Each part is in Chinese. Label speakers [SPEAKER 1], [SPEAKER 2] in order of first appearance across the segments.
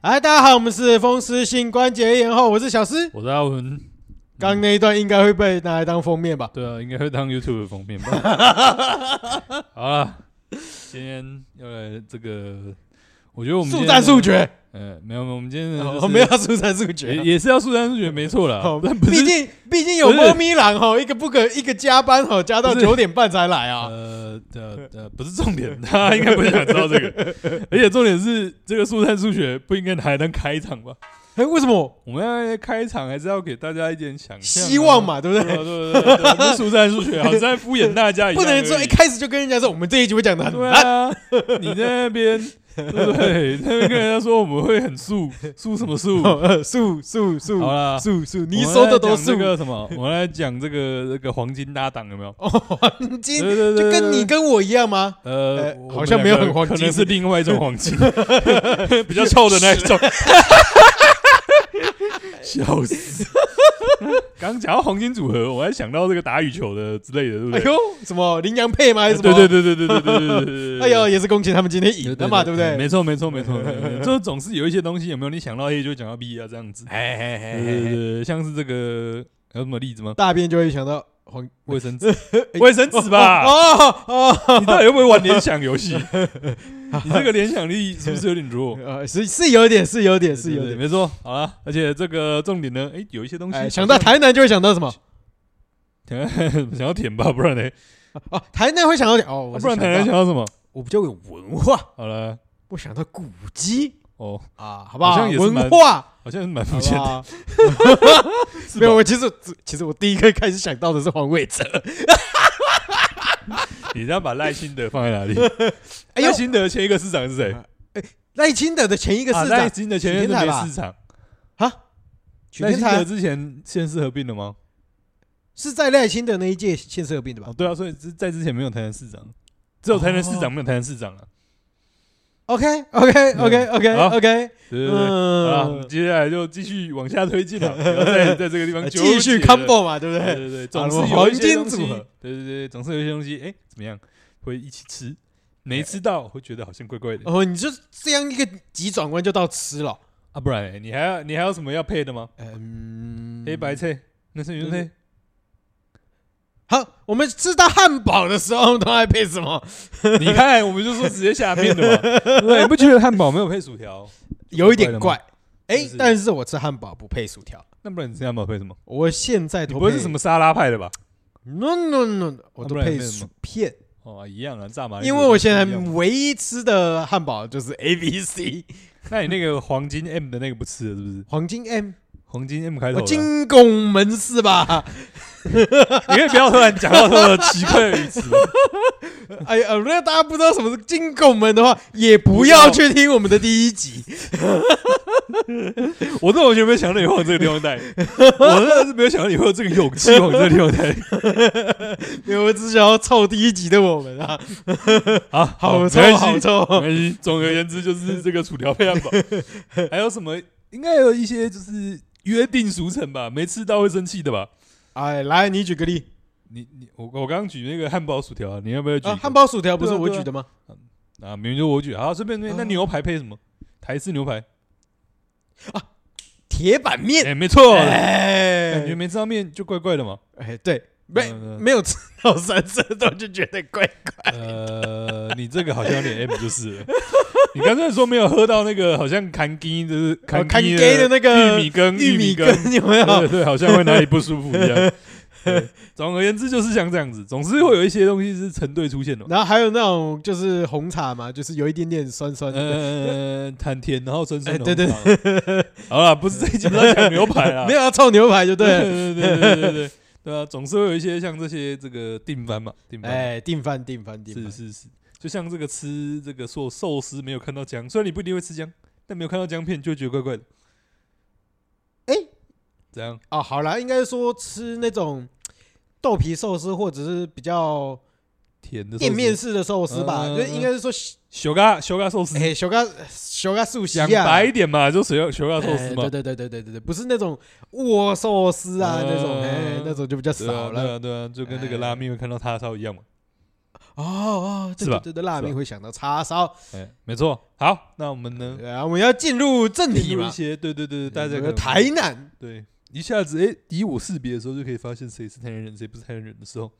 [SPEAKER 1] 哎，大家好，我们是风湿性关节炎后，我是小诗。
[SPEAKER 2] 我是阿文，
[SPEAKER 1] 刚那一段应该会被拿来当封面吧？
[SPEAKER 2] 对啊，应该会当 YouTube 的封面 吧。好了，今天要来这个，我觉得我们今
[SPEAKER 1] 速
[SPEAKER 2] 天
[SPEAKER 1] 战速，决，哦
[SPEAKER 2] 呃，没有没有，我们今天呢
[SPEAKER 1] 我
[SPEAKER 2] 就是
[SPEAKER 1] 们要速战速
[SPEAKER 2] 也
[SPEAKER 1] 决。
[SPEAKER 2] 也是要速战速决，没错啦
[SPEAKER 1] 哦，
[SPEAKER 2] 嗯但不
[SPEAKER 1] 毕
[SPEAKER 2] 是
[SPEAKER 1] 竟毕竟有
[SPEAKER 2] 不是
[SPEAKER 1] 猫咪狼吼，一个不可一个加班吼，加到
[SPEAKER 2] 不是
[SPEAKER 1] 九点半才来啊。
[SPEAKER 2] 呃呃呃，不是重点，大家应该不想知道这个，而且重点是这个速战速决不应该拿来当开场吧？
[SPEAKER 1] 哎，为什么？
[SPEAKER 2] 我们要开场还是要给大家一点想象啊
[SPEAKER 1] 希望。嘛，对
[SPEAKER 2] 对
[SPEAKER 1] 不
[SPEAKER 2] 啊对
[SPEAKER 1] 对？
[SPEAKER 2] 啊对啊对啊，对啊不是速战速决，好像在敷衍大家一样
[SPEAKER 1] 不
[SPEAKER 2] 而
[SPEAKER 1] 能
[SPEAKER 2] 已
[SPEAKER 1] 说一开始就跟人家说我们这一集会讲的很
[SPEAKER 2] 嗯对
[SPEAKER 1] 烂。
[SPEAKER 2] 啊，你在那边，对不对？在那边跟人家说我们会很素，素什么素？
[SPEAKER 1] 哦呃素素素
[SPEAKER 2] 好啦，
[SPEAKER 1] 素素，你说的都
[SPEAKER 2] 我们来讲
[SPEAKER 1] 素
[SPEAKER 2] 这。个什么？我们来讲这个这个黄金搭档有没有？
[SPEAKER 1] 哦，黄
[SPEAKER 2] 对
[SPEAKER 1] 金
[SPEAKER 2] 对对
[SPEAKER 1] 就
[SPEAKER 2] 对，
[SPEAKER 1] 跟你
[SPEAKER 2] 对
[SPEAKER 1] 跟我一样吗？
[SPEAKER 2] 呃
[SPEAKER 1] 呃，
[SPEAKER 2] 我
[SPEAKER 1] 好
[SPEAKER 2] 们
[SPEAKER 1] 像没有
[SPEAKER 2] 两个
[SPEAKER 1] 很黄金
[SPEAKER 2] 可能是另外一种黄金，比较臭的那一种。笑死！刚讲到黄金组合，我还想到这个打羽球的之类的，对不
[SPEAKER 1] 哎
[SPEAKER 2] 对？
[SPEAKER 1] 呦，什么羚羊配吗？还是什么？
[SPEAKER 2] 对对对对对对对对对对对！
[SPEAKER 1] 哎呦，也是恭喜他们今天赢了嘛，对不对？
[SPEAKER 2] 没错，没错，没错，没错就总是有一些东西，有没有你想到 A 就讲到 B 啊，这样子。
[SPEAKER 1] 嘿嘿
[SPEAKER 2] 对对对，对像是这个还有什么例子吗？
[SPEAKER 1] 大便就会想到黄
[SPEAKER 2] 卫生纸，卫生纸吧？
[SPEAKER 1] 哦哦，
[SPEAKER 2] 你到底会不会玩联想游戏？你这个联想力是不是有点弱？
[SPEAKER 1] 呃， 是是有点，是有点，是
[SPEAKER 2] 对
[SPEAKER 1] 有
[SPEAKER 2] 对对
[SPEAKER 1] 点。
[SPEAKER 2] 没错。好了，而且这个重点呢，哎，有一些东
[SPEAKER 1] 哎，
[SPEAKER 2] 西
[SPEAKER 1] 想到台南就会想到什么？
[SPEAKER 2] 想要舔吧，不然呢？
[SPEAKER 1] 哦，台南会想到哦，我
[SPEAKER 2] 啊不然奶奶想，要什么？
[SPEAKER 1] 我比较有文化，
[SPEAKER 2] 好了，
[SPEAKER 1] 我想到古迹
[SPEAKER 2] 哦，
[SPEAKER 1] 啊，好不好？
[SPEAKER 2] 好像也是
[SPEAKER 1] 文
[SPEAKER 2] 蛮
[SPEAKER 1] 化，
[SPEAKER 2] 好像蛮
[SPEAKER 1] 好
[SPEAKER 2] 肤
[SPEAKER 1] 不
[SPEAKER 2] 浅的，
[SPEAKER 1] 好？
[SPEAKER 2] 是
[SPEAKER 1] 没
[SPEAKER 2] 吧
[SPEAKER 1] 有，我其实其实我第一个开始想到的是黄伟 哲。
[SPEAKER 2] 你这样把赖清德放在哪里？
[SPEAKER 1] 哎呦
[SPEAKER 2] 赖，清德前一个市长是谁？
[SPEAKER 1] 赖清德的前一个
[SPEAKER 2] 啊
[SPEAKER 1] 市
[SPEAKER 2] 赖
[SPEAKER 1] 长
[SPEAKER 2] 清德前一
[SPEAKER 1] 许
[SPEAKER 2] 个
[SPEAKER 1] 天才
[SPEAKER 2] 是没
[SPEAKER 1] 吧
[SPEAKER 2] 市长。
[SPEAKER 1] 许
[SPEAKER 2] 赖
[SPEAKER 1] 天
[SPEAKER 2] 清德
[SPEAKER 1] 才
[SPEAKER 2] 之前县市合并了吗？
[SPEAKER 1] 是在赖清德那一届县市合并的吧
[SPEAKER 2] 哦，？对啊，所以之在之前没有台南市长，只有台南市长没有台南市长啊。
[SPEAKER 1] OK OK OK OK
[SPEAKER 2] 好
[SPEAKER 1] OK，
[SPEAKER 2] 对对对，好啦
[SPEAKER 1] 嗯，
[SPEAKER 2] 接下来就继续往下推进了，不要再在这个地方
[SPEAKER 1] 呃
[SPEAKER 2] 纠
[SPEAKER 1] 继续
[SPEAKER 2] 结了
[SPEAKER 1] combo 嘛，对不
[SPEAKER 2] 对
[SPEAKER 1] 对？
[SPEAKER 2] 对对，
[SPEAKER 1] 好
[SPEAKER 2] 总
[SPEAKER 1] 我们
[SPEAKER 2] 是有一
[SPEAKER 1] 黄
[SPEAKER 2] 些
[SPEAKER 1] 金
[SPEAKER 2] 东西
[SPEAKER 1] 组合，
[SPEAKER 2] 对对对，总是有一些东西，哎，怎么样会一起吃？没吃到会觉得好像怪怪的
[SPEAKER 1] 哦，你就这样一个急转弯就到吃了，
[SPEAKER 2] 啊，不然欸你还要你还有什么要配的吗？
[SPEAKER 1] 嗯，
[SPEAKER 2] 黑白菜那是云配
[SPEAKER 1] 好，我们吃到汉堡的时候，都爱配什么？
[SPEAKER 2] 你看我们就说直接下面的嘛，对不对，你不觉得汉堡没有配薯条，
[SPEAKER 1] 有一点
[SPEAKER 2] 怪
[SPEAKER 1] 怪，哎
[SPEAKER 2] 就是，
[SPEAKER 1] 但是我吃汉堡不配薯条，
[SPEAKER 2] 那不然你吃汉堡配什么？
[SPEAKER 1] 我现在
[SPEAKER 2] 你
[SPEAKER 1] 都
[SPEAKER 2] 不会是
[SPEAKER 1] 配
[SPEAKER 2] 什么沙拉派的吧？
[SPEAKER 1] ？No No No，我都
[SPEAKER 2] 啊不然
[SPEAKER 1] 配
[SPEAKER 2] 你配什
[SPEAKER 1] 薯
[SPEAKER 2] 么
[SPEAKER 1] 片，
[SPEAKER 2] 哦，一样啊，炸马铃薯
[SPEAKER 1] 因为我现在
[SPEAKER 2] 不一样嘛
[SPEAKER 1] 唯一吃的汉堡就是 A B C
[SPEAKER 2] 那你那个黄金 M 的那个不吃了是不是？
[SPEAKER 1] 黄金 M，
[SPEAKER 2] 黄金 M 开
[SPEAKER 1] 我
[SPEAKER 2] 头的啊，
[SPEAKER 1] 金拱门是吧？
[SPEAKER 2] 你可以不要突然讲到这么奇怪的语词吗。
[SPEAKER 1] 哎呀，呃如果大家不知道什么是金拱门的话，也不要去听我们的第一集。
[SPEAKER 2] 我都完全没有想到你会往这个地 方带，我真的是没有想到你会有这个勇气往这个地方带。
[SPEAKER 1] 因为我只想要凑第一集的我们啊，
[SPEAKER 2] 好，
[SPEAKER 1] 好
[SPEAKER 2] 没
[SPEAKER 1] 臭
[SPEAKER 2] 关系
[SPEAKER 1] 好
[SPEAKER 2] 没
[SPEAKER 1] 臭。
[SPEAKER 2] 关系。总而言之，就是这个薯条配汉堡，还有什么？应该有一些就是约定俗成吧，没吃到会生气的吧？
[SPEAKER 1] 哎，来你举个例
[SPEAKER 2] 你你我我刚刚举那个汉堡薯条啊，你要不要举一
[SPEAKER 1] 啊，
[SPEAKER 2] 个？
[SPEAKER 1] 汉堡薯条不是
[SPEAKER 2] 对啊
[SPEAKER 1] 我
[SPEAKER 2] 对啊
[SPEAKER 1] 举的吗？
[SPEAKER 2] 啊，明明就我举。好，顺便那那
[SPEAKER 1] 啊
[SPEAKER 2] 牛排配什么？台式 牛排。
[SPEAKER 1] 铁板面，
[SPEAKER 2] 哎，没错，
[SPEAKER 1] 哎
[SPEAKER 2] 感觉没吃到面就怪怪的嘛。
[SPEAKER 1] 哎对，没
[SPEAKER 2] 嗯嗯
[SPEAKER 1] 没有吃到三色豆就觉得怪怪。
[SPEAKER 2] 呃，你这个好像有点 M 就是了。你刚才说没有喝到那个，好像砍鸡就是
[SPEAKER 1] 哦
[SPEAKER 2] 砍
[SPEAKER 1] 砍
[SPEAKER 2] 鸡
[SPEAKER 1] 鸡的那个
[SPEAKER 2] 玉米 羹，
[SPEAKER 1] 玉米
[SPEAKER 2] 羹，
[SPEAKER 1] 羹有没有？
[SPEAKER 2] 对对，好像会哪里不舒服一样。对总而言之，就是像这样子，总是会有一些东西是成对出现的嘛。
[SPEAKER 1] 然后还有那种就是红茶嘛，就是有一点点酸酸的。
[SPEAKER 2] 呃，很甜，然后酸酸的。
[SPEAKER 1] 哎对对
[SPEAKER 2] 对，好了，不是这一集不要讲牛排 啦，
[SPEAKER 1] 没有要臭牛排就对了。
[SPEAKER 2] 对对对对对对对啊，总是会有一些像这些这个定番嘛，定番。
[SPEAKER 1] 哎，订饭订饭订
[SPEAKER 2] 是
[SPEAKER 1] 饭，
[SPEAKER 2] 是是，就像这个吃这个寿寿司没有看到姜，虽然你不一定会吃姜，但没有看到姜片就觉得怪怪的。
[SPEAKER 1] 哎
[SPEAKER 2] 怎样？
[SPEAKER 1] 哦，好啦，应该说吃那种豆皮寿司或者是比较
[SPEAKER 2] 甜的寿司
[SPEAKER 1] 店面式的寿呃司吧，
[SPEAKER 2] 嗯
[SPEAKER 1] 就应该是说，
[SPEAKER 2] 小嘎小嘎寿司，
[SPEAKER 1] 哎，小个小个素食
[SPEAKER 2] 讲
[SPEAKER 1] 啊，
[SPEAKER 2] 白一点嘛，就小小嘎寿司嘛
[SPEAKER 1] 哎。对对对对对对对，不是那种握寿司啊
[SPEAKER 2] 嗯
[SPEAKER 1] 那种，哎，那种就比较
[SPEAKER 2] 对啊
[SPEAKER 1] 少
[SPEAKER 2] 对
[SPEAKER 1] 了。哎
[SPEAKER 2] 啊对啊，就跟那个拉面会看到叉烧一样嘛。
[SPEAKER 1] 哦哦，对
[SPEAKER 2] 是吧
[SPEAKER 1] 对对对，辣
[SPEAKER 2] 是吧
[SPEAKER 1] 妹会想到叉烧。
[SPEAKER 2] 哎，没错。好，那我们呢？
[SPEAKER 1] 对啊，我们要进入正题
[SPEAKER 2] 进入一
[SPEAKER 1] 嘛，
[SPEAKER 2] 些对对对，对大家可
[SPEAKER 1] 呃
[SPEAKER 2] 能
[SPEAKER 1] 台南，
[SPEAKER 2] 对一下子哎敌我识别的时候，就可以发现谁是台南人，谁不是台南人的时候，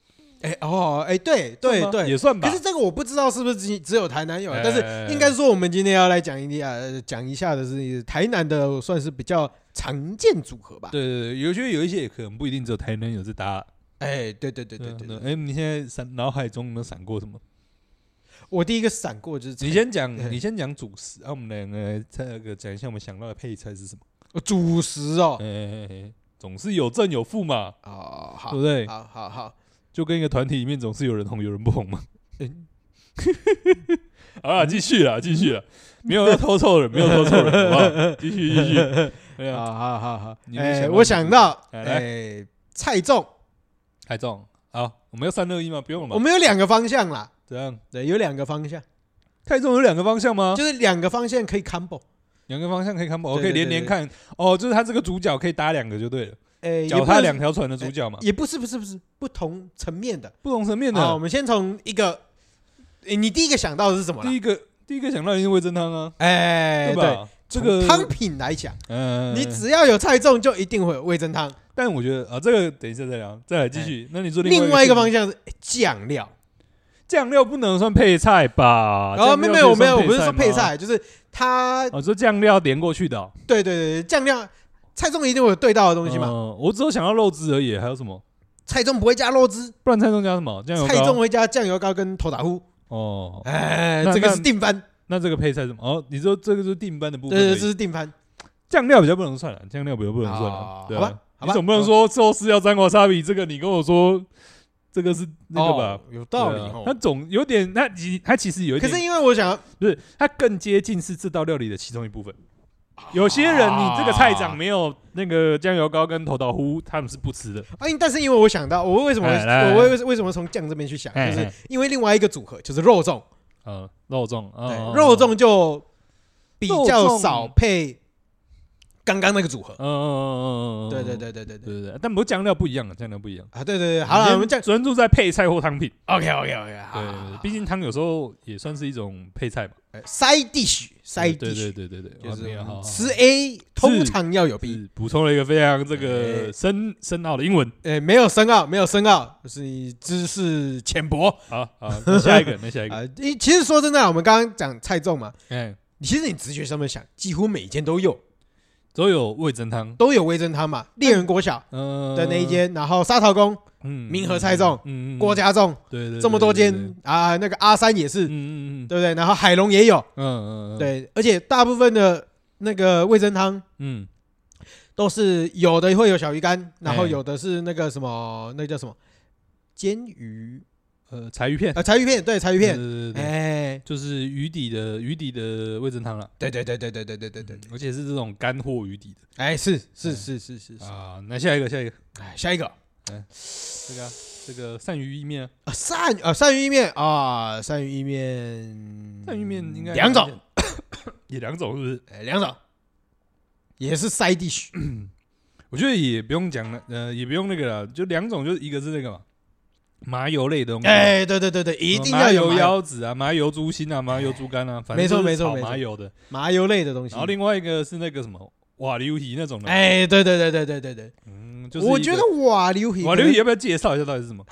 [SPEAKER 1] 哎哦哎，对对
[SPEAKER 2] 算吗
[SPEAKER 1] 对
[SPEAKER 2] 也。算吧。
[SPEAKER 1] 可是这个我不知道是不是只只有台南有啊，但是
[SPEAKER 2] 哎
[SPEAKER 1] 应该说我们今天要来讲一下呃讲一下的是台南的，算是比较常见组合吧。，
[SPEAKER 2] 对对对，有觉得有一些也可能不一定只有台南有这搭。
[SPEAKER 1] 哎，对对对对对
[SPEAKER 2] 对
[SPEAKER 1] 对
[SPEAKER 2] 啊。哎，你现在闪脑海中有没有闪过什么？
[SPEAKER 1] 我第一个闪过就是
[SPEAKER 2] 你先讲，
[SPEAKER 1] 哎
[SPEAKER 2] 你先讲主食，啊，我们两个再那个讲一下我们想到的配菜是什么。
[SPEAKER 1] 主食哦，
[SPEAKER 2] 哎哎，哎哎总是有正有负嘛，
[SPEAKER 1] 哦好
[SPEAKER 2] 对不，对？
[SPEAKER 1] 好好好，
[SPEAKER 2] 就跟一个团体里面总是有人红有人不红嘛。
[SPEAKER 1] 嗯
[SPEAKER 2] 好了，继续了，继续了，没有要偷臭人，没有偷臭人，好不好？继续继续。对啊，
[SPEAKER 1] 好好好好
[SPEAKER 2] 你，会想
[SPEAKER 1] 哎，我
[SPEAKER 2] 到什么
[SPEAKER 1] 想到
[SPEAKER 2] 哎来
[SPEAKER 1] 哎蔡仲，
[SPEAKER 2] 海总，好，我们要三二一吗？不用了
[SPEAKER 1] 我
[SPEAKER 2] 吗？
[SPEAKER 1] 们有两个方向啦，
[SPEAKER 2] 怎样？
[SPEAKER 1] 对，有两个方向，
[SPEAKER 2] 泰中有两个方向吗？
[SPEAKER 1] 就是两个方向可以 combo，
[SPEAKER 2] 两个方向可以看不？我
[SPEAKER 1] 对
[SPEAKER 2] 可以
[SPEAKER 1] 对
[SPEAKER 2] 连
[SPEAKER 1] 对
[SPEAKER 2] 连
[SPEAKER 1] 对
[SPEAKER 2] 看哦，就是他这个主角可以搭两个就对了，
[SPEAKER 1] 哎，也
[SPEAKER 2] 脚
[SPEAKER 1] 不
[SPEAKER 2] 踏
[SPEAKER 1] 能
[SPEAKER 2] 两条船的主角嘛，啊
[SPEAKER 1] 也不是不是不是不同层面的。
[SPEAKER 2] 哎不同层面
[SPEAKER 1] 好，我
[SPEAKER 2] 的。
[SPEAKER 1] 们先从一个，诶你第一个想到的是什么啦
[SPEAKER 2] 第？一个第一个想到一定是味噌汤啊，
[SPEAKER 1] 哎，
[SPEAKER 2] 对
[SPEAKER 1] 对，
[SPEAKER 2] 吧？这个
[SPEAKER 1] 从汤品来讲，
[SPEAKER 2] 嗯，
[SPEAKER 1] 你只要有菜粽，就一定会有味噌汤。
[SPEAKER 2] 但我觉得啊，这个等一下再聊，再来继续。那你说
[SPEAKER 1] 哎另
[SPEAKER 2] 外
[SPEAKER 1] 外一个
[SPEAKER 2] 方
[SPEAKER 1] 方向是哎酱料。
[SPEAKER 2] 酱料不能算配菜吧？
[SPEAKER 1] 哦，
[SPEAKER 2] 啊酱
[SPEAKER 1] 没
[SPEAKER 2] 料
[SPEAKER 1] 有没有
[SPEAKER 2] 可
[SPEAKER 1] 没有，我
[SPEAKER 2] 以算
[SPEAKER 1] 不是说配
[SPEAKER 2] 吗，
[SPEAKER 1] 菜，就是它，
[SPEAKER 2] 哦，说酱料连过去的哦
[SPEAKER 1] 对对对，酱料菜粽一定会有对到的东西嘛。
[SPEAKER 2] 嗯我只有想到肉汁而已，还有什么？
[SPEAKER 1] 菜粽不会加肉汁，
[SPEAKER 2] 不然菜中加什么？酱油膏
[SPEAKER 1] 菜粽会加酱油膏跟头打糊。
[SPEAKER 2] 哦，
[SPEAKER 1] 哎，
[SPEAKER 2] 那
[SPEAKER 1] 这个
[SPEAKER 2] 那
[SPEAKER 1] 是定番，
[SPEAKER 2] 那这个配菜什么？哦，你说这个就是定班的部
[SPEAKER 1] 对
[SPEAKER 2] 分
[SPEAKER 1] 对
[SPEAKER 2] 而
[SPEAKER 1] 对，
[SPEAKER 2] 已，
[SPEAKER 1] 这是定番。
[SPEAKER 2] 酱料比较不能算了，酱料比较不能算了
[SPEAKER 1] 哦，
[SPEAKER 2] 对
[SPEAKER 1] 好吧
[SPEAKER 2] 吧？
[SPEAKER 1] 好吧
[SPEAKER 2] 你总不能说寿司要沾瓦萨比，这个你跟我说这个是那个吧
[SPEAKER 1] 哦？，有道理
[SPEAKER 2] 对啊
[SPEAKER 1] 哦
[SPEAKER 2] 它。总有点，它其它其实有一
[SPEAKER 1] 可
[SPEAKER 2] 点，
[SPEAKER 1] 是因为我想要，啊
[SPEAKER 2] 不是它更接近是这道料理的其中一部分。有些人你这个菜长没有那个酱油膏跟头岛糊，他们是不吃的。
[SPEAKER 1] 哎，但是因为我想到，我为什么
[SPEAKER 2] 哎来
[SPEAKER 1] 我为为什么从酱这边去想，
[SPEAKER 2] 哎
[SPEAKER 1] 就是
[SPEAKER 2] 哎
[SPEAKER 1] 因为另外一个组合就是肉粽，
[SPEAKER 2] 嗯，肉粽，
[SPEAKER 1] 对
[SPEAKER 2] 嗯，
[SPEAKER 1] 肉，粽就比较
[SPEAKER 2] 肉粽
[SPEAKER 1] 少配刚刚那个组合。
[SPEAKER 2] 嗯嗯嗯嗯嗯，
[SPEAKER 1] 对对对对对对
[SPEAKER 2] 对对对，但不过酱料不一样啊，酱料不一样。
[SPEAKER 1] 啊，对对对，好了，我们这样
[SPEAKER 2] 专注在配菜或汤品。
[SPEAKER 1] OK OK OK，好
[SPEAKER 2] 对
[SPEAKER 1] 好
[SPEAKER 2] 对
[SPEAKER 1] 好
[SPEAKER 2] 对，毕竟汤有时候也算是一种配菜嘛。
[SPEAKER 1] 哎塞地许塞
[SPEAKER 2] 对
[SPEAKER 1] 地
[SPEAKER 2] 对
[SPEAKER 1] 许，
[SPEAKER 2] 对对对，
[SPEAKER 1] 就
[SPEAKER 2] 哦没
[SPEAKER 1] 是
[SPEAKER 2] 有
[SPEAKER 1] 我
[SPEAKER 2] 好好
[SPEAKER 1] 们吃 A 通常要有 B，
[SPEAKER 2] 是补充了一个非常这
[SPEAKER 1] 哎
[SPEAKER 2] 个深深奥的英文。
[SPEAKER 1] 哎，没有深奥，没有深奥，就是你知识浅薄
[SPEAKER 2] 好 好，那下一个，那下一个，
[SPEAKER 1] 啊。因其实说真的啊，我们刚刚讲菜粽嘛，
[SPEAKER 2] 哎，
[SPEAKER 1] 其实你直觉上面想，几乎每间都有
[SPEAKER 2] 都有味噌汤，
[SPEAKER 1] 都有味噌汤嘛，猎人国小
[SPEAKER 2] 嗯
[SPEAKER 1] 的那一，间，然后沙头公、
[SPEAKER 2] 嗯
[SPEAKER 1] 民和菜粽，
[SPEAKER 2] 嗯嗯嗯
[SPEAKER 1] 郭家粽
[SPEAKER 2] 对对，
[SPEAKER 1] 这么多
[SPEAKER 2] 对
[SPEAKER 1] 间
[SPEAKER 2] 对对
[SPEAKER 1] 啊，那个阿三也是，对
[SPEAKER 2] 嗯嗯嗯
[SPEAKER 1] 不对？然后海龙也有，
[SPEAKER 2] 嗯嗯嗯，
[SPEAKER 1] 对，而且大部分的那个味噌汤
[SPEAKER 2] 嗯，
[SPEAKER 1] 都是有的会有小鱼干，然后
[SPEAKER 2] 哎
[SPEAKER 1] 有的是那个什么，那叫什么煎鱼
[SPEAKER 2] 呃，柴鱼片，
[SPEAKER 1] 啊，柴鱼片，对，柴鱼
[SPEAKER 2] 鱼
[SPEAKER 1] 片，
[SPEAKER 2] 对对对，
[SPEAKER 1] 哎，
[SPEAKER 2] 就是鱼底的鱼底的味噌汤了。
[SPEAKER 1] 对对对对对对对对对，
[SPEAKER 2] 嗯而且是这种干货鱼底的
[SPEAKER 1] 哎，是是
[SPEAKER 2] 哎
[SPEAKER 1] 是是是是，
[SPEAKER 2] 啊。那下一个，下一个，
[SPEAKER 1] 哎，下一个
[SPEAKER 2] 这个啊这个鳝鱼意面啊，
[SPEAKER 1] 啊鳝啊鳝鱼意面啊鳝鱼意面，
[SPEAKER 2] 鳝鱼面应该
[SPEAKER 1] 两种，
[SPEAKER 2] 也两种是不是？
[SPEAKER 1] 哎两种，也是塞地 区，
[SPEAKER 2] 我觉得也不用讲了，呃，也不用那个了，就两种，就是一个是那个嘛，麻油类的东西，呃，
[SPEAKER 1] 哎，对对对对，一定要有
[SPEAKER 2] 麻油
[SPEAKER 1] 麻油哎
[SPEAKER 2] 腰子啊，麻油猪心啊，麻油猪肝啊，反
[SPEAKER 1] 没错
[SPEAKER 2] 正就是
[SPEAKER 1] 没错
[SPEAKER 2] 炒
[SPEAKER 1] 没错
[SPEAKER 2] 麻油的。
[SPEAKER 1] 麻油类的东西
[SPEAKER 2] 然后，另外一个是那个什么瓦流皮那种的，
[SPEAKER 1] 哎，对对对对对对对。
[SPEAKER 2] 嗯，就是
[SPEAKER 1] 我
[SPEAKER 2] 一
[SPEAKER 1] 觉
[SPEAKER 2] 个
[SPEAKER 1] 得瓦流皮，
[SPEAKER 2] 瓦流皮要不要介绍一下到底是什么？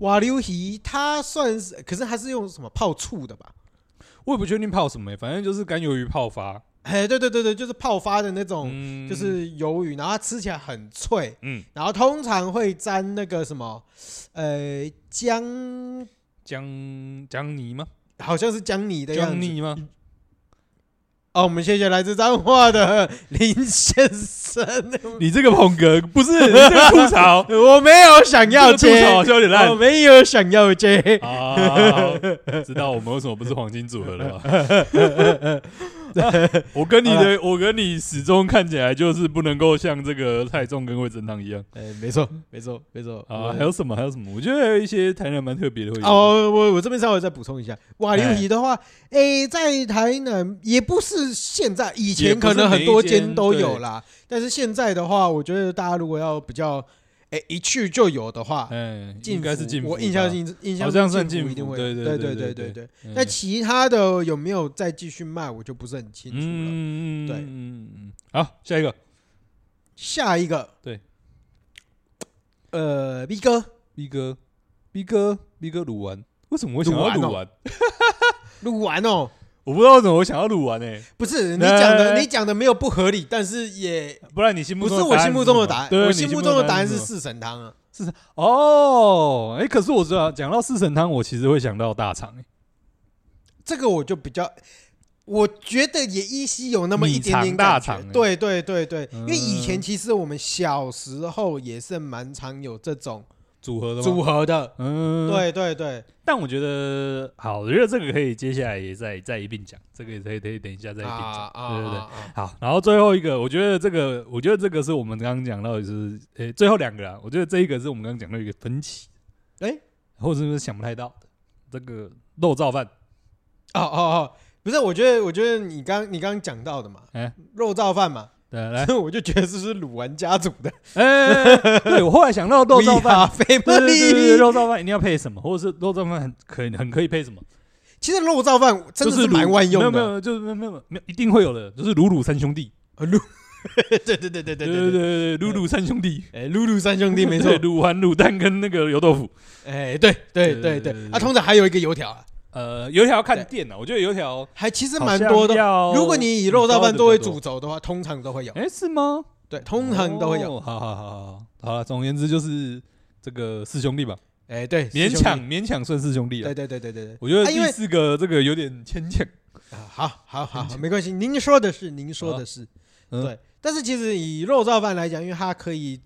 [SPEAKER 1] 瓦流皮它算是，可是它是用什么泡醋的吧？
[SPEAKER 2] 我也不确定泡什么、反正就是干鱿鱼泡发，
[SPEAKER 1] 哎，对对对对，就是泡发的那种，
[SPEAKER 2] 嗯，
[SPEAKER 1] 哦就是鱿鱼，然后它吃起来很脆，
[SPEAKER 2] 嗯
[SPEAKER 1] 然后通常会沾那个什么，呃，姜，
[SPEAKER 2] 姜姜泥吗？
[SPEAKER 1] 好像是姜泥的样
[SPEAKER 2] 姜
[SPEAKER 1] 子。
[SPEAKER 2] 泥吗？
[SPEAKER 1] 哦，我们谢谢来自彰化的林先生，，
[SPEAKER 2] 你这个捧哏不是你这个吐槽
[SPEAKER 1] 我没有想 要
[SPEAKER 2] 这个吐槽好
[SPEAKER 1] 接，
[SPEAKER 2] 像有点烂
[SPEAKER 1] 我，没有想要接。
[SPEAKER 2] 啊，知道我们为什么不是黄金组合了吧？ 我跟你的，我跟你始终看起来就是不能够像这个蔡仲跟味噌汤一样
[SPEAKER 1] 哎，没错，没错，没错。
[SPEAKER 2] 啊。
[SPEAKER 1] 我
[SPEAKER 2] 还有什么？还有什么？我觉得还有一些台南蛮特别的会有
[SPEAKER 1] 哦，我我这边稍微再补充一下，瓦流皮的话，诶、在台南也不是现在，以前可能很多间都有啦，但是现在的话，我觉得大家如果要比较，哎一去就有的话，
[SPEAKER 2] 哎，
[SPEAKER 1] 进
[SPEAKER 2] 应该是进步吧，
[SPEAKER 1] 我印象印印象
[SPEAKER 2] 好像算
[SPEAKER 1] 进
[SPEAKER 2] 进
[SPEAKER 1] 一定
[SPEAKER 2] 步
[SPEAKER 1] 会
[SPEAKER 2] 对
[SPEAKER 1] 有
[SPEAKER 2] 对
[SPEAKER 1] 对
[SPEAKER 2] 对对
[SPEAKER 1] 对
[SPEAKER 2] 对
[SPEAKER 1] 对对。
[SPEAKER 2] 哎，
[SPEAKER 1] 那其他的有没有再继续卖，我就不是很清楚了。
[SPEAKER 2] 嗯，
[SPEAKER 1] 对
[SPEAKER 2] 嗯嗯嗯，好，下一个
[SPEAKER 1] 下一个，
[SPEAKER 2] 对，
[SPEAKER 1] 呃，B 哥
[SPEAKER 2] B 哥，B 哥，B 哥鲁丸，为什么我想要
[SPEAKER 1] 鲁丸哦
[SPEAKER 2] 鲁丸？
[SPEAKER 1] 录完哦，
[SPEAKER 2] 我不知道为什么我想要鲁丸欸诶，
[SPEAKER 1] 不是你讲的，
[SPEAKER 2] 哎
[SPEAKER 1] 你讲的没有不合理，但是也
[SPEAKER 2] 不然你心目
[SPEAKER 1] 不
[SPEAKER 2] 中
[SPEAKER 1] 是我心目中的答案，
[SPEAKER 2] 对，啊
[SPEAKER 1] 我
[SPEAKER 2] 你
[SPEAKER 1] 心
[SPEAKER 2] 目
[SPEAKER 1] 目中的
[SPEAKER 2] 答
[SPEAKER 1] 答案是
[SPEAKER 2] 什么
[SPEAKER 1] 四神汤啊，
[SPEAKER 2] 哦，哎，可是我知道讲到四神汤，我其实会想到大肠欸，
[SPEAKER 1] 这个我就比较。我觉得也依稀有那么一点
[SPEAKER 2] 米
[SPEAKER 1] 点
[SPEAKER 2] 肠大
[SPEAKER 1] 感
[SPEAKER 2] 肠
[SPEAKER 1] 觉，
[SPEAKER 2] 哎
[SPEAKER 1] 对对对对，
[SPEAKER 2] 嗯
[SPEAKER 1] 因为以前其实我们小时候也是蛮常有这种
[SPEAKER 2] 组合的吗
[SPEAKER 1] 组，合的，
[SPEAKER 2] 嗯，。
[SPEAKER 1] 对对对，
[SPEAKER 2] 但我觉得好，我觉得这个可以接下来也再再一并讲，这个也可以可以等一下再一并
[SPEAKER 1] 啊
[SPEAKER 2] 讲，
[SPEAKER 1] 啊
[SPEAKER 2] 对对对。
[SPEAKER 1] 啊
[SPEAKER 2] 好，然后最后一个，我觉得这个，我觉得这个是我们刚刚讲到的是，呃、最后两个啦，我觉得这一个是我们刚刚讲到一个分歧，
[SPEAKER 1] 诶
[SPEAKER 2] 或者是想不太到的这个肉燥饭，
[SPEAKER 1] 哦哦哦，不是，我觉得我觉得你刚你刚讲到的嘛
[SPEAKER 2] 哎，
[SPEAKER 1] 肉燥饭嘛，
[SPEAKER 2] 对，来，
[SPEAKER 1] 我就觉得这是鲁丸家族的
[SPEAKER 2] 哎、对我后来想到 肉燥饭，
[SPEAKER 1] ，family。
[SPEAKER 2] 对对对 对，肉燥饭一定要配什么，或者是肉燥饭很可以很可以配什么，
[SPEAKER 1] 其实肉燥饭真
[SPEAKER 2] 就
[SPEAKER 1] 的是
[SPEAKER 2] 卤
[SPEAKER 1] 蛮万用的，
[SPEAKER 2] 没有没有，就是没有没有没有，一定会有的，就是鲁鲁三兄弟，
[SPEAKER 1] 呃鲁， 对对对对对
[SPEAKER 2] 对
[SPEAKER 1] 对对，
[SPEAKER 2] 对，鲁鲁三兄弟，
[SPEAKER 1] 哎，露露三兄弟没错
[SPEAKER 2] 对，卤丸、卤蛋跟那个油豆腐，
[SPEAKER 1] 哎，对对对
[SPEAKER 2] 对对
[SPEAKER 1] 对
[SPEAKER 2] 对，
[SPEAKER 1] 啊，通常还有一个油条啊，
[SPEAKER 2] 呃，油条要看
[SPEAKER 1] 对
[SPEAKER 2] 店啊，我觉得油条。
[SPEAKER 1] 还其实蛮多的。
[SPEAKER 2] 的
[SPEAKER 1] 如果你以肉燥饭作为主，轴的话，通常都会有，
[SPEAKER 2] 哎、是吗？
[SPEAKER 1] 对，通常都会有，
[SPEAKER 2] 哦。好好好好好了，总而言之就是这个四兄弟吧，
[SPEAKER 1] 哎，对，
[SPEAKER 2] 勉
[SPEAKER 1] 四兄
[SPEAKER 2] 强
[SPEAKER 1] 弟，
[SPEAKER 2] 勉强算四兄弟了
[SPEAKER 1] 对。对对对对对，
[SPEAKER 2] 我觉得
[SPEAKER 1] 啊因
[SPEAKER 2] 第
[SPEAKER 1] 为
[SPEAKER 2] 四个这个有点牵强。
[SPEAKER 1] 啊好好好，好没关系，您说的是您说的是，
[SPEAKER 2] 嗯
[SPEAKER 1] 对，但是其实以肉燥饭来讲，因为它可以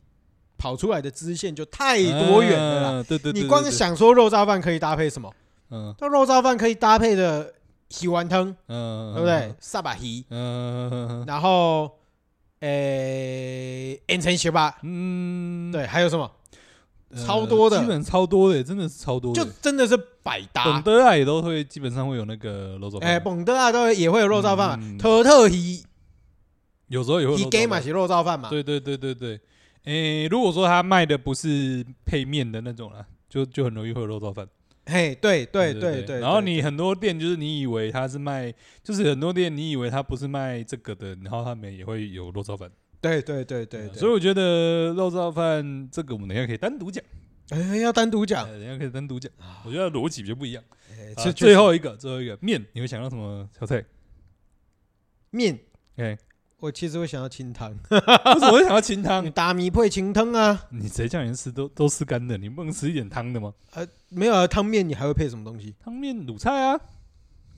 [SPEAKER 1] 跑出来的支线就太多元了啦。
[SPEAKER 2] 嗯对对对，
[SPEAKER 1] 你光
[SPEAKER 2] 对，
[SPEAKER 1] 想说肉燥饭可以搭配什么？
[SPEAKER 2] 嗯
[SPEAKER 1] 那肉燥饭可以搭配的喜丸汤，
[SPEAKER 2] 嗯，
[SPEAKER 1] 对不对？？萨巴鱼，
[SPEAKER 2] 嗯
[SPEAKER 1] 然后呃诶，N 层学霸，
[SPEAKER 2] 嗯，
[SPEAKER 1] 对，还有什么？
[SPEAKER 2] 呃
[SPEAKER 1] 超多的
[SPEAKER 2] 基本超多的，真的是超多的。
[SPEAKER 1] 就真的是百
[SPEAKER 2] 本
[SPEAKER 1] 搭。
[SPEAKER 2] 德啊也都会，基本上会有那个肉燥饭。
[SPEAKER 1] 哎，蹦德啊，都会也会有肉燥饭嘛，
[SPEAKER 2] 嗯
[SPEAKER 1] 特特鱼
[SPEAKER 2] 有时候也会有
[SPEAKER 1] 鱼
[SPEAKER 2] 肉
[SPEAKER 1] 给
[SPEAKER 2] 燥
[SPEAKER 1] 嘛
[SPEAKER 2] 饭。
[SPEAKER 1] 是肉燥饭嘛，
[SPEAKER 2] 对对对对对，诶、如果说他卖的不是配面的那种啦，就就很容易会有肉燥饭。
[SPEAKER 1] 嘿，对对
[SPEAKER 2] 对
[SPEAKER 1] 对对。
[SPEAKER 2] 然后
[SPEAKER 1] 对
[SPEAKER 2] 你很多店就是你以为他是卖，就是很多店你以为他不是卖这个的，然后他们也会有肉燥饭。
[SPEAKER 1] 对对对对
[SPEAKER 2] 所
[SPEAKER 1] 对，
[SPEAKER 2] 以我觉得肉燥饭这个我们等一下可以单独讲，
[SPEAKER 1] 哎，要单独
[SPEAKER 2] 呃
[SPEAKER 1] 讲，
[SPEAKER 2] 等一下可以单独讲。我觉得逻辑就不一样。
[SPEAKER 1] 哎
[SPEAKER 2] 啊
[SPEAKER 1] 这
[SPEAKER 2] 最
[SPEAKER 1] 哎后。
[SPEAKER 2] 后一个，最后一个面，你会想到什么小菜？
[SPEAKER 1] 面，
[SPEAKER 2] 哎
[SPEAKER 1] 我其实会想要清 汤，
[SPEAKER 2] 为什么会想要清汤？
[SPEAKER 1] 打米配清汤啊。
[SPEAKER 2] 你谁叫你吃都都吃干的，你不能吃一点汤的吗？
[SPEAKER 1] 呃，没有啊，汤面你还会配什么东西？
[SPEAKER 2] 汤面、卤菜啊。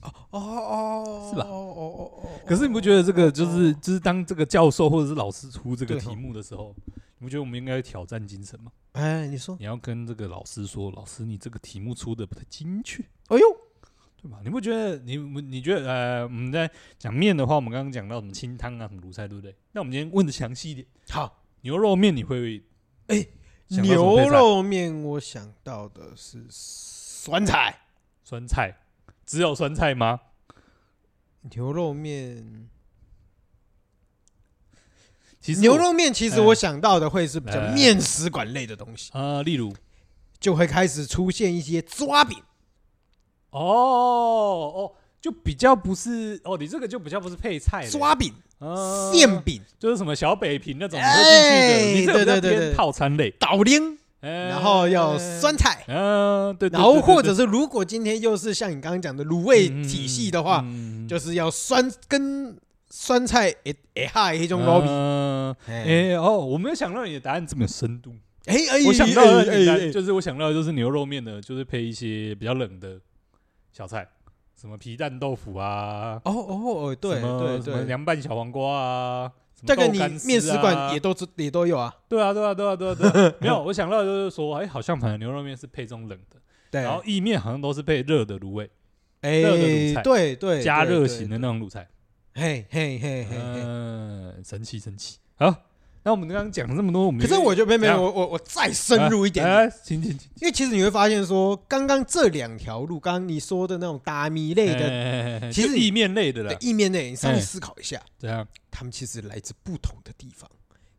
[SPEAKER 1] 哦哦
[SPEAKER 2] 是吧
[SPEAKER 1] 哦哦哦哦。
[SPEAKER 2] 可是你不觉得这个就是就是当这个教授或者是老师出这个
[SPEAKER 1] 对哦
[SPEAKER 2] 题目的时候，你不觉得我们应该挑战精神吗？
[SPEAKER 1] 哎，你说，
[SPEAKER 2] 你要跟这个老师说，老师你这个题目出的不太精确，
[SPEAKER 1] 哎呦，
[SPEAKER 2] 对吧？你不觉得你你觉得呃，我们在讲面的话，我们刚刚讲到什么清汤啊，什么卤菜，对不对？那我们今天问的详细一点，
[SPEAKER 1] 好，
[SPEAKER 2] 牛肉面你会
[SPEAKER 1] 哎
[SPEAKER 2] 想到什么
[SPEAKER 1] 牛
[SPEAKER 2] 配菜
[SPEAKER 1] 肉面我想到的是酸菜，
[SPEAKER 2] 酸菜，只有酸菜吗？
[SPEAKER 1] 牛肉面，
[SPEAKER 2] 其实
[SPEAKER 1] 牛
[SPEAKER 2] 我
[SPEAKER 1] 肉面其实
[SPEAKER 2] 哎
[SPEAKER 1] 我想到的会是比较
[SPEAKER 2] 哎
[SPEAKER 1] 面食馆类的东西，
[SPEAKER 2] 啊、例如
[SPEAKER 1] 就会开始出现一些抓饼。
[SPEAKER 2] 哦哦，就比较不是哦，你这个就比较不是配菜了
[SPEAKER 1] 抓饼、
[SPEAKER 2] 啊
[SPEAKER 1] 馅饼、
[SPEAKER 2] 就是什么小北平那种你会进去的，你这
[SPEAKER 1] 哎对
[SPEAKER 2] 个比
[SPEAKER 1] 对
[SPEAKER 2] 较
[SPEAKER 1] 对
[SPEAKER 2] 偏
[SPEAKER 1] 对
[SPEAKER 2] 套餐类，
[SPEAKER 1] 倒铃，
[SPEAKER 2] 哎
[SPEAKER 1] 然后要酸，菜，
[SPEAKER 2] 嗯、对 对，
[SPEAKER 1] 然后
[SPEAKER 2] 对对
[SPEAKER 1] 或者
[SPEAKER 2] 对
[SPEAKER 1] 是如果今天又是像你刚刚讲的卤味体系的话，
[SPEAKER 2] 嗯嗯嗯
[SPEAKER 1] 就是要酸跟酸菜诶诶哈一种肉饼。
[SPEAKER 2] 嗯
[SPEAKER 1] 哎
[SPEAKER 2] 哎哦，我没有想到你的答案这么有深度。
[SPEAKER 1] 哎哎，
[SPEAKER 2] 我想到的
[SPEAKER 1] 哎
[SPEAKER 2] 简单
[SPEAKER 1] 哎
[SPEAKER 2] 就是我想到的就是牛肉面的，就是配一些比较冷的小菜，什么皮蛋豆腐啊，
[SPEAKER 1] 哦哦哦，对
[SPEAKER 2] 什么
[SPEAKER 1] 对
[SPEAKER 2] 什么
[SPEAKER 1] 对，
[SPEAKER 2] 凉拌小黄瓜啊，什么
[SPEAKER 1] 这个
[SPEAKER 2] 豆
[SPEAKER 1] 你
[SPEAKER 2] 干丝啊
[SPEAKER 1] 面食馆也都知也都有啊。
[SPEAKER 2] 对啊对啊对啊对啊对 啊，没有，我想到的就是说，哎，好像反正牛肉面是配这种冷的，
[SPEAKER 1] 对，
[SPEAKER 2] 然后意面好像都是配热的卤味，
[SPEAKER 1] 哎
[SPEAKER 2] 热的卤菜
[SPEAKER 1] 对对，
[SPEAKER 2] 加
[SPEAKER 1] 对
[SPEAKER 2] 热型的，那种卤菜。
[SPEAKER 1] 对嘿嘿嘿嘿嘿。
[SPEAKER 2] 嗯，神奇神奇。好，那我们刚刚讲了这么多，我们
[SPEAKER 1] 可是我觉得没没有
[SPEAKER 2] 怎样
[SPEAKER 1] 我我我再深入一点，
[SPEAKER 2] 哎，哎请请请，
[SPEAKER 1] 因为其实你会发现说，刚刚这两条路，刚刚你说的那种打米类
[SPEAKER 2] 哎
[SPEAKER 1] 的
[SPEAKER 2] 的
[SPEAKER 1] 哎其实
[SPEAKER 2] 意面类的啦
[SPEAKER 1] 的，意面类，你稍微
[SPEAKER 2] 哎
[SPEAKER 1] 思考一下。
[SPEAKER 2] 怎样？
[SPEAKER 1] 他们其实来自不同的地方，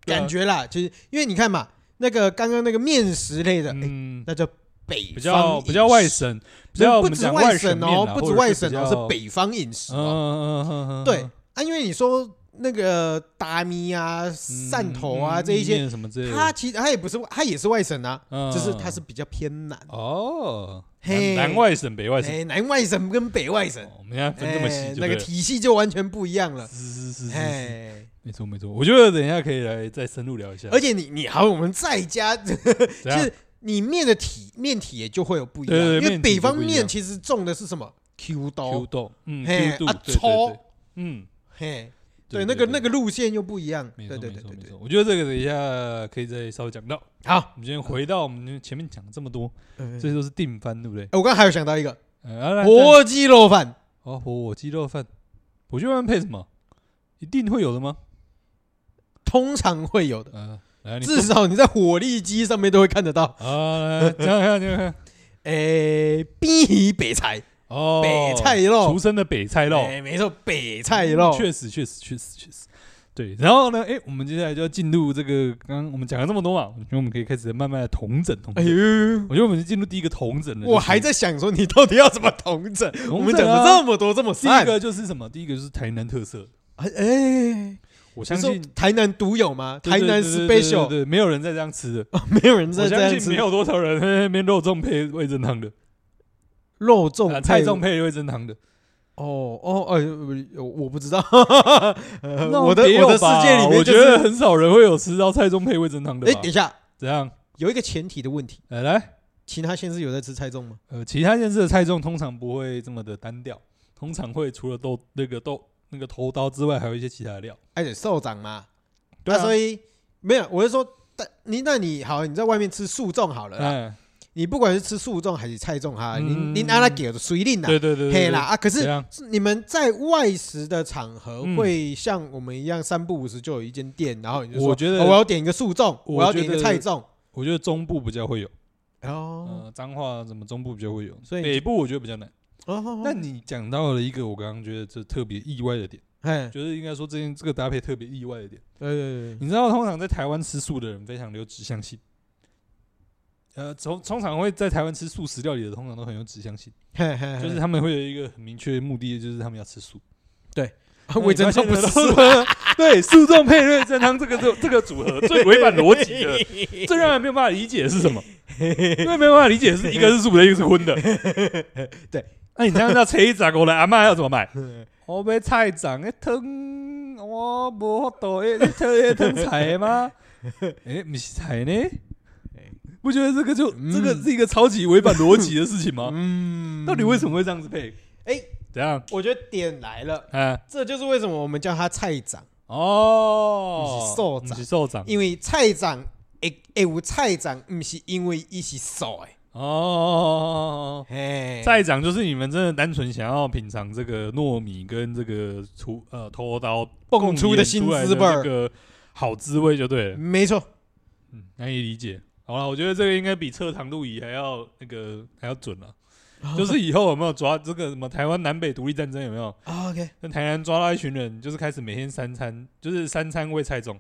[SPEAKER 2] 对啊
[SPEAKER 1] 感觉啦，就是因为你看嘛，那个刚刚那个面食类的，哎，
[SPEAKER 2] 嗯，
[SPEAKER 1] 那叫北
[SPEAKER 2] 比较
[SPEAKER 1] 方
[SPEAKER 2] 比较外
[SPEAKER 1] 饮食，
[SPEAKER 2] 省，比较
[SPEAKER 1] 不
[SPEAKER 2] 我
[SPEAKER 1] 不
[SPEAKER 2] 们
[SPEAKER 1] 止
[SPEAKER 2] 讲外
[SPEAKER 1] 省
[SPEAKER 2] 面
[SPEAKER 1] 哦
[SPEAKER 2] 啦，
[SPEAKER 1] 不
[SPEAKER 2] 或
[SPEAKER 1] 止
[SPEAKER 2] 者
[SPEAKER 1] 外
[SPEAKER 2] 比
[SPEAKER 1] 省
[SPEAKER 2] 较
[SPEAKER 1] 哦，是北方饮食哦。
[SPEAKER 2] 嗯嗯嗯嗯嗯，
[SPEAKER 1] 对啊，因为你说那个达米啊、
[SPEAKER 2] 嗯
[SPEAKER 1] 汕头啊
[SPEAKER 2] 嗯
[SPEAKER 1] 这一
[SPEAKER 2] 意
[SPEAKER 1] 些，
[SPEAKER 2] 面什么之类的，
[SPEAKER 1] 它其实它也不是，它也是外省啊，
[SPEAKER 2] 嗯
[SPEAKER 1] 只是它是比较偏南，
[SPEAKER 2] 哦，
[SPEAKER 1] 嘿
[SPEAKER 2] 南南外省北外省，
[SPEAKER 1] 哎，南外省跟北外省
[SPEAKER 2] 哦，我们现在分这么细
[SPEAKER 1] 哎
[SPEAKER 2] 就
[SPEAKER 1] 那
[SPEAKER 2] 对了，
[SPEAKER 1] 个体系就完全不一样了。
[SPEAKER 2] 是是是是是，
[SPEAKER 1] 哎，
[SPEAKER 2] 没错没错，我觉得等一下可以来再深入聊一下，
[SPEAKER 1] 而且你你好，我们再加， 就
[SPEAKER 2] 怎样
[SPEAKER 1] 是你面的体面体也就会有不一样，
[SPEAKER 2] 对对
[SPEAKER 1] 因
[SPEAKER 2] 对
[SPEAKER 1] 为
[SPEAKER 2] 面体
[SPEAKER 1] 北
[SPEAKER 2] 就
[SPEAKER 1] 方
[SPEAKER 2] 不一样
[SPEAKER 1] 面其实种的是什么 Q
[SPEAKER 2] Q
[SPEAKER 1] 刀，
[SPEAKER 2] 豆，嗯
[SPEAKER 1] 哦嘿
[SPEAKER 2] ，Q 度
[SPEAKER 1] 啊，
[SPEAKER 2] 对对对
[SPEAKER 1] 抽，
[SPEAKER 2] 嗯，
[SPEAKER 1] 嘿，对，那个那个路线又不一样，
[SPEAKER 2] 没
[SPEAKER 1] 对
[SPEAKER 2] 错
[SPEAKER 1] 对
[SPEAKER 2] 没
[SPEAKER 1] 对
[SPEAKER 2] 错
[SPEAKER 1] 对
[SPEAKER 2] 没
[SPEAKER 1] 对，
[SPEAKER 2] 错，我觉得这个等一下可以再稍微讲到。
[SPEAKER 1] 好，
[SPEAKER 2] 我们今天回到我们前面讲了这么多，
[SPEAKER 1] 嗯
[SPEAKER 2] 呃这些都是定番，对不对？
[SPEAKER 1] 哎我刚刚还有想到一个
[SPEAKER 2] 呃啊来再
[SPEAKER 1] 火鸡肉饭。
[SPEAKER 2] 哦，火火鸡肉饭，火鸡肉饭配什么？一定会有的吗？
[SPEAKER 1] 通常会有的，
[SPEAKER 2] 呃，来你
[SPEAKER 1] 至少你在火力机上面都会看得到。
[SPEAKER 2] 啊，来讲讲讲讲，
[SPEAKER 1] 诶，冰皮北菜，
[SPEAKER 2] 哦，
[SPEAKER 1] 北菜肉哎
[SPEAKER 2] 俗称的北菜肉，
[SPEAKER 1] 诶没错，北菜肉，
[SPEAKER 2] 确实，确实，确实，确实，对。然后呢，哎，我们接下来就要进入这个，刚刚我们讲了这么多嘛，我觉得我们可以开始慢慢的同整同
[SPEAKER 1] 哎
[SPEAKER 2] 整。
[SPEAKER 1] 呦，
[SPEAKER 2] 我觉得我们进入第一个同整了，
[SPEAKER 1] 我还在想说你到底要怎么同整？
[SPEAKER 2] 就是
[SPEAKER 1] 我
[SPEAKER 2] 同
[SPEAKER 1] 们
[SPEAKER 2] 整
[SPEAKER 1] 讲
[SPEAKER 2] 啊
[SPEAKER 1] 了这么多，这么
[SPEAKER 2] 第一
[SPEAKER 1] 散，
[SPEAKER 2] 个就是什么？第一个就是台南特色，
[SPEAKER 1] 哎哎，
[SPEAKER 2] 我
[SPEAKER 1] 你
[SPEAKER 2] 相
[SPEAKER 1] 说
[SPEAKER 2] 信
[SPEAKER 1] 台南独有吗？
[SPEAKER 2] 对
[SPEAKER 1] 台南
[SPEAKER 2] 对对对
[SPEAKER 1] special，
[SPEAKER 2] 对，对没有人再这样吃的，
[SPEAKER 1] 哦 没有人在
[SPEAKER 2] 我
[SPEAKER 1] 这样
[SPEAKER 2] 相信
[SPEAKER 1] 吃
[SPEAKER 2] 没有多少人嘿嘿没肉粽配味增汤的，
[SPEAKER 1] 肉
[SPEAKER 2] 啊
[SPEAKER 1] 粽
[SPEAKER 2] 菜粽配味增汤的，
[SPEAKER 1] 哦哦呃，我不知道， 呃
[SPEAKER 2] 那
[SPEAKER 1] 我的
[SPEAKER 2] 没有
[SPEAKER 1] 我的世
[SPEAKER 2] 吧
[SPEAKER 1] 界里面
[SPEAKER 2] 我
[SPEAKER 1] 就
[SPEAKER 2] 觉得
[SPEAKER 1] 是，
[SPEAKER 2] 很少人会有吃到菜粽配味增汤的
[SPEAKER 1] 哎，
[SPEAKER 2] 吧
[SPEAKER 1] 等一？下，
[SPEAKER 2] 怎样？
[SPEAKER 1] 有一个前提的问题，
[SPEAKER 2] 来来，
[SPEAKER 1] 其他县市有在吃菜粽吗？
[SPEAKER 2] 呃，其他县市的菜粽通常不会这么的单调，通常会除了豆那个豆那个头刀之外，还有一些其他的料。
[SPEAKER 1] 而且瘦哎长嘛，
[SPEAKER 2] 对啊
[SPEAKER 1] 所以没有，我是说，但你那你好，你在外面吃素粽好了啦，
[SPEAKER 2] 哎，
[SPEAKER 1] 你不管是吃素粽还是菜粽哈，你
[SPEAKER 2] 嗯
[SPEAKER 1] 你拿来给的随令啦，
[SPEAKER 2] 对对对对，
[SPEAKER 1] 嘿
[SPEAKER 2] 对
[SPEAKER 1] 啦，啊，可
[SPEAKER 2] 怎
[SPEAKER 1] 是
[SPEAKER 2] 样？
[SPEAKER 1] 你们在外食的场合
[SPEAKER 2] 嗯
[SPEAKER 1] 会像我们一样三不五时就有一间店，然后你就说
[SPEAKER 2] 我觉得
[SPEAKER 1] 哦我要点一个素粽，
[SPEAKER 2] 我
[SPEAKER 1] 我要点一
[SPEAKER 2] 觉
[SPEAKER 1] 个
[SPEAKER 2] 得
[SPEAKER 1] 菜粽，
[SPEAKER 2] 我觉得中部比较会有，
[SPEAKER 1] 哦
[SPEAKER 2] 呃，彰化什么中部比较会有，
[SPEAKER 1] 所以
[SPEAKER 2] 北部我觉得比较难。
[SPEAKER 1] 哦，
[SPEAKER 2] 那你讲到了一个我刚刚觉得这特别意外的点，
[SPEAKER 1] 哎，
[SPEAKER 2] 觉得应该说这件这个搭配特别意外的点。
[SPEAKER 1] 呃，
[SPEAKER 2] 你知道，通常在台湾吃素的人非常有指向性。呃，通通常会在台湾吃素食料理的，通常都很有指向性，
[SPEAKER 1] 嘿嘿，
[SPEAKER 2] 就是他们会有一个很明确的目的，就是他们要吃素。
[SPEAKER 1] 嘿味增
[SPEAKER 2] 都
[SPEAKER 1] 汤不是素，
[SPEAKER 2] 对，素粽配味增汤这个这这个组合最违反逻辑的， 最让人没有办法理解的是 什么？因为没有办法理解是一个是素的，一个是荤的。
[SPEAKER 1] 对，
[SPEAKER 2] 那你这样要切一杂过来，阿妈要怎么买？ 我买菜长的汤，我无法度诶，特汤菜的 吗？诶，不是菜呢？嗯不觉得这个就这个是一个超级违反逻辑的事情吗？
[SPEAKER 1] 嗯，
[SPEAKER 2] 到底为什么会这样子配？
[SPEAKER 1] 哎，
[SPEAKER 2] 怎样？
[SPEAKER 1] 我觉得点来了，
[SPEAKER 2] 啊，
[SPEAKER 1] 这就是为什么我们叫它菜长。
[SPEAKER 2] 哦，
[SPEAKER 1] 不是瘦
[SPEAKER 2] 不
[SPEAKER 1] 长
[SPEAKER 2] 是瘦长，
[SPEAKER 1] 因为菜长会会有菜长，毋是因为伊是素的，
[SPEAKER 2] 哦，
[SPEAKER 1] 嘿，
[SPEAKER 2] 再讲就是你们真的单纯想要品尝这个糯米跟这个厨呃拖刀
[SPEAKER 1] 蹦出
[SPEAKER 2] 的
[SPEAKER 1] 的新
[SPEAKER 2] 出来
[SPEAKER 1] 滋味
[SPEAKER 2] 这
[SPEAKER 1] 儿，
[SPEAKER 2] 个好滋味就对了，
[SPEAKER 1] 没错，
[SPEAKER 2] 嗯，难以理解。好了，我觉得这个应该比测糖度仪还要呃那个还要准 了。就是以后有没有抓这个什么台湾南北独立战争有没有？
[SPEAKER 1] 啊 OK，
[SPEAKER 2] 那台南抓到一群人，就是开始每天三餐，就是三餐喂菜种，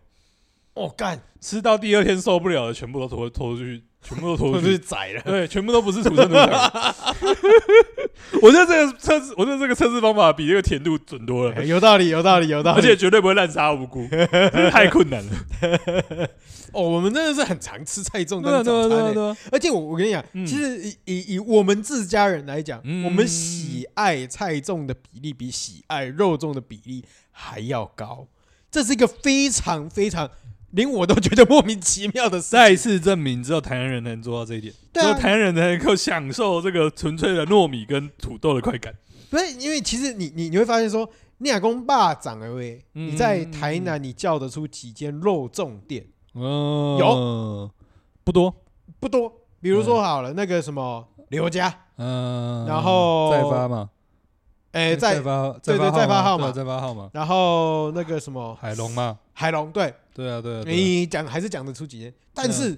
[SPEAKER 1] 我干，
[SPEAKER 2] 吃到第二天受不了了，全部都拖拖出去，全部都拖
[SPEAKER 1] 我
[SPEAKER 2] 出
[SPEAKER 1] 就
[SPEAKER 2] 去
[SPEAKER 1] 是，宰了，
[SPEAKER 2] 对，全部都不是土生土 长。我觉得这个测试，我觉得这个测试方法比这个甜度准多了，
[SPEAKER 1] 有道理，有道理，有道理。
[SPEAKER 2] 而且绝对不会滥杀无辜，真是太困 难了。
[SPEAKER 1] 哦，我们真的是很常吃菜粽当早餐欸，
[SPEAKER 2] 啊对，
[SPEAKER 1] 而且我我跟你讲，
[SPEAKER 2] 嗯
[SPEAKER 1] 其实以以以我们自家人来讲，
[SPEAKER 2] 嗯
[SPEAKER 1] 我们喜爱菜粽的比例比喜爱肉粽的比例还要高，这是一个非常非常连我都觉得莫名其妙 的事。
[SPEAKER 2] 再次证明，只有台南人能做到这一点，只
[SPEAKER 1] 对啊
[SPEAKER 2] 有台南人才能够享受这个纯粹的糯米跟土豆的快感。
[SPEAKER 1] 不是，因为其实你你你会发现说，你阿公爸长而已，
[SPEAKER 2] 嗯
[SPEAKER 1] 你在台南你叫得出几间肉粽店
[SPEAKER 2] 嗯，不多，
[SPEAKER 1] 不多，比如说好了，那个什么刘家，
[SPEAKER 2] 嗯，
[SPEAKER 1] 然后
[SPEAKER 2] 再发嘛，
[SPEAKER 1] 哎、
[SPEAKER 2] 再
[SPEAKER 1] 在，
[SPEAKER 2] 发，
[SPEAKER 1] 对对
[SPEAKER 2] 再
[SPEAKER 1] 再发号
[SPEAKER 2] 嘛，
[SPEAKER 1] 码
[SPEAKER 2] 对再发号嘛，
[SPEAKER 1] 然后那个什么
[SPEAKER 2] 海龙嘛，
[SPEAKER 1] 海龙，对
[SPEAKER 2] 对啊，对啊，嗯对啊。
[SPEAKER 1] 你讲还是讲得出几间，但是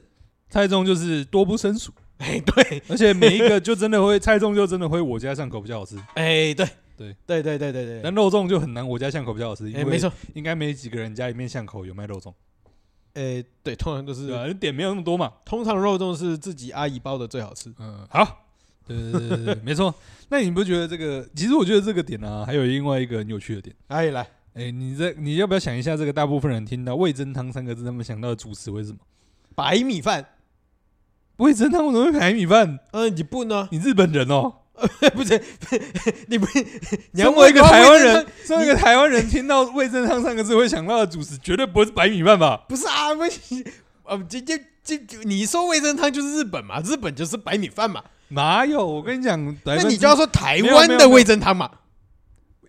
[SPEAKER 2] 菜中就是多不胜数。
[SPEAKER 1] 哎、对，
[SPEAKER 2] 而且每一个就真的会菜粽就真的会我家巷口比较好吃，
[SPEAKER 1] 哎、对
[SPEAKER 2] 对
[SPEAKER 1] 对对对对对
[SPEAKER 2] 但，肉粽就很难我家巷口比较好吃，
[SPEAKER 1] 哎、
[SPEAKER 2] 因
[SPEAKER 1] 没
[SPEAKER 2] 为
[SPEAKER 1] 错，
[SPEAKER 2] 应该没几个人家里面巷口有卖肉粽。
[SPEAKER 1] 哎、诶，对，通常都是
[SPEAKER 2] 对啊吧？你点没有那么多嘛。
[SPEAKER 1] 通常肉粽是自己阿姨包的最好吃。
[SPEAKER 2] 嗯，好，对对对对对，没错。那你不觉得这个？其实我觉得这个点呢、啊，还有另外一个很有趣的点。
[SPEAKER 1] 阿姨来，
[SPEAKER 2] 哎、你这你要不要想一下，这个大部分人听到味噌汤三个字，他们想到的主食会是什么？
[SPEAKER 1] 白米饭。
[SPEAKER 2] 味噌汤为什么会排米饭？
[SPEAKER 1] 嗯，你不呢？
[SPEAKER 2] 你日本人哦，
[SPEAKER 1] 不是， 你 不，你要
[SPEAKER 2] 身为一个台湾
[SPEAKER 1] 问
[SPEAKER 2] 人
[SPEAKER 1] 这，
[SPEAKER 2] 身为一个台湾人，听到味噌汤三个字会想到的主食，绝对不会是白米饭吧？
[SPEAKER 1] 不是啊，不是，呃，这这这，这你说味噌汤就是日本嘛，日本就是白米饭嘛，
[SPEAKER 2] 哪有？我跟你讲，百
[SPEAKER 1] 那
[SPEAKER 2] 分
[SPEAKER 1] 你
[SPEAKER 2] 之
[SPEAKER 1] 就要说台湾的味噌汤嘛。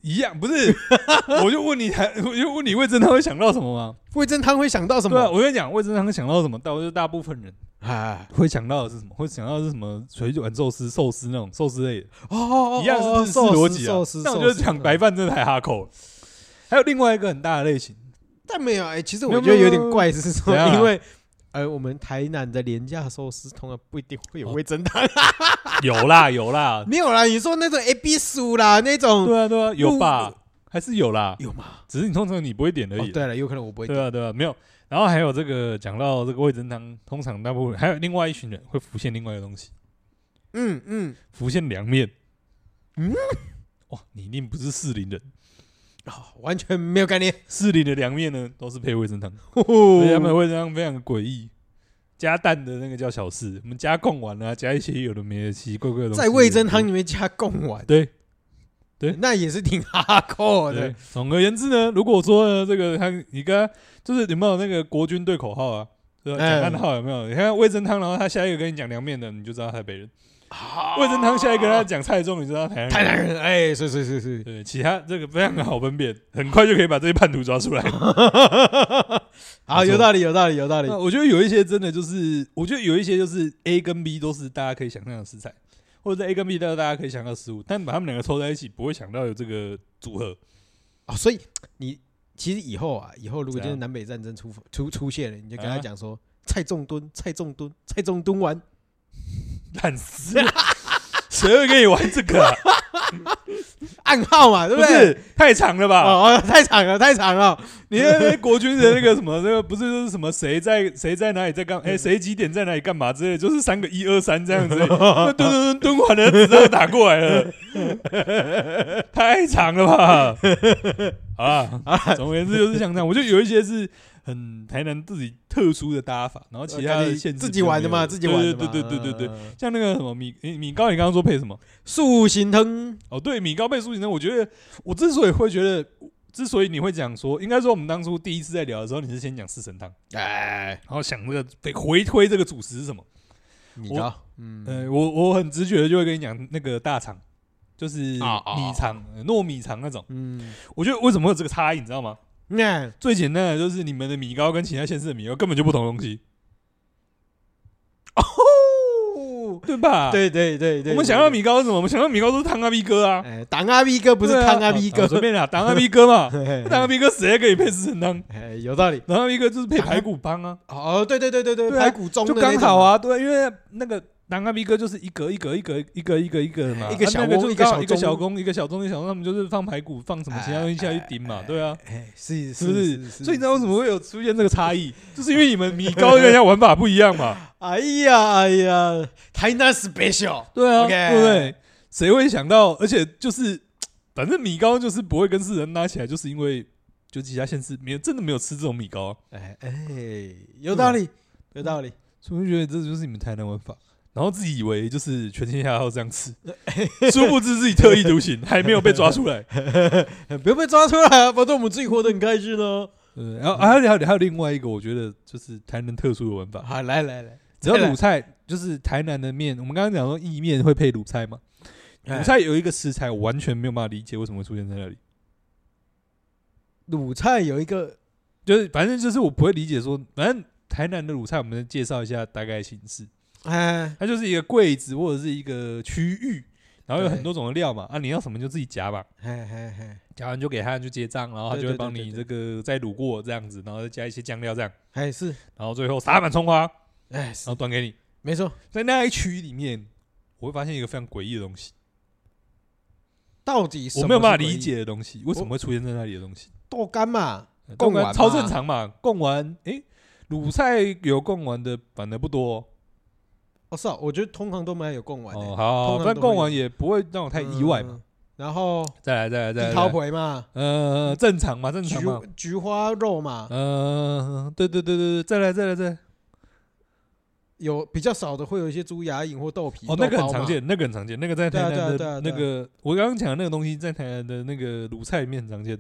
[SPEAKER 2] 一样，不是？ 我就问你 台，我就问你味噌汤会想到什 么吗？
[SPEAKER 1] 味噌汤会想到什
[SPEAKER 2] 对啊，
[SPEAKER 1] 么？
[SPEAKER 2] 我跟你讲，味噌汤会想到什么？但我就大部分 人。
[SPEAKER 1] 啊，
[SPEAKER 2] 会想到的是什么？会想到的是什么水煮丸寿司、寿司那种寿司类的，
[SPEAKER 1] 哦哦哦，
[SPEAKER 2] 一样是日式逻辑
[SPEAKER 1] 寿司
[SPEAKER 2] 啊。。那我
[SPEAKER 1] 寿
[SPEAKER 2] 觉
[SPEAKER 1] 司
[SPEAKER 2] 得讲白，饭真的太哈口了。还有另外一个很大的 类型，
[SPEAKER 1] 但没有哎，其实
[SPEAKER 2] 没
[SPEAKER 1] 我
[SPEAKER 2] 有
[SPEAKER 1] 觉得
[SPEAKER 2] 没有
[SPEAKER 1] 有点怪，是说
[SPEAKER 2] 怎样啊
[SPEAKER 1] 因为。呃，我们台南的廉价寿司通常不一定会有
[SPEAKER 2] 哦
[SPEAKER 1] 味噌汤，啊
[SPEAKER 2] 有啦有啦，
[SPEAKER 1] 没有啦。你说那种 A B 薯啦，那种
[SPEAKER 2] 对啊对啊，有
[SPEAKER 1] 陆
[SPEAKER 2] 吧？还是有啦，
[SPEAKER 1] 有吗？
[SPEAKER 2] 只是你通常你不会点而
[SPEAKER 1] 哦
[SPEAKER 2] 已。
[SPEAKER 1] 对了，有可能我不会
[SPEAKER 2] 对啊对啊，没有。然后还有这个讲到这个味噌汤，通常大部分还有另外一群人会浮现另外一个东西，
[SPEAKER 1] 嗯嗯，
[SPEAKER 2] 浮现凉面。
[SPEAKER 1] 嗯，
[SPEAKER 2] 哇，你一定不是士林人，
[SPEAKER 1] 哦，完全没有概念。
[SPEAKER 2] 士林的凉面呢都是配味噌汤。
[SPEAKER 1] 哦
[SPEAKER 2] 所以他们会这样非常诡异。加蛋的那个叫小事，我们加贡丸啊，加一些有的没的奇奇怪怪的东西。
[SPEAKER 1] 在味噌汤里面加贡丸，
[SPEAKER 2] 对对
[SPEAKER 1] 那也是挺哈扣
[SPEAKER 2] 对
[SPEAKER 1] 的。。
[SPEAKER 2] 总而言之呢，如果说呢，这个他你跟他就是有没有那个国军对口号啊？对吧
[SPEAKER 1] 哎
[SPEAKER 2] 讲暗号有没有？你看味噌汤，然后他下一个跟你讲凉面的，你就知道台北人；味
[SPEAKER 1] 味
[SPEAKER 2] 噌汤下一个跟他讲菜粽，你就知道台南
[SPEAKER 1] 啊台
[SPEAKER 2] 人。
[SPEAKER 1] 南人，哎，是是是 是，
[SPEAKER 2] 对，其他这个非常好分辨，很快就可以把这些叛徒抓出来。
[SPEAKER 1] 好，
[SPEAKER 2] 没错
[SPEAKER 1] 有道理，有道理，有道理
[SPEAKER 2] 那。我觉得有一些真的就是，我觉得有一些就是 A 跟 B 都是大家可以想象的食材，或者是 A 跟 B 都是大家可以想到的食物，但把它们两个凑在一起，不会想到有这个组合。
[SPEAKER 1] 哦，所以你其实以后啊，以后如果就
[SPEAKER 2] 怎样
[SPEAKER 1] 是南北战争出出出现了，你就跟他
[SPEAKER 2] 啊
[SPEAKER 1] 讲说蔡仲敦，蔡仲敦，蔡仲敦丸，
[SPEAKER 2] 烂 死了，谁会跟你玩这个啊、
[SPEAKER 1] 暗号嘛，对
[SPEAKER 2] 不
[SPEAKER 1] 对？
[SPEAKER 2] 是啊太长了吧？
[SPEAKER 1] 哦哦，太长了，太长了。
[SPEAKER 2] 你那边国军的那个什么，那个不是就是什么谁在谁在哪里在干？哎，谁几点在哪里干嘛之类的，就是三个一二三这样子，那蹲蹲蹲完了，子弹打过来了，太长了吧？啊啊！总而言之就是像这样，我觉得有一些是很台南自己特殊的搭法，然后其他
[SPEAKER 1] 呃
[SPEAKER 2] 的
[SPEAKER 1] 你
[SPEAKER 2] 限制
[SPEAKER 1] 自己玩的嘛，自
[SPEAKER 2] 就没
[SPEAKER 1] 己
[SPEAKER 2] 有
[SPEAKER 1] 玩的
[SPEAKER 2] 对
[SPEAKER 1] 嘛。
[SPEAKER 2] 对对对对对，
[SPEAKER 1] 嗯，
[SPEAKER 2] 像那个什么米诶米糕，你刚刚说配什么？
[SPEAKER 1] 素形汤，
[SPEAKER 2] 哦，对，米高配苏醒呢，我觉得我之所以会觉得，之所以你会讲说，应该说我们当初第一次在聊的时候，你是先讲四神汤，
[SPEAKER 1] 哎，
[SPEAKER 2] 然后想这个得回推这个主食是什么。
[SPEAKER 1] 你
[SPEAKER 2] 我
[SPEAKER 1] 知道，嗯，
[SPEAKER 2] 呃，我我很直觉的就会跟你讲那个大肠，就是米
[SPEAKER 1] 啊啊啊
[SPEAKER 2] 肠、呃糯米肠那种。
[SPEAKER 1] 嗯，
[SPEAKER 2] 我觉得为什么会有这个差异，你知道吗？
[SPEAKER 1] 那、
[SPEAKER 2] 最简单的就是你们的米糕跟其他县市的米糕根本就不同的东西，
[SPEAKER 1] 哦，
[SPEAKER 2] 对吧？。
[SPEAKER 1] 对对对对，
[SPEAKER 2] 啊我们想要米糕是什么？我们想要米糕都是汤阿 B 哥啊，
[SPEAKER 1] 哎，党阿 B 哥不是
[SPEAKER 2] 对啊
[SPEAKER 1] 汤阿 B
[SPEAKER 2] 啊
[SPEAKER 1] 哥，
[SPEAKER 2] 随便啦，汤阿 B 哥嘛，
[SPEAKER 1] 嘿 嘿
[SPEAKER 2] 汤阿 B 哥谁还可以配四神汤？
[SPEAKER 1] 哎，有道理。
[SPEAKER 2] 然后一个就是配
[SPEAKER 1] 当然
[SPEAKER 2] 排骨帮 啊，
[SPEAKER 1] 哦，对对对对对，
[SPEAKER 2] 对啊
[SPEAKER 1] 排骨中
[SPEAKER 2] 就
[SPEAKER 1] 的那
[SPEAKER 2] 刚
[SPEAKER 1] 种
[SPEAKER 2] 好，啊，对，因为那个南阿 B 哥就是一格一格一格一格一格一格的嘛，
[SPEAKER 1] 一个
[SPEAKER 2] 啊
[SPEAKER 1] 小
[SPEAKER 2] 那个
[SPEAKER 1] 翁
[SPEAKER 2] 就是
[SPEAKER 1] 一个
[SPEAKER 2] 刚好
[SPEAKER 1] 小
[SPEAKER 2] 一个小
[SPEAKER 1] 中
[SPEAKER 2] 工一个小中一个小工，他们就是放排骨放什么其他东西下去顶嘛，对啊，
[SPEAKER 1] 哎，是
[SPEAKER 2] 是不是？所以你知道为什
[SPEAKER 1] 么？
[SPEAKER 2] 么会有出现这个 差异，就是因为你们米糕跟人家玩法不一样嘛，
[SPEAKER 1] 哎呀哎呀，台南 special，
[SPEAKER 2] 对啊，
[SPEAKER 1] OK
[SPEAKER 2] 对不对？谁会想到？而且就是，反正米糕就是不会跟世人拉起来，就是因为就其他县市没有真的没有吃这种米糕啊，
[SPEAKER 1] 哎哎，有道
[SPEAKER 2] 嗯
[SPEAKER 1] 理，有道理。
[SPEAKER 2] 所以我觉得这就是你们台南玩法，然后自己以为就是全天下都这样吃，殊不知自己特立独行，还没有被抓出来。
[SPEAKER 1] 不要被抓出来啊，否则我们自己活得很开心哦。
[SPEAKER 2] 对，然后还有还有还有另外一个，我觉得就是台南特殊的玩法，
[SPEAKER 1] 好，来来来，
[SPEAKER 2] 只要
[SPEAKER 1] 再来
[SPEAKER 2] 卤菜就是台南的面，我们刚刚讲说意面会配卤菜嘛，
[SPEAKER 1] 哎
[SPEAKER 2] 卤菜有一个食材我完全没有办法理解为什么会出现在那里，
[SPEAKER 1] 卤菜有一个
[SPEAKER 2] 就是反正就是我不会理解说，反正台南的卤菜我们介绍一下大概形式，
[SPEAKER 1] 哎，
[SPEAKER 2] 它就是一个柜子或者是一个区域，然后有
[SPEAKER 1] 对
[SPEAKER 2] 很多种的料嘛，啊你要什么就自己夹嘛。
[SPEAKER 1] 嘿嘿嘿，
[SPEAKER 2] 夹完就给他去结账，然后他
[SPEAKER 1] 对
[SPEAKER 2] 就
[SPEAKER 1] 对
[SPEAKER 2] 会帮
[SPEAKER 1] 对
[SPEAKER 2] 你
[SPEAKER 1] 对
[SPEAKER 2] 这个再卤过这样子，然后再加一些酱料这样，
[SPEAKER 1] 还哎是
[SPEAKER 2] 然后最后撒满葱花，然
[SPEAKER 1] 哎，
[SPEAKER 2] 后端给你。
[SPEAKER 1] 没错，
[SPEAKER 2] 在那一区里面，我会发现一个非常诡异的东西，
[SPEAKER 1] 到底
[SPEAKER 2] 我没有办法理解的东西，为什么会出现在那里的东西？
[SPEAKER 1] 豆干嘛，
[SPEAKER 2] 呃
[SPEAKER 1] 贡
[SPEAKER 2] 当然
[SPEAKER 1] 丸
[SPEAKER 2] 超
[SPEAKER 1] 嘛
[SPEAKER 2] 正常嘛，贡丸诶，鲁菜有贡丸的反而不多哦。
[SPEAKER 1] 哦，是啊，我觉得通常都蛮有贡丸的、
[SPEAKER 2] 哦，好
[SPEAKER 1] 通常都会
[SPEAKER 2] 好，但贡丸也不会让我太意外嘛。
[SPEAKER 1] 嗯然后
[SPEAKER 2] 再来，再来，再
[SPEAKER 1] 地
[SPEAKER 2] 来，
[SPEAKER 1] 桃
[SPEAKER 2] 再来
[SPEAKER 1] 葵嘛，
[SPEAKER 2] 呃，正常嘛，正
[SPEAKER 1] 菊
[SPEAKER 2] 常嘛。
[SPEAKER 1] 菊花肉嘛，
[SPEAKER 2] 呃，对对对对对，再来，再来，再来。
[SPEAKER 1] 有比较少的会有一些猪牙龈或豆皮。
[SPEAKER 2] 哦，那个
[SPEAKER 1] 豆包
[SPEAKER 2] 很
[SPEAKER 1] 嘛
[SPEAKER 2] 常。见，那个很常见，那个在
[SPEAKER 1] 对
[SPEAKER 2] 台
[SPEAKER 1] 啊
[SPEAKER 2] 南
[SPEAKER 1] 对啊
[SPEAKER 2] 的
[SPEAKER 1] 对
[SPEAKER 2] 那
[SPEAKER 1] 啊对啊
[SPEAKER 2] 个，我刚刚讲的那个东西，在台南的那个鲁菜里面很常见。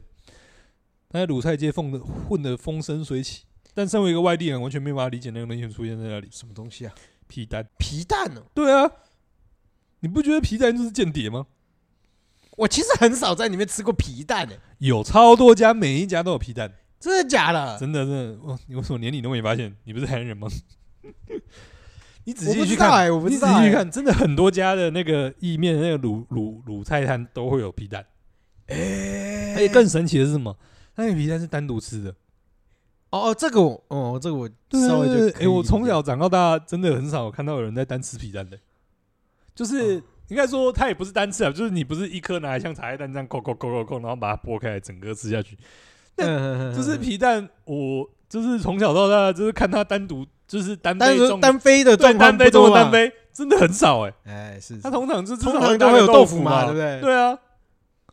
[SPEAKER 2] 那鲁菜街混的混的风生水起，但身为一个外地人，完全没有办法理解那个东西出现在那里。
[SPEAKER 1] 什么东西啊？
[SPEAKER 2] 皮蛋，
[SPEAKER 1] 皮蛋哦，
[SPEAKER 2] 对啊，你不觉得皮蛋就是间谍吗？
[SPEAKER 1] 我其实很少在里面吃过皮蛋诶、
[SPEAKER 2] 有超多家，每一家都有皮蛋，
[SPEAKER 1] 真的假的？
[SPEAKER 2] 真的真的，哇！你为什么连你都没发现？你不是台南人吗？你仔
[SPEAKER 1] 我不知
[SPEAKER 2] 细去
[SPEAKER 1] 道
[SPEAKER 2] 看，
[SPEAKER 1] 哎，我不
[SPEAKER 2] 你
[SPEAKER 1] 知
[SPEAKER 2] 仔
[SPEAKER 1] 道
[SPEAKER 2] 细去
[SPEAKER 1] 欸。
[SPEAKER 2] 看，真的很多家的那个意面、那个卤卤卤菜摊都会有皮蛋。
[SPEAKER 1] 哎
[SPEAKER 2] 而且更神奇的是什么？那个皮蛋是单独吃的。
[SPEAKER 1] 哦哦，这个我哦，这个我稍微就
[SPEAKER 2] 对
[SPEAKER 1] 可以
[SPEAKER 2] 哎，我从
[SPEAKER 1] 理解
[SPEAKER 2] 小长到大，真的很少看到有人在单吃皮蛋的。就是
[SPEAKER 1] 嗯
[SPEAKER 2] 应该说，它也不是单吃啊，就是你不是一颗拿来像茶叶蛋这样扣扣扣扣扣，然后把它剥开来整个吃下去。但
[SPEAKER 1] 嗯嗯嗯嗯
[SPEAKER 2] 就是皮蛋，我就是从小到大就是看它单独，就是单
[SPEAKER 1] 单
[SPEAKER 2] 飞
[SPEAKER 1] 独
[SPEAKER 2] 中
[SPEAKER 1] 单飞的
[SPEAKER 2] 对
[SPEAKER 1] 状况
[SPEAKER 2] 单
[SPEAKER 1] 不
[SPEAKER 2] 飞
[SPEAKER 1] 多
[SPEAKER 2] 中
[SPEAKER 1] 嘛
[SPEAKER 2] 的单，飞，真的很少哎。
[SPEAKER 1] 哎是，
[SPEAKER 2] 它
[SPEAKER 1] 是
[SPEAKER 2] 通常就是
[SPEAKER 1] 通
[SPEAKER 2] 就是
[SPEAKER 1] 常
[SPEAKER 2] 很
[SPEAKER 1] 都
[SPEAKER 2] 大
[SPEAKER 1] 会有
[SPEAKER 2] 的
[SPEAKER 1] 豆
[SPEAKER 2] 豆
[SPEAKER 1] 腐嘛，
[SPEAKER 2] 嘛，
[SPEAKER 1] 对不对？
[SPEAKER 2] 对啊，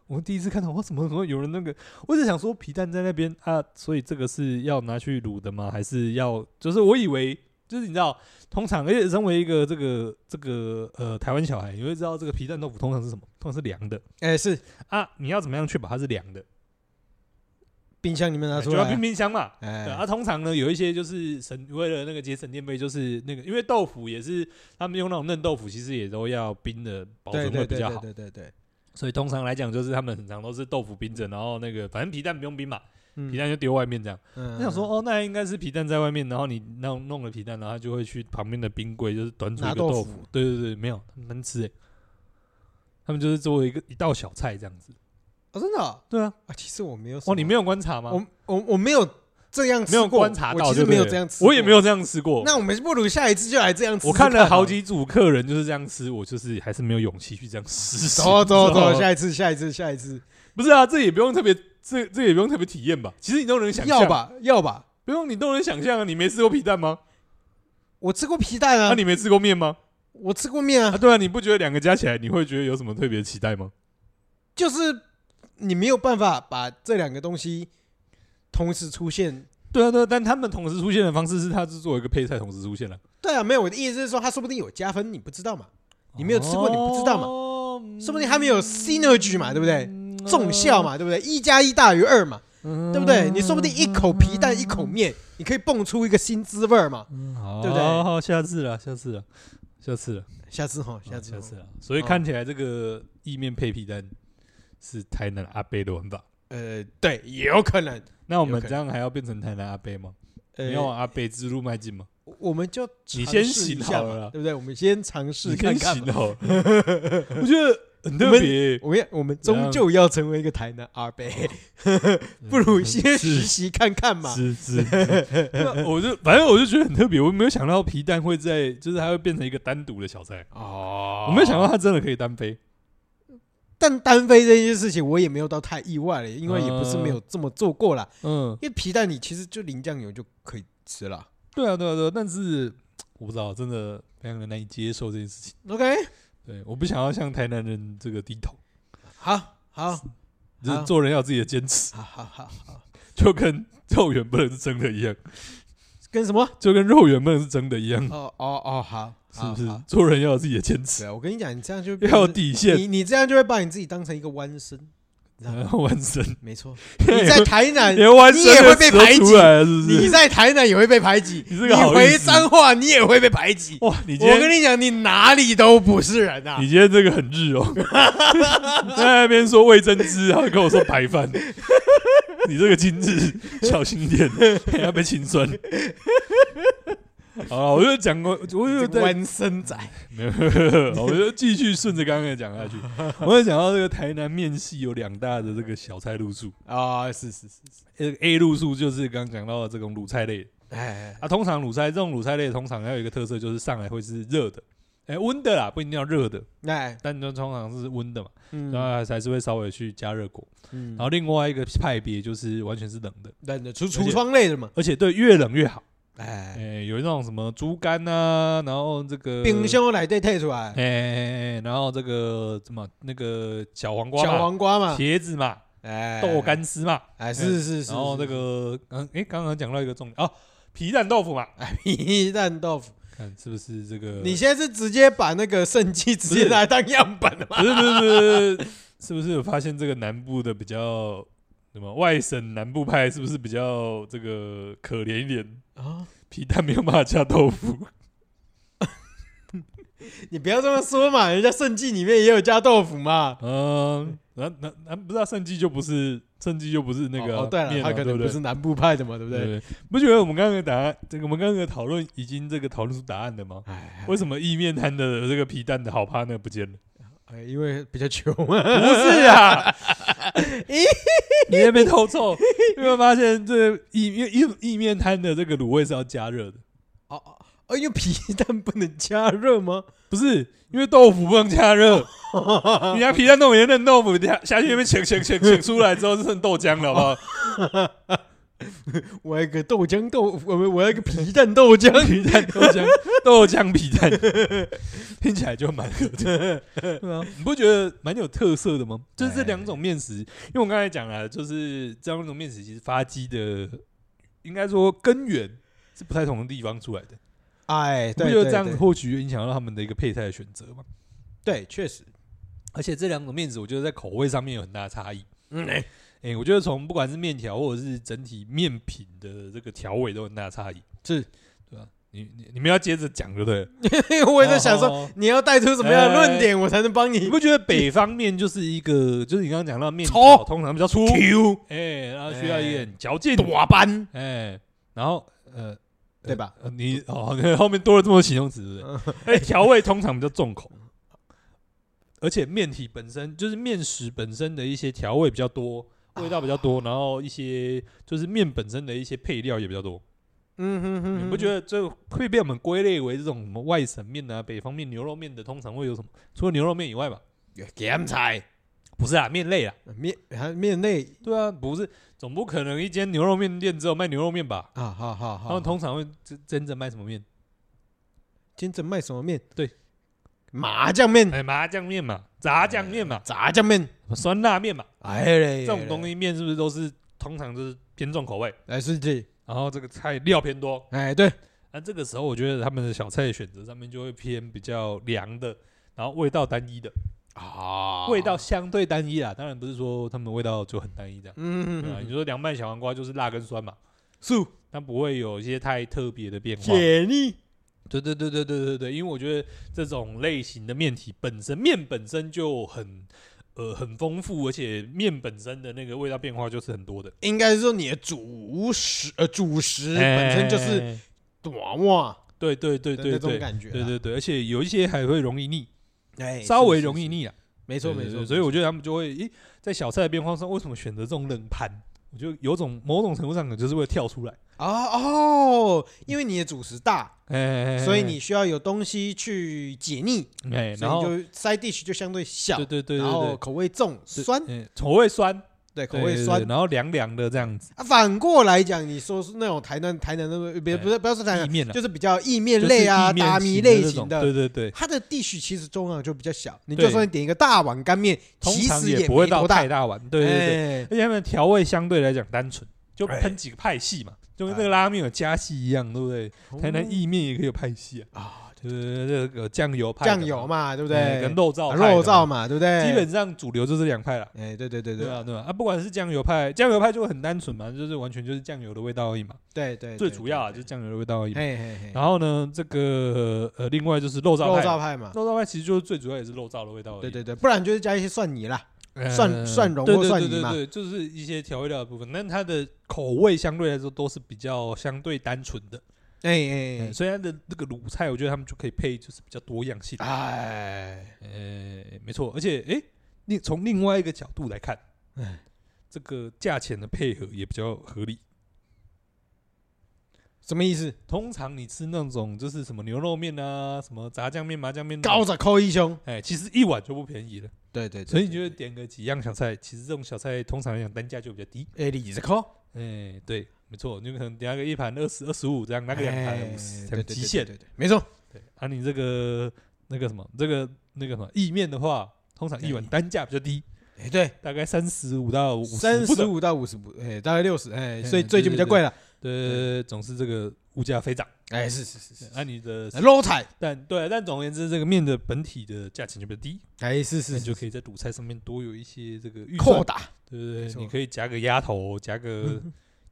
[SPEAKER 2] 我第一次看到，我怎么怎么有人那个？我一直想说皮蛋在那边啊，所以这个是要拿去卤的吗？还是要？就是我以为，就是你知道，通常而且身为一个这个这个呃台湾小孩，你会知道这个皮蛋豆腐通常是什么？通常是凉的
[SPEAKER 1] 哎是，
[SPEAKER 2] 啊，你要怎么样确保它是凉的？
[SPEAKER 1] 冰箱里面拿出
[SPEAKER 2] 就哎要
[SPEAKER 1] 来
[SPEAKER 2] 冰
[SPEAKER 1] 啊，
[SPEAKER 2] 冰箱嘛。对
[SPEAKER 1] 哎
[SPEAKER 2] 啊，通常呢有一些就是省为了那个节省电费，就是那个因为豆腐也是他们用那种嫩豆腐，其实也都要冰的保
[SPEAKER 1] 对
[SPEAKER 2] 存
[SPEAKER 1] 对
[SPEAKER 2] 会比
[SPEAKER 1] 对
[SPEAKER 2] 较
[SPEAKER 1] 对
[SPEAKER 2] 好。
[SPEAKER 1] 对对对，
[SPEAKER 2] 所以通常来讲，就是他们很常都是豆腐冰着，然后那个反正皮蛋不用冰嘛，
[SPEAKER 1] 嗯
[SPEAKER 2] 皮蛋就丢外面这样。
[SPEAKER 1] 嗯
[SPEAKER 2] 我想说，哦，那应该是皮蛋在外面，然后你弄弄了皮蛋，然后他就会去旁边的冰柜，就是端出一
[SPEAKER 1] 拿
[SPEAKER 2] 个
[SPEAKER 1] 豆
[SPEAKER 2] 豆
[SPEAKER 1] 腐
[SPEAKER 2] 腐。对对对，没有，他们能吃诶、欸他们就是作为一个一道小菜这样子。
[SPEAKER 1] 哦真的哦
[SPEAKER 2] 对啊，
[SPEAKER 1] 啊，其实我没有什么，
[SPEAKER 2] 哦，你没有观察吗？
[SPEAKER 1] 我我我没有这样吃
[SPEAKER 2] 没有
[SPEAKER 1] 过
[SPEAKER 2] 观察
[SPEAKER 1] 我
[SPEAKER 2] 到，
[SPEAKER 1] 其实
[SPEAKER 2] 对不
[SPEAKER 1] 没有
[SPEAKER 2] 对
[SPEAKER 1] 这样吃，
[SPEAKER 2] 我也没。有这样吃过。
[SPEAKER 1] 那我们不如下一次就来这样吃吃
[SPEAKER 2] 我看了好
[SPEAKER 1] 哦。
[SPEAKER 2] 几组客人就是这样吃，我就是还是没有勇气去这样吃。
[SPEAKER 1] 走啊走
[SPEAKER 2] 你知道
[SPEAKER 1] 走，
[SPEAKER 2] 吗
[SPEAKER 1] 下一次，下一次，下一次，
[SPEAKER 2] 不是啊，这也不用特别，这这也不用特别体验吧？其实你都能想象
[SPEAKER 1] 要，吧，要吧。
[SPEAKER 2] 不用，你都能想象啊！你没吃过皮蛋吗？
[SPEAKER 1] 我吃过皮蛋
[SPEAKER 2] 那、
[SPEAKER 1] 啊，
[SPEAKER 2] 你没吃过面吗？
[SPEAKER 1] 我吃过面
[SPEAKER 2] 啊，
[SPEAKER 1] 啊，
[SPEAKER 2] 对啊，你不觉得两个加起来，你会觉得有什么特别期待吗？
[SPEAKER 1] 就是你没有办法把这两个东西同时出现。
[SPEAKER 2] 对啊，对啊，但他们同时出现的方式是，它是作为一个配菜同时出现了。
[SPEAKER 1] 对啊，没有，我的意思是说，它说不定有加分，你不知道嘛，你没有吃过你不知道嘛
[SPEAKER 2] 嘛
[SPEAKER 1] 说不定他们有 synergy 嘛对不对
[SPEAKER 2] 对
[SPEAKER 1] 重效，嘛，对不对？一加一大于二嘛，
[SPEAKER 2] 嗯
[SPEAKER 1] 对不对？你说不定一口皮蛋一口，面，你可以蹦出一个新滋味儿嘛。
[SPEAKER 2] 嗯好
[SPEAKER 1] 对不对
[SPEAKER 2] 好好，下次了，下次了，下次了，
[SPEAKER 1] 下次哈，下次
[SPEAKER 2] 嗯下
[SPEAKER 1] 吼
[SPEAKER 2] 次了。所以看起来这个意面配皮蛋是台南阿贝的玩法。
[SPEAKER 1] 呃，对，也有可能。
[SPEAKER 2] 那我
[SPEAKER 1] 有
[SPEAKER 2] 们
[SPEAKER 1] 可能
[SPEAKER 2] 这样还要变成台南阿贝吗？
[SPEAKER 1] 呃
[SPEAKER 2] 你要往阿贝之路迈进吗？
[SPEAKER 1] 我们就
[SPEAKER 2] 啊你
[SPEAKER 1] 尝
[SPEAKER 2] 先
[SPEAKER 1] 试一
[SPEAKER 2] 醒
[SPEAKER 1] 下
[SPEAKER 2] 好
[SPEAKER 1] 嘛
[SPEAKER 2] 了啦
[SPEAKER 1] 对不对？我们先尝试
[SPEAKER 2] 你
[SPEAKER 1] 看
[SPEAKER 2] 看
[SPEAKER 1] 看嘛。
[SPEAKER 2] 行 哦，我觉得很特别，
[SPEAKER 1] 我们我们终究要成为一个台 南阿伯， 不如先实
[SPEAKER 2] 是
[SPEAKER 1] 习看看嘛。
[SPEAKER 2] 是是，是那我就反正我就觉得很特别，我没有想到皮蛋会在，就是它会变成一个单独的小菜，
[SPEAKER 1] 哦
[SPEAKER 2] 我没有想到，它真的可以单飞，
[SPEAKER 1] 但单飞这件事情我也没有到太意外了，因为也不是没有这么做过啦。
[SPEAKER 2] 嗯，
[SPEAKER 1] 因为皮蛋你其实就淋酱油就可以吃了。
[SPEAKER 2] 对啊对啊对啊，但是我不知道，真的非常的难以接受这件事情，
[SPEAKER 1] OK，
[SPEAKER 2] 对，我不想要向台南人这个低头，
[SPEAKER 1] 好，好，
[SPEAKER 2] 就
[SPEAKER 1] 啊
[SPEAKER 2] 是做人要有自己的坚持，
[SPEAKER 1] 好，好，好，好，
[SPEAKER 2] 就跟肉圆不能是真的一样，
[SPEAKER 1] 跟什么？
[SPEAKER 2] 就跟肉圆不能是真的一样，
[SPEAKER 1] 哦，哦，哦，好，
[SPEAKER 2] 是不
[SPEAKER 1] 好
[SPEAKER 2] 是
[SPEAKER 1] 好？
[SPEAKER 2] 做人要有自己的坚持，
[SPEAKER 1] 对啊，我跟你讲，你这样就变
[SPEAKER 2] 要有
[SPEAKER 1] 成
[SPEAKER 2] 底线，
[SPEAKER 1] 你你这样就会把你自己当成一个弯身，你知道
[SPEAKER 2] 然
[SPEAKER 1] 吗？
[SPEAKER 2] 后完成，
[SPEAKER 1] 没 错，
[SPEAKER 2] 连
[SPEAKER 1] 你在台南，
[SPEAKER 2] 连完
[SPEAKER 1] 你
[SPEAKER 2] 成
[SPEAKER 1] 也会被排挤
[SPEAKER 2] 出来了，是不
[SPEAKER 1] 你
[SPEAKER 2] 是？
[SPEAKER 1] 在台南也会被排挤，
[SPEAKER 2] 你这个好意
[SPEAKER 1] 回
[SPEAKER 2] 思
[SPEAKER 1] 彰化你也会被排挤。
[SPEAKER 2] 哇，你今
[SPEAKER 1] 我
[SPEAKER 2] 天
[SPEAKER 1] 跟你讲，你哪里都不是人啊
[SPEAKER 2] 你！今天这个很日 哦，在那边说味增汁，然后跟我说 白饭，你这个今日小心一点，等下被清算。好了，我就讲过，我就在
[SPEAKER 1] 弯身仔，
[SPEAKER 2] 没有， 我就继续顺着刚刚的讲下去。我就讲到这个台南面系有两大的这个小菜路数，
[SPEAKER 1] 啊，是是是是，
[SPEAKER 2] 呃 A 路数就是刚刚讲到的这种卤菜类的
[SPEAKER 1] 哎，
[SPEAKER 2] 啊，通常卤菜这种卤菜类通常要有一个特色，就是上来会是热的，哎温的啦，不一定要热的，
[SPEAKER 1] 哎，
[SPEAKER 2] 但就通常是温的嘛。
[SPEAKER 1] 嗯
[SPEAKER 2] 然后还是会啊稍微去加热过。
[SPEAKER 1] 嗯
[SPEAKER 2] 然，后另外一个派别就是完全是冷的，
[SPEAKER 1] 冷的，除橱窗类的嘛，
[SPEAKER 2] 而且对越冷越好。
[SPEAKER 1] 哎，
[SPEAKER 2] 哎，有那种什么猪肝呐，然后这个
[SPEAKER 1] 冰，箱来对退出来，
[SPEAKER 2] 哎哎，哎然后这个什么那个小黄瓜嘛，
[SPEAKER 1] 小黄瓜嘛，
[SPEAKER 2] 茄子嘛，
[SPEAKER 1] 哎，
[SPEAKER 2] 豆，干丝嘛，
[SPEAKER 1] 哎，是是是，
[SPEAKER 2] 然 后那
[SPEAKER 1] 是
[SPEAKER 2] 个刚哎刚刚讲到一个重点哦，皮蛋豆腐嘛，
[SPEAKER 1] 是皮蛋豆腐，
[SPEAKER 2] 看是不是这个？
[SPEAKER 1] 你现在是直接把那个圣迹直接拿来当样本 了吗？
[SPEAKER 2] 不是不是不是不是，是不是有发现这个南部的比较什么外省南部派是不是比较这个可怜一点？
[SPEAKER 1] 啊，
[SPEAKER 2] 皮蛋没有办法加豆腐，
[SPEAKER 1] 你不要这么说嘛，人家圣迹里面也有加豆腐嘛。
[SPEAKER 2] 嗯，南南南不知道圣记就不是圣记就不是那个、
[SPEAKER 1] 哦哦对了，
[SPEAKER 2] 面
[SPEAKER 1] 他
[SPEAKER 2] 啊
[SPEAKER 1] 可
[SPEAKER 2] 对
[SPEAKER 1] 能
[SPEAKER 2] 不
[SPEAKER 1] 不
[SPEAKER 2] 对
[SPEAKER 1] 是南部派的嘛，对不
[SPEAKER 2] 对
[SPEAKER 1] 对？
[SPEAKER 2] 对不觉得我们刚刚的答案，这个我们刚刚的讨论已经这个讨论出答案了吗？
[SPEAKER 1] 哎，
[SPEAKER 2] 为什么意面摊的这个皮蛋的好 partner 不见了？
[SPEAKER 1] 哎因为比较穷
[SPEAKER 2] 不
[SPEAKER 1] 啊。
[SPEAKER 2] 是啊，你在被偷臭，有没有发现这意面意意面摊的这个卤味是要加热的？
[SPEAKER 1] 哦哦哦，因为皮蛋不能加热吗？
[SPEAKER 2] 不是，因为豆腐不能加热，你拿皮蛋豆腐腌嫩豆腐，下下去那边切切切切出来之后就剩豆浆了，好不好？
[SPEAKER 1] 我要一个豆浆豆，我我要一个皮蛋豆 浆。
[SPEAKER 2] 皮蛋豆浆，豆浆皮 蛋，听起来就蛮合的，对啊，你不觉得蛮有特色的吗？就是这两种面食，因为我刚才讲了，就是这两种面食其实发迹的，应该说根源是不太同的地方出来的，
[SPEAKER 1] 哎，
[SPEAKER 2] 你不
[SPEAKER 1] 对
[SPEAKER 2] 觉
[SPEAKER 1] 对
[SPEAKER 2] 得这样子
[SPEAKER 1] 对，
[SPEAKER 2] 或许影响到他们的一个配菜的选择吗？
[SPEAKER 1] 对，确实，
[SPEAKER 2] 而且这两种面食，我觉得在口味上面有很大的差异。
[SPEAKER 1] 嗯，哎
[SPEAKER 2] 哎、我觉得从不管是面条或者是整体面品的这个调味都有很大的差异，
[SPEAKER 1] 是，
[SPEAKER 2] 对吧、啊你你你们要接着讲，对不对了？
[SPEAKER 1] 因为我也在想说，
[SPEAKER 2] 哦
[SPEAKER 1] 你要带出什么样的论点，我才能帮
[SPEAKER 2] 你
[SPEAKER 1] 你
[SPEAKER 2] 不觉得北方面就是一个，就是你刚刚讲到面
[SPEAKER 1] 粗
[SPEAKER 2] 条通常比较粗，
[SPEAKER 1] Q
[SPEAKER 2] 哎、然后需要一点嚼劲，
[SPEAKER 1] 短班，
[SPEAKER 2] 哎、然后呃，
[SPEAKER 1] 对吧？
[SPEAKER 2] 呃你哦， 后面多了这么多形容词，对不对？哎，调味通常比较重口，而且面体本身就是面食本身的一些调味比较多，味道比较多，然后一些就是面本身的一些配料也比较多。
[SPEAKER 1] 嗯哼哼，
[SPEAKER 2] 你不觉得这会被我们归类为这种什么外省面啊、北方面、牛肉面的，通常会有什么？除了牛肉面以外吧？
[SPEAKER 1] 得咸菜
[SPEAKER 2] 不是啊，面类啊。
[SPEAKER 1] 面还面类
[SPEAKER 2] 对啊，不是，总不可能一间牛肉面店只有卖牛肉面吧？
[SPEAKER 1] 啊？好好
[SPEAKER 2] 他们
[SPEAKER 1] 好，
[SPEAKER 2] 通常会真真正卖什么面？
[SPEAKER 1] 今天卖什么面？
[SPEAKER 2] 对，
[SPEAKER 1] 麻酱面、
[SPEAKER 2] 哎，麻酱面嘛，炸酱面嘛，
[SPEAKER 1] 炸酱面，
[SPEAKER 2] 酸辣面嘛，
[SPEAKER 1] 哎嘞，
[SPEAKER 2] 这种东
[SPEAKER 1] 西，
[SPEAKER 2] 西面是不是都是通常就是偏重口味，
[SPEAKER 1] 哎是这，
[SPEAKER 2] 然后这个菜料偏多？
[SPEAKER 1] 哎对，
[SPEAKER 2] 那这个时候我觉得他们的小菜的选择上面就会偏比较凉的，然后味道单一的，
[SPEAKER 1] 啊
[SPEAKER 2] 味道，相对单一啦。当然不是说他们味道就很单一这样，
[SPEAKER 1] 嗯
[SPEAKER 2] 对啊，
[SPEAKER 1] 嗯
[SPEAKER 2] 你，说凉拌小黄瓜就是辣跟酸嘛，
[SPEAKER 1] 素
[SPEAKER 2] 但不会有一些太特别的变化。
[SPEAKER 1] 解腻，
[SPEAKER 2] 对对对对对对对，因为我觉得这种类型的面体本身面本身就很呃很丰富，而且面本身的那个味道变化就是很多的。
[SPEAKER 1] 应该是说你的主食呃主食本身就是
[SPEAKER 2] 哎
[SPEAKER 1] 短袜
[SPEAKER 2] 对对对
[SPEAKER 1] 的
[SPEAKER 2] 对
[SPEAKER 1] 那种
[SPEAKER 2] 对，
[SPEAKER 1] 感觉啦，啊
[SPEAKER 2] 对对对，而且有一些还会容易腻，
[SPEAKER 1] 哎，
[SPEAKER 2] 稍微
[SPEAKER 1] 是
[SPEAKER 2] 容
[SPEAKER 1] 是
[SPEAKER 2] 易，
[SPEAKER 1] 是
[SPEAKER 2] 腻啊。
[SPEAKER 1] 没错
[SPEAKER 2] 对
[SPEAKER 1] 没
[SPEAKER 2] 对
[SPEAKER 1] 错，
[SPEAKER 2] 所以我觉得他们就会诶，在小菜的变化上，为什么选择这种冷盘？我觉得有种某种程度上可能就是会跳出来，
[SPEAKER 1] 哦哦，因为你的主食大，
[SPEAKER 2] 哎哎，哎哎
[SPEAKER 1] 所以你需要有东西去解腻，
[SPEAKER 2] 哎，
[SPEAKER 1] 所
[SPEAKER 2] 然后
[SPEAKER 1] 以你就 side dish 就相对小
[SPEAKER 2] 对，对对对
[SPEAKER 1] 然后
[SPEAKER 2] 对，
[SPEAKER 1] 口味重
[SPEAKER 2] 对
[SPEAKER 1] 酸，
[SPEAKER 2] 哎口味酸，
[SPEAKER 1] 对口
[SPEAKER 2] 对
[SPEAKER 1] 味
[SPEAKER 2] 对
[SPEAKER 1] 酸
[SPEAKER 2] 对。然后凉凉的这样子，
[SPEAKER 1] 啊，反过来讲，你说是那种台南台南那个，别
[SPEAKER 2] 哎
[SPEAKER 1] 不是不要说台
[SPEAKER 2] 意
[SPEAKER 1] 南，
[SPEAKER 2] 面啊
[SPEAKER 1] 就是比较意面类啊、
[SPEAKER 2] 就是意面
[SPEAKER 1] 达米
[SPEAKER 2] 型
[SPEAKER 1] 类
[SPEAKER 2] 那
[SPEAKER 1] 型
[SPEAKER 2] 种
[SPEAKER 1] 的，
[SPEAKER 2] 对对对，
[SPEAKER 1] 它的地区其实重量就比较小，你
[SPEAKER 2] 对
[SPEAKER 1] 就算点一个大碗干面，
[SPEAKER 2] 通
[SPEAKER 1] 其
[SPEAKER 2] 常
[SPEAKER 1] 实
[SPEAKER 2] 也不
[SPEAKER 1] 没
[SPEAKER 2] 会到
[SPEAKER 1] 多
[SPEAKER 2] 太
[SPEAKER 1] 大。
[SPEAKER 2] 大碗，对对对，
[SPEAKER 1] 哎
[SPEAKER 2] 而且他们调味相对来讲单纯，就
[SPEAKER 1] 哎
[SPEAKER 2] 喷几个派系嘛，就跟那个拉面有加系一样，对不对？台南意面也可以有派系啊，
[SPEAKER 1] 哎啊，
[SPEAKER 2] 就是这个酱油派的嘛，
[SPEAKER 1] 酱油嘛，对不
[SPEAKER 2] 哎
[SPEAKER 1] 对？
[SPEAKER 2] 跟肉燥
[SPEAKER 1] 啊
[SPEAKER 2] 派的嘛
[SPEAKER 1] 肉燥，嘛，对不对？
[SPEAKER 2] 基本上主流就是两派了。
[SPEAKER 1] 哎，对哎对对
[SPEAKER 2] 对
[SPEAKER 1] 对
[SPEAKER 2] 啊，对啊，啊，不管是酱油派，酱油派就很单纯嘛，就是完全就是酱油的味道而已嘛，
[SPEAKER 1] 对对，
[SPEAKER 2] 最
[SPEAKER 1] 对
[SPEAKER 2] 主要啊
[SPEAKER 1] 对
[SPEAKER 2] 就是酱油的味道而已嘛。
[SPEAKER 1] 嘿嘿嘿，
[SPEAKER 2] 然后呢，这个呃，另外就是肉燥
[SPEAKER 1] 肉
[SPEAKER 2] 派
[SPEAKER 1] 燥
[SPEAKER 2] 嘛，
[SPEAKER 1] 派嘛，
[SPEAKER 2] 肉燥派其实就是最主要也是肉燥的味道而已
[SPEAKER 1] 对。对对，不然就是加一些蒜泥啦。
[SPEAKER 2] 呃
[SPEAKER 1] 蒜蒜蓉
[SPEAKER 2] 对
[SPEAKER 1] 或
[SPEAKER 2] 对
[SPEAKER 1] 蒜
[SPEAKER 2] 对
[SPEAKER 1] 泥
[SPEAKER 2] 对
[SPEAKER 1] 嘛
[SPEAKER 2] 对，就是一些调味料的部分，但它的口味相对来说都是比较相对单纯的，呃
[SPEAKER 1] 哎哎
[SPEAKER 2] 所以它的那个卤菜，我觉得他们就可以配就是比较多样性
[SPEAKER 1] 哎，。哎，
[SPEAKER 2] 呃，没错，而且诶，另从另外一个角度来看
[SPEAKER 1] 哎，
[SPEAKER 2] 这个价钱的配合也比较合理。
[SPEAKER 1] 什么意思？
[SPEAKER 2] 通常你吃那种就是什么牛肉面啊、什么炸酱面、麻酱面那种，
[SPEAKER 1] 高着扣一胸，
[SPEAKER 2] 哎，其实一碗就不便宜了。
[SPEAKER 1] 对对，对
[SPEAKER 2] 所以你就
[SPEAKER 1] 对
[SPEAKER 2] 会点个几样小菜。其实这种小菜通常来讲单价就比较低。
[SPEAKER 1] 哎，你这颗
[SPEAKER 2] 哎、对，没错，你可能点个一盘二十二十五这样，拿个两盘五十，这样极限。
[SPEAKER 1] 哎对对，没错，
[SPEAKER 2] 对，啊，你这个那个什么，这个那个什么意面的话，通常一碗单价比较低，
[SPEAKER 1] 哎对，
[SPEAKER 2] 大概三十五到五十，
[SPEAKER 1] 三十五到五十五，哎，大概六十，哎，所以
[SPEAKER 2] 嗯
[SPEAKER 1] 最近比较贵了，
[SPEAKER 2] 对，总是这个物价飞涨。
[SPEAKER 1] 哎，是是是是，
[SPEAKER 2] 按、啊、你的，
[SPEAKER 1] low 菜，
[SPEAKER 2] 但对，啊但总而言之，这个面的本体的价钱就比较低，
[SPEAKER 1] 哎，是
[SPEAKER 2] 那
[SPEAKER 1] 是
[SPEAKER 2] 你
[SPEAKER 1] 是
[SPEAKER 2] 就可以在主菜上面多有一些这个预
[SPEAKER 1] 扣
[SPEAKER 2] 算，
[SPEAKER 1] 打
[SPEAKER 2] 对对
[SPEAKER 1] 没
[SPEAKER 2] 对，
[SPEAKER 1] 错
[SPEAKER 2] 你可以加个鸭头，加 个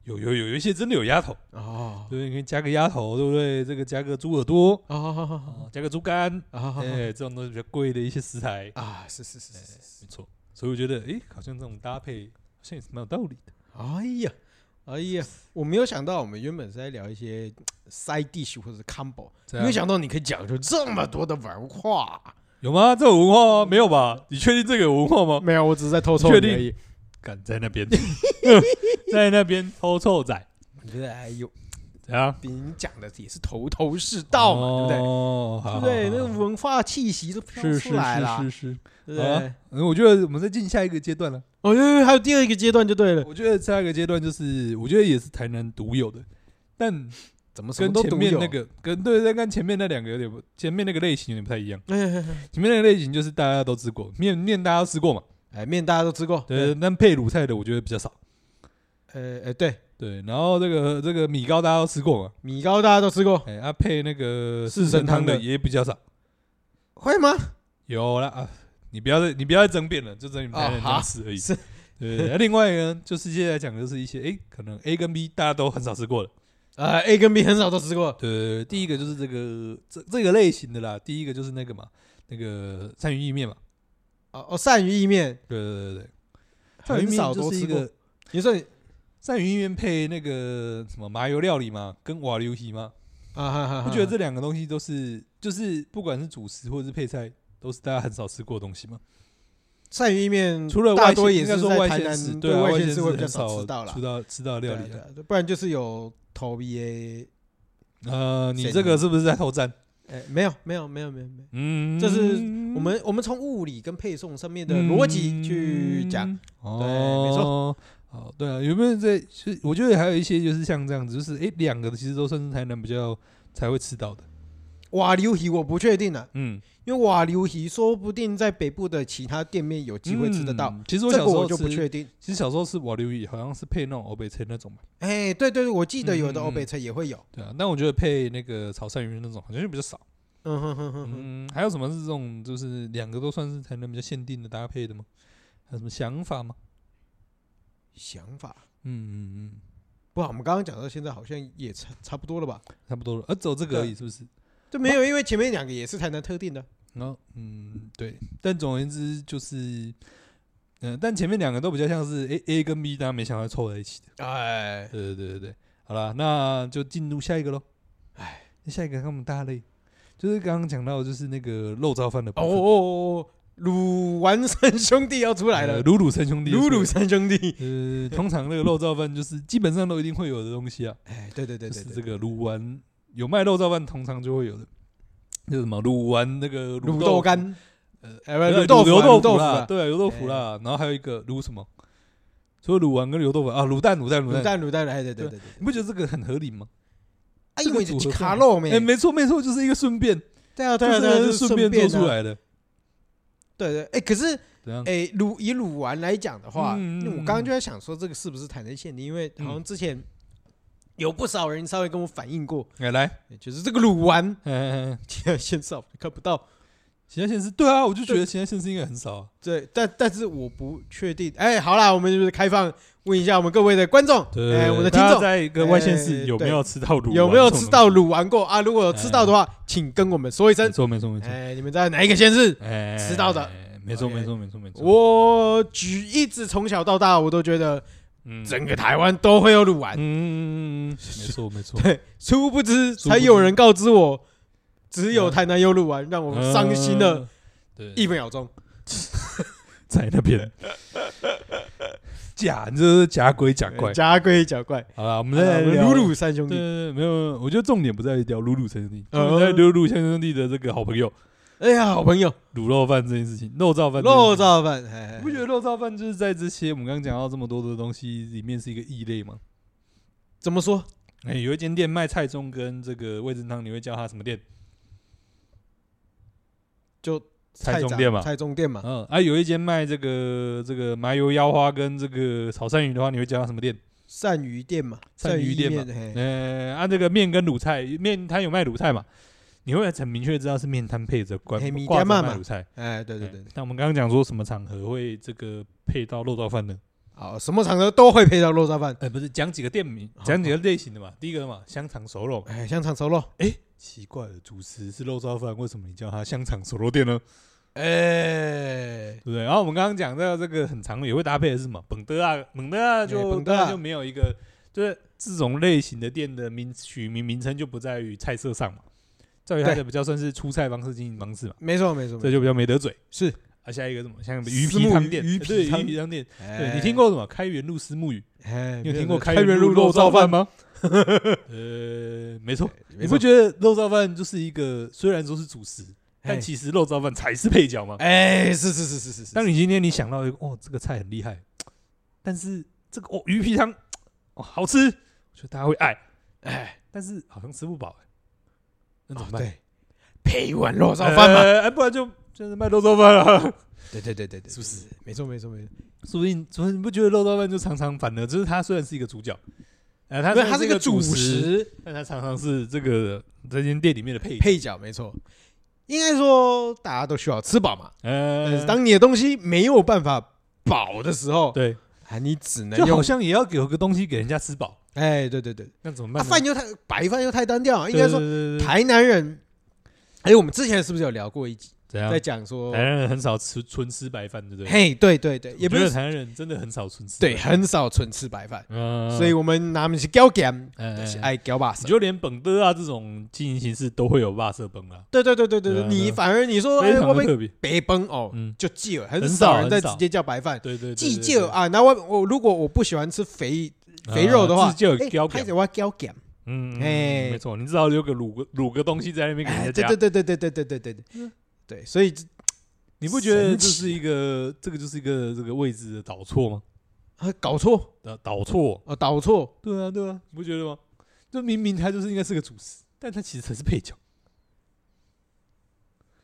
[SPEAKER 2] 有有有有一些真的有鸭 头，
[SPEAKER 1] 哦，
[SPEAKER 2] 对，你可以加个鸭头，对不对？这个加个猪耳朵
[SPEAKER 1] 哦好好好
[SPEAKER 2] 啊、
[SPEAKER 1] 好
[SPEAKER 2] 加个猪 肝，
[SPEAKER 1] 好好
[SPEAKER 2] 哎、
[SPEAKER 1] 好
[SPEAKER 2] 这种都是比较贵的一些食材，
[SPEAKER 1] 啊，是是是是是是，
[SPEAKER 2] 没错。所以我觉得，哎，好像这种搭配好像也是蛮有道理的。
[SPEAKER 1] 哎呀，哎呀，我没有想到我们原本是在聊一些 side dish 或者是 combo，
[SPEAKER 2] 这样
[SPEAKER 1] 没有想到你可以讲出这么多的文化，
[SPEAKER 2] 有吗？这有文化吗？没有吧？你确定这个有文化吗？
[SPEAKER 1] 没有，我只是在偷
[SPEAKER 2] 凑
[SPEAKER 1] 你
[SPEAKER 2] 你
[SPEAKER 1] 而
[SPEAKER 2] 而
[SPEAKER 1] 已，
[SPEAKER 2] 敢在那边， 在那边偷臭仔，
[SPEAKER 1] 对，哎呦。
[SPEAKER 2] 怎样？
[SPEAKER 1] 你讲的也是头头是道嘛，对
[SPEAKER 2] 哦，
[SPEAKER 1] 不
[SPEAKER 2] 好
[SPEAKER 1] 对？对不对？那
[SPEAKER 2] 好好
[SPEAKER 1] 个
[SPEAKER 2] 好
[SPEAKER 1] 文化气息都飘
[SPEAKER 2] 是是
[SPEAKER 1] 出来了
[SPEAKER 2] 是，是是。
[SPEAKER 1] 对不
[SPEAKER 2] 好
[SPEAKER 1] 对
[SPEAKER 2] 啊？嗯，我觉得我们再进下一个阶段了。
[SPEAKER 1] 哦，因为还有第二个阶段就对了，
[SPEAKER 2] 我觉得下一个阶段就是，我觉得也是台南独有的，但
[SPEAKER 1] 怎么什么
[SPEAKER 2] 跟
[SPEAKER 1] 都
[SPEAKER 2] 前
[SPEAKER 1] 独
[SPEAKER 2] 面
[SPEAKER 1] 有
[SPEAKER 2] 那，个跟对对，跟前面那两个有点不，前面那个类型有点不太一样。
[SPEAKER 1] 哎哎哎
[SPEAKER 2] 前面那个类型就是大家都吃过，面面大家都吃过嘛，
[SPEAKER 1] 哎，面大家都吃过，
[SPEAKER 2] 对。但配卤菜的我觉得比较少，
[SPEAKER 1] 呃呃，对，
[SPEAKER 2] 对。然后这个这个米糕大家都吃过嘛，
[SPEAKER 1] 米糕大家都吃过，
[SPEAKER 2] 哎，啊配那个
[SPEAKER 1] 四
[SPEAKER 2] 四
[SPEAKER 1] 神
[SPEAKER 2] 神
[SPEAKER 1] 汤
[SPEAKER 2] 汤的
[SPEAKER 1] 的
[SPEAKER 2] 也比较少。
[SPEAKER 1] 会吗？
[SPEAKER 2] 有啦啊，你不要再你不要再争辩了，就争你们
[SPEAKER 1] 哦
[SPEAKER 2] 台南人这
[SPEAKER 1] 好
[SPEAKER 2] 样吃而已。
[SPEAKER 1] 是
[SPEAKER 2] 对，对对另外呢，就是接下来讲的就是一些哎、诶可能 A 跟 B 大家都很少吃过的。
[SPEAKER 1] 呃，A 跟 B 很少都吃过，
[SPEAKER 2] 对对，对第一个就是这个这这个类型的啦，第一个就是那个嘛，那个鳝鱼意面嘛。
[SPEAKER 1] 哦哦，鳝鱼意面
[SPEAKER 2] 对对对对，鳝鱼意
[SPEAKER 1] 很
[SPEAKER 2] 面
[SPEAKER 1] 少
[SPEAKER 2] 就
[SPEAKER 1] 都
[SPEAKER 2] 是
[SPEAKER 1] 吃
[SPEAKER 2] 一
[SPEAKER 1] 过
[SPEAKER 2] 个。
[SPEAKER 1] 你说你
[SPEAKER 2] 鳝鱼意面配那个什么麻油料理嘛，跟瓦流皮嘛，
[SPEAKER 1] 啊哈哈哈，
[SPEAKER 2] 我觉得这两个东西都是就是不管是主食或者是配菜，都是大家很少吃过的东西嘛。
[SPEAKER 1] 鳝鱼意面
[SPEAKER 2] 除了
[SPEAKER 1] 大
[SPEAKER 2] 外
[SPEAKER 1] 多
[SPEAKER 2] 县
[SPEAKER 1] 也
[SPEAKER 2] 应该
[SPEAKER 1] 是
[SPEAKER 2] 说
[SPEAKER 1] 在
[SPEAKER 2] 外
[SPEAKER 1] 台
[SPEAKER 2] 县市，
[SPEAKER 1] 南
[SPEAKER 2] 对
[SPEAKER 1] 对
[SPEAKER 2] 啊，
[SPEAKER 1] 外
[SPEAKER 2] 外
[SPEAKER 1] 县
[SPEAKER 2] 市
[SPEAKER 1] 市会比较
[SPEAKER 2] 很
[SPEAKER 1] 少吃到啦
[SPEAKER 2] 吃，到吃到
[SPEAKER 1] 对
[SPEAKER 2] 料
[SPEAKER 1] 啊
[SPEAKER 2] 理
[SPEAKER 1] 对啊
[SPEAKER 2] 啊。
[SPEAKER 1] 不然就是有头 B A，
[SPEAKER 2] 呃，你
[SPEAKER 1] 谁
[SPEAKER 2] 这个
[SPEAKER 1] 呢
[SPEAKER 2] 是不是在偷战？
[SPEAKER 1] 哎，没有没有没有没有没有。
[SPEAKER 2] 嗯，
[SPEAKER 1] 这是我们我们从物理跟配送上面的逻辑去讲，
[SPEAKER 2] 嗯。
[SPEAKER 1] 对没
[SPEAKER 2] 哦，好，对啊，有没有在？是我觉得还有一些就是像这样子，就是哎，两个其实都算是台南比较才会吃到的。
[SPEAKER 1] 瓦流皮我不确定啊，
[SPEAKER 2] 嗯，
[SPEAKER 1] 因为瓦流皮说不定在北部的其他店面有机会吃得到，
[SPEAKER 2] 嗯。其实我
[SPEAKER 1] 这
[SPEAKER 2] 小
[SPEAKER 1] 个
[SPEAKER 2] 时候
[SPEAKER 1] 我就不
[SPEAKER 2] 吃
[SPEAKER 1] 确定。
[SPEAKER 2] 其实小时候吃瓦流鱼好像是配那种欧贝菜那种嘛，
[SPEAKER 1] 哎，对对对，我记得有的
[SPEAKER 2] 嗯嗯
[SPEAKER 1] 欧北菜也会有。
[SPEAKER 2] 对啊。但我觉得配那个炒鳝鱼那种好像就比较少。
[SPEAKER 1] 嗯哼哼哼哼，
[SPEAKER 2] 嗯，还有什么是这种就是两个都算是台南比较限定的搭配的吗？还有什么想法吗？
[SPEAKER 1] 想法
[SPEAKER 2] 嗯嗯嗯。
[SPEAKER 1] 不好，我们刚刚讲到现在好像也差差不多了吧？
[SPEAKER 2] 差不多了，呃、只有这个而已，是不是？
[SPEAKER 1] 就没有，因为前面两个也是台南特定的。
[SPEAKER 2] 然后，嗯，对。但总而言之，就是，嗯、但前面两个都比较像是 A A 跟 B，大家没想到凑在一起的。
[SPEAKER 1] 哎，
[SPEAKER 2] 对对对对对，好啦，那就进入下一个喽。哎，下一个看我们大类，就是刚刚讲到的就是那个肉燥饭的部
[SPEAKER 1] 哦
[SPEAKER 2] 分
[SPEAKER 1] 哦哦哦，鲁完三兄弟要出来
[SPEAKER 2] 呃
[SPEAKER 1] 了，
[SPEAKER 2] 鲁鲁三兄弟就
[SPEAKER 1] 鲁
[SPEAKER 2] 是，
[SPEAKER 1] 鲁三兄弟。
[SPEAKER 2] 呃，通常那个肉燥饭就是基本上都一定会有的东西啊，
[SPEAKER 1] 哎，对对对
[SPEAKER 2] 就是
[SPEAKER 1] 对
[SPEAKER 2] 这
[SPEAKER 1] 对，
[SPEAKER 2] 个卤丸有卖肉燥饭，通常就会有的，就是什么卤丸那个
[SPEAKER 1] 卤
[SPEAKER 2] 豆
[SPEAKER 1] 豆干，
[SPEAKER 2] 呃
[SPEAKER 1] 哎，不
[SPEAKER 2] 对啊
[SPEAKER 1] 卤豆腐
[SPEAKER 2] 牛
[SPEAKER 1] 啊，卤豆
[SPEAKER 2] 豆腐
[SPEAKER 1] 腐
[SPEAKER 2] 啦，
[SPEAKER 1] 啊，
[SPEAKER 2] 对啊，牛豆腐啦，然后还有一个卤什么？除了卤丸跟牛豆腐啊，卤蛋，卤蛋，
[SPEAKER 1] 卤
[SPEAKER 2] 卤蛋，
[SPEAKER 1] 蛋卤蛋，哎，对对对对，
[SPEAKER 2] 你不觉得这个很合理吗？
[SPEAKER 1] 啊，
[SPEAKER 2] 这
[SPEAKER 1] 因
[SPEAKER 2] 个
[SPEAKER 1] 为就
[SPEAKER 2] 组
[SPEAKER 1] 是
[SPEAKER 2] 合
[SPEAKER 1] 卡
[SPEAKER 2] 方
[SPEAKER 1] 肉没
[SPEAKER 2] 哎，，没错没错，就是一个顺便，
[SPEAKER 1] 对啊
[SPEAKER 2] 就
[SPEAKER 1] 对啊
[SPEAKER 2] 是
[SPEAKER 1] 对啊，
[SPEAKER 2] 它
[SPEAKER 1] 就是
[SPEAKER 2] 顺便做出
[SPEAKER 1] 啊，
[SPEAKER 2] 来的，
[SPEAKER 1] 对对，哎，可是
[SPEAKER 2] 怎样？
[SPEAKER 1] 哎，卤以卤丸来讲的话，
[SPEAKER 2] 嗯嗯
[SPEAKER 1] 因为我
[SPEAKER 2] 嗯
[SPEAKER 1] 刚刚
[SPEAKER 2] 嗯
[SPEAKER 1] 就在想说这个是不是台南限定，因为好像
[SPEAKER 2] 嗯
[SPEAKER 1] 之前有不少人稍微跟我反映过，
[SPEAKER 2] 哎，来，
[SPEAKER 1] 就是这个卤丸
[SPEAKER 2] 哎哎，哎
[SPEAKER 1] 现在线上看不到，
[SPEAKER 2] 其他县市，对啊，我就觉得其他县市应该很少啊。
[SPEAKER 1] 对，但但是我不确定，哎，好啦，我们就是开放问一下我们各位的观众，
[SPEAKER 2] 对，
[SPEAKER 1] 哎，我的听
[SPEAKER 2] 大家
[SPEAKER 1] 众。
[SPEAKER 2] 在一个外县
[SPEAKER 1] 哎
[SPEAKER 2] 市有没有吃到卤？
[SPEAKER 1] 有没有吃到？卤丸过啊？如果有吃到的话，请跟我们说一
[SPEAKER 2] 没
[SPEAKER 1] 声。
[SPEAKER 2] 错哎没错没错，
[SPEAKER 1] 哎，你们在哪一个县市？
[SPEAKER 2] 哎，
[SPEAKER 1] 吃到的
[SPEAKER 2] 哎，没错
[SPEAKER 1] OK
[SPEAKER 2] 没错没错没错。
[SPEAKER 1] 我举一直从小到大，我都觉得
[SPEAKER 2] 嗯
[SPEAKER 1] 整个台湾都会有卤丸，
[SPEAKER 2] 嗯，没错没错，
[SPEAKER 1] 对，殊不知
[SPEAKER 2] 殊不知
[SPEAKER 1] 才有人告知我，只有台南有卤丸，让我伤心了
[SPEAKER 2] 嗯。对，
[SPEAKER 1] 一秒钟。
[SPEAKER 2] 在那边假，你这是假鬼假怪。
[SPEAKER 1] 假鬼假怪，
[SPEAKER 2] 哎好了，我们
[SPEAKER 1] 好了
[SPEAKER 2] 再
[SPEAKER 1] 哎我们
[SPEAKER 2] 聊
[SPEAKER 1] 鲁。鲁三兄
[SPEAKER 2] 对
[SPEAKER 1] 弟，
[SPEAKER 2] 对对，没有没有，我觉得重点不在于聊鲁鲁三兄弟，
[SPEAKER 1] 嗯
[SPEAKER 2] 重点在于聊鲁鲁三兄弟的这个好朋友，
[SPEAKER 1] 哎呀，好朋友
[SPEAKER 2] 卤肉饭这件事情，肉燥饭这件事
[SPEAKER 1] 肉
[SPEAKER 2] 情，
[SPEAKER 1] 燥饭，哎
[SPEAKER 2] 你不觉得肉燥饭就是在这些我们刚刚讲到这么多的东西里面是一个异类吗？
[SPEAKER 1] 怎么说？
[SPEAKER 2] 哎、有一间店卖菜粽跟这个味噌汤，你会叫它什么店？
[SPEAKER 1] 就
[SPEAKER 2] 菜
[SPEAKER 1] 长
[SPEAKER 2] 中店嘛
[SPEAKER 1] 菜中店嘛，
[SPEAKER 2] 嗯，啊，有一间卖这个这个麻油腰花跟这个炒鳝鱼的话，你会叫它什么店？
[SPEAKER 1] 鳝鱼店嘛，
[SPEAKER 2] 鳝鱼
[SPEAKER 1] 鱼
[SPEAKER 2] 店嘛
[SPEAKER 1] 面，嘿
[SPEAKER 2] 呃，啊，这个面跟卤菜面摊有卖卤菜嘛？你会很明确知道是面摊配着挂
[SPEAKER 1] 嘿米
[SPEAKER 2] 挂着
[SPEAKER 1] 店嘛
[SPEAKER 2] 卖
[SPEAKER 1] 嘛
[SPEAKER 2] 卤菜。
[SPEAKER 1] 哎，对对对
[SPEAKER 2] 哎
[SPEAKER 1] 对，
[SPEAKER 2] 那我们刚刚讲说什么场合会这个配到肉燥饭呢？
[SPEAKER 1] 好，什么场合都会配到肉燥饭，
[SPEAKER 2] 呃，不是讲几个店名，讲几个类型的嘛。第一个嘛，香肠熟肉嘛。
[SPEAKER 1] 哎，香肠熟肉，
[SPEAKER 2] 哎、奇怪了，主食是肉燥饭，为什么你叫它香肠熟肉店呢？
[SPEAKER 1] 哎，
[SPEAKER 2] 对不对？然后我们刚刚讲到这个很常也会搭配的是什么？本德啊，本德啊就，
[SPEAKER 1] 哎本德
[SPEAKER 2] 当
[SPEAKER 1] 啊
[SPEAKER 2] 然就没有一个，就是这种类型的店的名取名名称就不在于菜色上嘛，在于它
[SPEAKER 1] 对
[SPEAKER 2] 的比较算是出菜方式、经营方式嘛，
[SPEAKER 1] 没错没错，
[SPEAKER 2] 这就比较没得嘴。
[SPEAKER 1] 是，
[SPEAKER 2] 啊，下一个什么？像鱼
[SPEAKER 1] 虱
[SPEAKER 2] 皮
[SPEAKER 1] 目
[SPEAKER 2] 汤
[SPEAKER 1] 鱼
[SPEAKER 2] 店，
[SPEAKER 1] 鱼
[SPEAKER 2] 呃
[SPEAKER 1] 皮
[SPEAKER 2] 对
[SPEAKER 1] 汤
[SPEAKER 2] 鱼皮汤店，对
[SPEAKER 1] 哎
[SPEAKER 2] 你听？过什么？开元路虱目鱼，
[SPEAKER 1] 哎，
[SPEAKER 2] 你有
[SPEAKER 1] 没
[SPEAKER 2] 听过
[SPEAKER 1] 开
[SPEAKER 2] 元
[SPEAKER 1] 元
[SPEAKER 2] 路
[SPEAKER 1] 肉
[SPEAKER 2] 燥
[SPEAKER 1] 饭？哎
[SPEAKER 2] 吗？ 呃，没错，你
[SPEAKER 1] 你
[SPEAKER 2] 不觉得肉燥饭就是一个虽然说是主食，但
[SPEAKER 1] 哎
[SPEAKER 2] 其实肉燥饭才是配角吗？
[SPEAKER 1] 哎，是是是是是是，
[SPEAKER 2] 当你今天你想到一个哦，这个菜很厉害，但是这个哦鱼皮汤哦好吃，我觉得大家会爱，哎，但是好像吃不饱、哎那怎
[SPEAKER 1] 哦
[SPEAKER 2] 么办？哎
[SPEAKER 1] 对，配一碗肉燥饭嘛，
[SPEAKER 2] 哎、哎不然就就是卖肉燥饭了，
[SPEAKER 1] 对对对对对，
[SPEAKER 2] 是不是？
[SPEAKER 1] 没错没错没错，
[SPEAKER 2] 说不定，说不定你不觉得肉燥饭就常常反而就是它虽然是一个主角，呃，它
[SPEAKER 1] 对，
[SPEAKER 2] 虽然
[SPEAKER 1] 它是
[SPEAKER 2] 一
[SPEAKER 1] 个
[SPEAKER 2] 主
[SPEAKER 1] 主
[SPEAKER 2] 食，
[SPEAKER 1] 食
[SPEAKER 2] 但它常常是这个这间店里面的配角。
[SPEAKER 1] 配角，没错。应该说大家都需要吃饱嘛，但
[SPEAKER 2] 呃
[SPEAKER 1] 是，当你的东西没有办法饱的时候，
[SPEAKER 2] 对，
[SPEAKER 1] 啊，你只能
[SPEAKER 2] 就好
[SPEAKER 1] 用
[SPEAKER 2] 像也要有个东西给人家吃饱，
[SPEAKER 1] 哎，对对对，
[SPEAKER 2] 那怎么
[SPEAKER 1] 啊，
[SPEAKER 2] 办呢？
[SPEAKER 1] 饭又太白饭又太单调啊，应该说
[SPEAKER 2] 对对对对
[SPEAKER 1] 台南人，哎，我们之前是不是有聊过一集，
[SPEAKER 2] 怎样
[SPEAKER 1] 在？讲说
[SPEAKER 2] 台，南人很少吃纯吃白饭，对不对？
[SPEAKER 1] 嘿，对对对，
[SPEAKER 2] 我
[SPEAKER 1] 也不
[SPEAKER 2] 觉得
[SPEAKER 1] 是
[SPEAKER 2] 台南人真的很少纯吃白
[SPEAKER 1] 对，
[SPEAKER 2] 饭，
[SPEAKER 1] 很少纯吃白饭，
[SPEAKER 2] 嗯，
[SPEAKER 1] 所以我们拿们是搞咸，
[SPEAKER 2] 哎
[SPEAKER 1] 是
[SPEAKER 2] 哎，
[SPEAKER 1] 爱搞把
[SPEAKER 2] 你就连本德啊这种经营形式都会有霸色崩啦，
[SPEAKER 1] 对对对对对
[SPEAKER 2] 对
[SPEAKER 1] 对
[SPEAKER 2] 啊，对
[SPEAKER 1] 你
[SPEAKER 2] 啊
[SPEAKER 1] 反而你说
[SPEAKER 2] 非
[SPEAKER 1] 哎
[SPEAKER 2] 常
[SPEAKER 1] 我
[SPEAKER 2] 的
[SPEAKER 1] 被
[SPEAKER 2] 特别。
[SPEAKER 1] 白崩哦
[SPEAKER 2] 嗯，
[SPEAKER 1] 就忌了，很
[SPEAKER 2] 很
[SPEAKER 1] 少
[SPEAKER 2] 少
[SPEAKER 1] 人在
[SPEAKER 2] 很少
[SPEAKER 1] 直接叫白饭。
[SPEAKER 2] 对对，对
[SPEAKER 1] 忌
[SPEAKER 2] 对
[SPEAKER 1] 就啊，那我我如果我不喜欢吃肥肥肉的话，
[SPEAKER 2] 就有
[SPEAKER 1] 哎
[SPEAKER 2] 胶
[SPEAKER 1] 拍
[SPEAKER 2] 感
[SPEAKER 1] 着。我要咸，
[SPEAKER 2] 嗯，
[SPEAKER 1] 哎
[SPEAKER 2] 哎，没错，你至少有个卤个卤个东西在那边给
[SPEAKER 1] 哎，
[SPEAKER 2] 人
[SPEAKER 1] 对
[SPEAKER 2] 家
[SPEAKER 1] 对
[SPEAKER 2] 加，
[SPEAKER 1] 对对对对对对对对
[SPEAKER 2] 嗯，
[SPEAKER 1] 对，所以
[SPEAKER 2] 你不觉得
[SPEAKER 1] 神
[SPEAKER 2] 这
[SPEAKER 1] 奇
[SPEAKER 2] 是一个这个就是一个这个位置的导错吗？
[SPEAKER 1] 啊搞错
[SPEAKER 2] 呃，导错，
[SPEAKER 1] 哦，导错，
[SPEAKER 2] 对啊，对啊，你不觉得吗？就明明它就是应该是个主食，但它其实才是配角。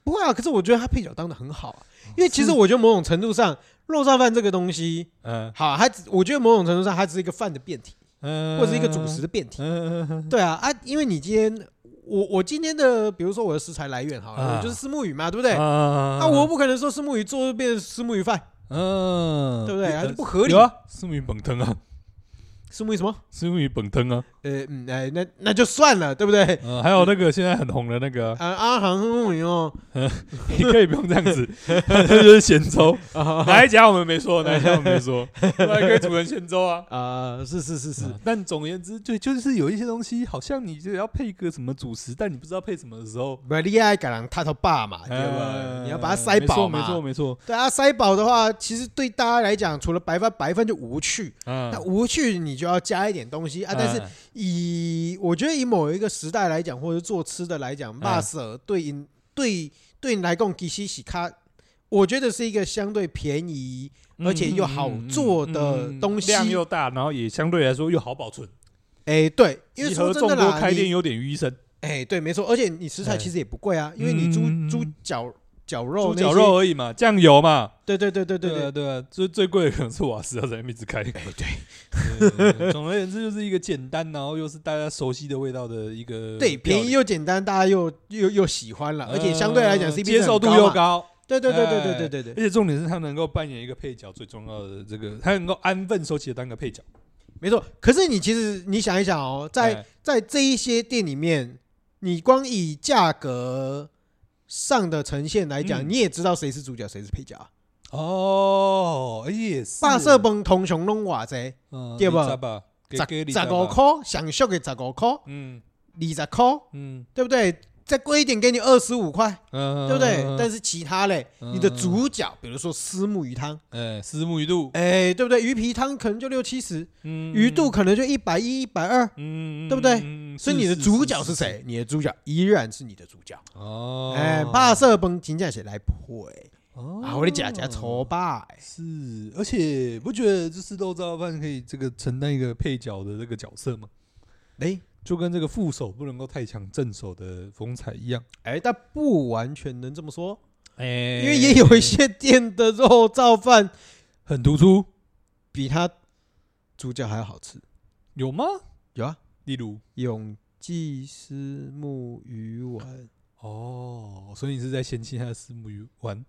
[SPEAKER 1] 不会啊，可是我觉得他配角当的很好
[SPEAKER 2] 哦
[SPEAKER 1] 啊，因为其实我觉得某种程度上，肉燥饭这个东西，
[SPEAKER 2] 嗯
[SPEAKER 1] 好，它只我觉得某种程度上它只是一个饭的变体，
[SPEAKER 2] 嗯，
[SPEAKER 1] 或者是一个主食的变体，
[SPEAKER 2] 嗯，嗯嗯
[SPEAKER 1] 对啊啊，因为你今天我我今天的比如说我的食材来源好了，
[SPEAKER 2] 啊
[SPEAKER 1] 我就是丝木鱼嘛，对不对？
[SPEAKER 2] 啊
[SPEAKER 1] 啊，我不可能说丝木鱼做就变成丝木鱼饭，
[SPEAKER 2] 嗯，
[SPEAKER 1] 对不对？啊，
[SPEAKER 2] 呃
[SPEAKER 1] 就不合理
[SPEAKER 2] 有。啊，丝木鱼本汤啊，
[SPEAKER 1] 丝木鱼什么？
[SPEAKER 2] 丝木鱼本汤啊，
[SPEAKER 1] 呃嗯哎，那那就算了，对不对？，
[SPEAKER 2] 呃，还有那个现在很红的那个
[SPEAKER 1] 啊，阿航很母语哦，
[SPEAKER 2] 你可以不用这 样子，这就是咸粥。
[SPEAKER 1] 啊
[SPEAKER 2] 哪一家我们没说，哪一家我们没说，那可以煮成咸粥啊。
[SPEAKER 1] 啊，是是是是
[SPEAKER 2] 啊，但总而言之，对，就是有一些东西，好像你就要配一个什么主食，但你不知道配什么的时候，
[SPEAKER 1] 不，你爱给人踏到爸嘛，对吧？
[SPEAKER 2] 呃
[SPEAKER 1] 哎你要把它塞饱嘛。
[SPEAKER 2] 没错，没错，没错。
[SPEAKER 1] 对啊，塞饱的话，其实对大家来讲，除了白饭，白饭就无趣。
[SPEAKER 2] 嗯
[SPEAKER 1] 那无趣，你就要加一点东西啊。但是
[SPEAKER 2] 嗯
[SPEAKER 1] 以我觉得以某一个时代来讲，或者做吃的来讲，
[SPEAKER 2] 嗯
[SPEAKER 1] 辣舍对应对对你来讲，其实是卡，我觉得是一个相对便宜，
[SPEAKER 2] 嗯
[SPEAKER 1] 而且又好做的东西
[SPEAKER 2] 量又大，然后也相对来说又好保存。
[SPEAKER 1] 哎，对，因为
[SPEAKER 2] 集
[SPEAKER 1] 说
[SPEAKER 2] 合
[SPEAKER 1] 真
[SPEAKER 2] 众
[SPEAKER 1] 的
[SPEAKER 2] 多
[SPEAKER 1] 啦，
[SPEAKER 2] 开
[SPEAKER 1] 你
[SPEAKER 2] 店有点于一身，
[SPEAKER 1] 哎，对，没错，而且你食材
[SPEAKER 2] 哎
[SPEAKER 1] 其实也不贵啊，因为你猪
[SPEAKER 2] 嗯
[SPEAKER 1] 猪脚绞肉
[SPEAKER 2] 猪
[SPEAKER 1] 那
[SPEAKER 2] 脚
[SPEAKER 1] 些
[SPEAKER 2] 肉，而已嘛，酱油嘛，
[SPEAKER 1] 对对对对对
[SPEAKER 2] 对啊
[SPEAKER 1] 对，
[SPEAKER 2] 对啊，最最贵的可能是瓦斯啊要在那边一直开。
[SPEAKER 1] 哎对
[SPEAKER 2] 对总而言之，就是一个简单，然后又是大家熟悉的味道的一个
[SPEAKER 1] 对，便宜
[SPEAKER 2] 又
[SPEAKER 1] 又简单，大家又又又喜欢了，而且相对来讲 CP
[SPEAKER 2] 呃接受度
[SPEAKER 1] 值很
[SPEAKER 2] 又
[SPEAKER 1] 嘛，
[SPEAKER 2] 高，啊
[SPEAKER 1] 对对对对对
[SPEAKER 2] 哎
[SPEAKER 1] 对对对
[SPEAKER 2] 而，且重点是它能够扮演一个配角，最重要的这个，它能够安分守己的当个配角。
[SPEAKER 1] 没错。可是你其实你想一想哦，在
[SPEAKER 2] 哎
[SPEAKER 1] 在这一些店里面，你光以价格上的呈现来讲，
[SPEAKER 2] 嗯
[SPEAKER 1] 你也知道谁是主角，谁是配角啊。
[SPEAKER 2] 哦，哎也是
[SPEAKER 1] 霸色崩通熊弄瓦贼，
[SPEAKER 2] 嗯，
[SPEAKER 1] 对吧
[SPEAKER 2] 你知道吧？给
[SPEAKER 1] 十
[SPEAKER 2] 给
[SPEAKER 1] 十
[SPEAKER 2] 你知道吧
[SPEAKER 1] 五块，上俗的十五块，
[SPEAKER 2] 嗯
[SPEAKER 1] 二十块。
[SPEAKER 2] 嗯。
[SPEAKER 1] 对不对？再贵一点给你二十五块，
[SPEAKER 2] 嗯，
[SPEAKER 1] 对不对？
[SPEAKER 2] 嗯
[SPEAKER 1] 但是其他嘞，
[SPEAKER 2] 嗯
[SPEAKER 1] 你的主角，比如说丝木鱼汤，
[SPEAKER 2] 哎，石目鱼肚，
[SPEAKER 1] 哎，对不对？鱼皮汤可能就六七十，
[SPEAKER 2] 嗯
[SPEAKER 1] 鱼肚，可能就一百一、一百二，
[SPEAKER 2] 嗯，嗯
[SPEAKER 1] 对不对？
[SPEAKER 2] 嗯
[SPEAKER 1] 所以你的主角是？谁？你的主角依然是你的主角。
[SPEAKER 2] 哦，
[SPEAKER 1] 哎，拍摄本真正是来配
[SPEAKER 2] 哦
[SPEAKER 1] 啊，我的假假丑吧。
[SPEAKER 2] 是，而且不觉得就是肉燥饭可以这个承担一个配角的这个角色吗？
[SPEAKER 1] 哎
[SPEAKER 2] 就跟这个副手不能够太强正手的风采一样，
[SPEAKER 1] 哎，但不完全能这么说，
[SPEAKER 2] 哎、
[SPEAKER 1] 因为也有一些店的肉燥饭
[SPEAKER 2] 很突出，
[SPEAKER 1] 比它主角还要好吃。
[SPEAKER 2] 有吗？
[SPEAKER 1] 有啊，
[SPEAKER 2] 例如，
[SPEAKER 1] 永济丝木鱼丸。
[SPEAKER 2] 哦，所以你是在嫌弃他的私募鱼丸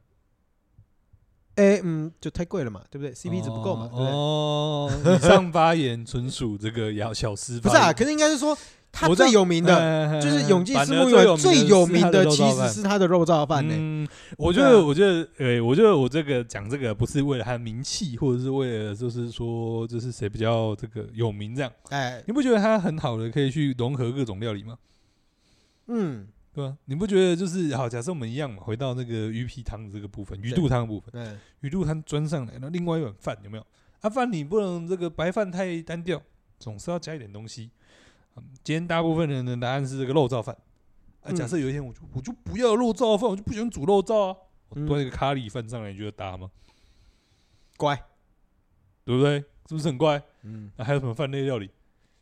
[SPEAKER 1] 哎，嗯，就太贵了嘛，对不对？CP 值不够嘛，对不对？
[SPEAKER 2] 哦，以上发言纯属这个小小哎私
[SPEAKER 1] 不
[SPEAKER 2] 发言，
[SPEAKER 1] 是啊，可是应该是说它
[SPEAKER 2] 我知道
[SPEAKER 1] 最有名的。
[SPEAKER 2] 的
[SPEAKER 1] 就是永
[SPEAKER 2] 哎
[SPEAKER 1] 济私木鱼丸最有名的其实是它的肉燥饭呢。
[SPEAKER 2] 嗯，我觉
[SPEAKER 1] 对
[SPEAKER 2] 得，
[SPEAKER 1] 啊
[SPEAKER 2] 我觉得，呃、我觉得我这个讲这个不是为了他的名气，或者是为了就是说，就是谁比较这个有名这样。
[SPEAKER 1] 哎，
[SPEAKER 2] 你不觉得他很好的可以去融合各种料理吗？
[SPEAKER 1] 嗯，
[SPEAKER 2] 对吧？你不觉得就是好？假设我们一样嘛，回到那个鱼皮汤的这个部分，鱼肚汤的部分，
[SPEAKER 1] 嗯，
[SPEAKER 2] 鱼肚汤端上来，那另外一碗饭有没有？啊，饭你不能这个白饭太单调，总是要加一点东西。嗯今天大部分人的答案是这个肉燥饭。啊，
[SPEAKER 1] 嗯
[SPEAKER 2] 假设有一天我就我就不要肉燥饭，我就不喜欢煮肉燥啊，我
[SPEAKER 1] 嗯
[SPEAKER 2] 端一个咖喱饭上来，你觉得搭吗？
[SPEAKER 1] 乖，
[SPEAKER 2] 对不对？是不是很怪？
[SPEAKER 1] 嗯，
[SPEAKER 2] 啊、还有什么饭类料理？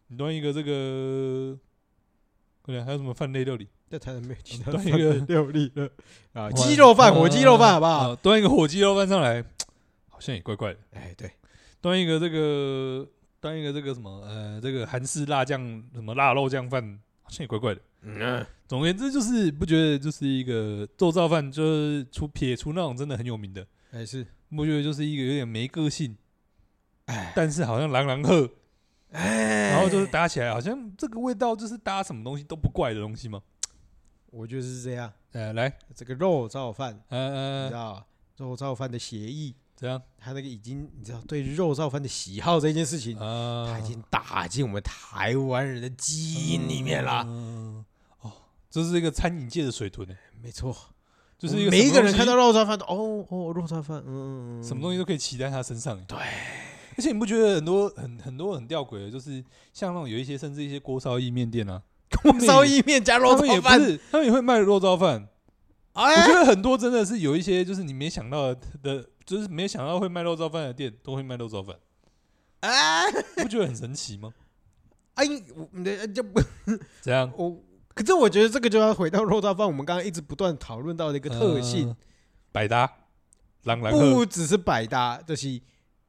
[SPEAKER 2] 你端一个这个，对啊，还有什么饭类料理？
[SPEAKER 1] 这台南没有其他
[SPEAKER 2] 端
[SPEAKER 1] 饭
[SPEAKER 2] 一个
[SPEAKER 1] 的料理了啊，
[SPEAKER 2] 完
[SPEAKER 1] 鸡肉饭、火鸡肉饭，
[SPEAKER 2] 呃
[SPEAKER 1] 好不好？
[SPEAKER 2] 啊端一个火鸡肉饭上来，好像也怪怪的。
[SPEAKER 1] 哎，对，
[SPEAKER 2] 端一个这个，端一个这个什么，呃，这个韩式辣酱什么辣肉酱饭，好像也怪怪的。
[SPEAKER 1] 嗯，
[SPEAKER 2] 总而言之，就是不觉得就是一个肉燥饭，就是除撇除那种真的很有名的，
[SPEAKER 1] 还哎是，
[SPEAKER 2] 不觉得就是一个有点没个性，
[SPEAKER 1] 哎，
[SPEAKER 2] 但是好像朗朗喝，
[SPEAKER 1] 哎，
[SPEAKER 2] 然后就是搭起来，好像这个味道就是搭什么东西都不怪的东西嘛。
[SPEAKER 1] 我觉得是这样，
[SPEAKER 2] 呃，来，
[SPEAKER 1] 这个肉燥饭，
[SPEAKER 2] 呃
[SPEAKER 1] 你知
[SPEAKER 2] 呃，
[SPEAKER 1] 道吧肉燥饭的协议，
[SPEAKER 2] 怎样？
[SPEAKER 1] 他那个已经，你知道对肉燥饭的喜好这件事情，
[SPEAKER 2] 啊，
[SPEAKER 1] 他已经打进我们台湾人的基因里面了。
[SPEAKER 2] 嗯哦，这是一个餐饮界的水豚欸，
[SPEAKER 1] 没错，
[SPEAKER 2] 就是
[SPEAKER 1] 我
[SPEAKER 2] 一
[SPEAKER 1] 们
[SPEAKER 2] 个
[SPEAKER 1] 每一
[SPEAKER 2] 什么
[SPEAKER 1] 个
[SPEAKER 2] 东
[SPEAKER 1] 人
[SPEAKER 2] 西
[SPEAKER 1] 看到肉燥饭都，哦哦，肉燥饭，嗯嗯，嗯
[SPEAKER 2] 什么东西都可以骑在他身上欸。
[SPEAKER 1] 对
[SPEAKER 2] 而且你不觉得很多很很多很吊诡的，就是像那种有一些甚至一些锅烧意面店啊，
[SPEAKER 1] 嗯烧意面加肉
[SPEAKER 2] 他们也
[SPEAKER 1] 燥
[SPEAKER 2] 不
[SPEAKER 1] 饭，
[SPEAKER 2] 是，他们也会卖肉燥饭。我
[SPEAKER 1] 哎
[SPEAKER 2] 觉，得很多真的是有一些就是你没想到的，就是没想到会卖肉燥饭的店都会卖肉燥饭，
[SPEAKER 1] 哎，
[SPEAKER 2] 你不觉得很神 奇吗？
[SPEAKER 1] 哎，我你的这不
[SPEAKER 2] 怎样？
[SPEAKER 1] 我，可是我觉得这个就要回到肉燥饭，我们刚刚一直不断讨论到的一个特性
[SPEAKER 2] 呃，，百搭，朗朗
[SPEAKER 1] 不只是百搭，就是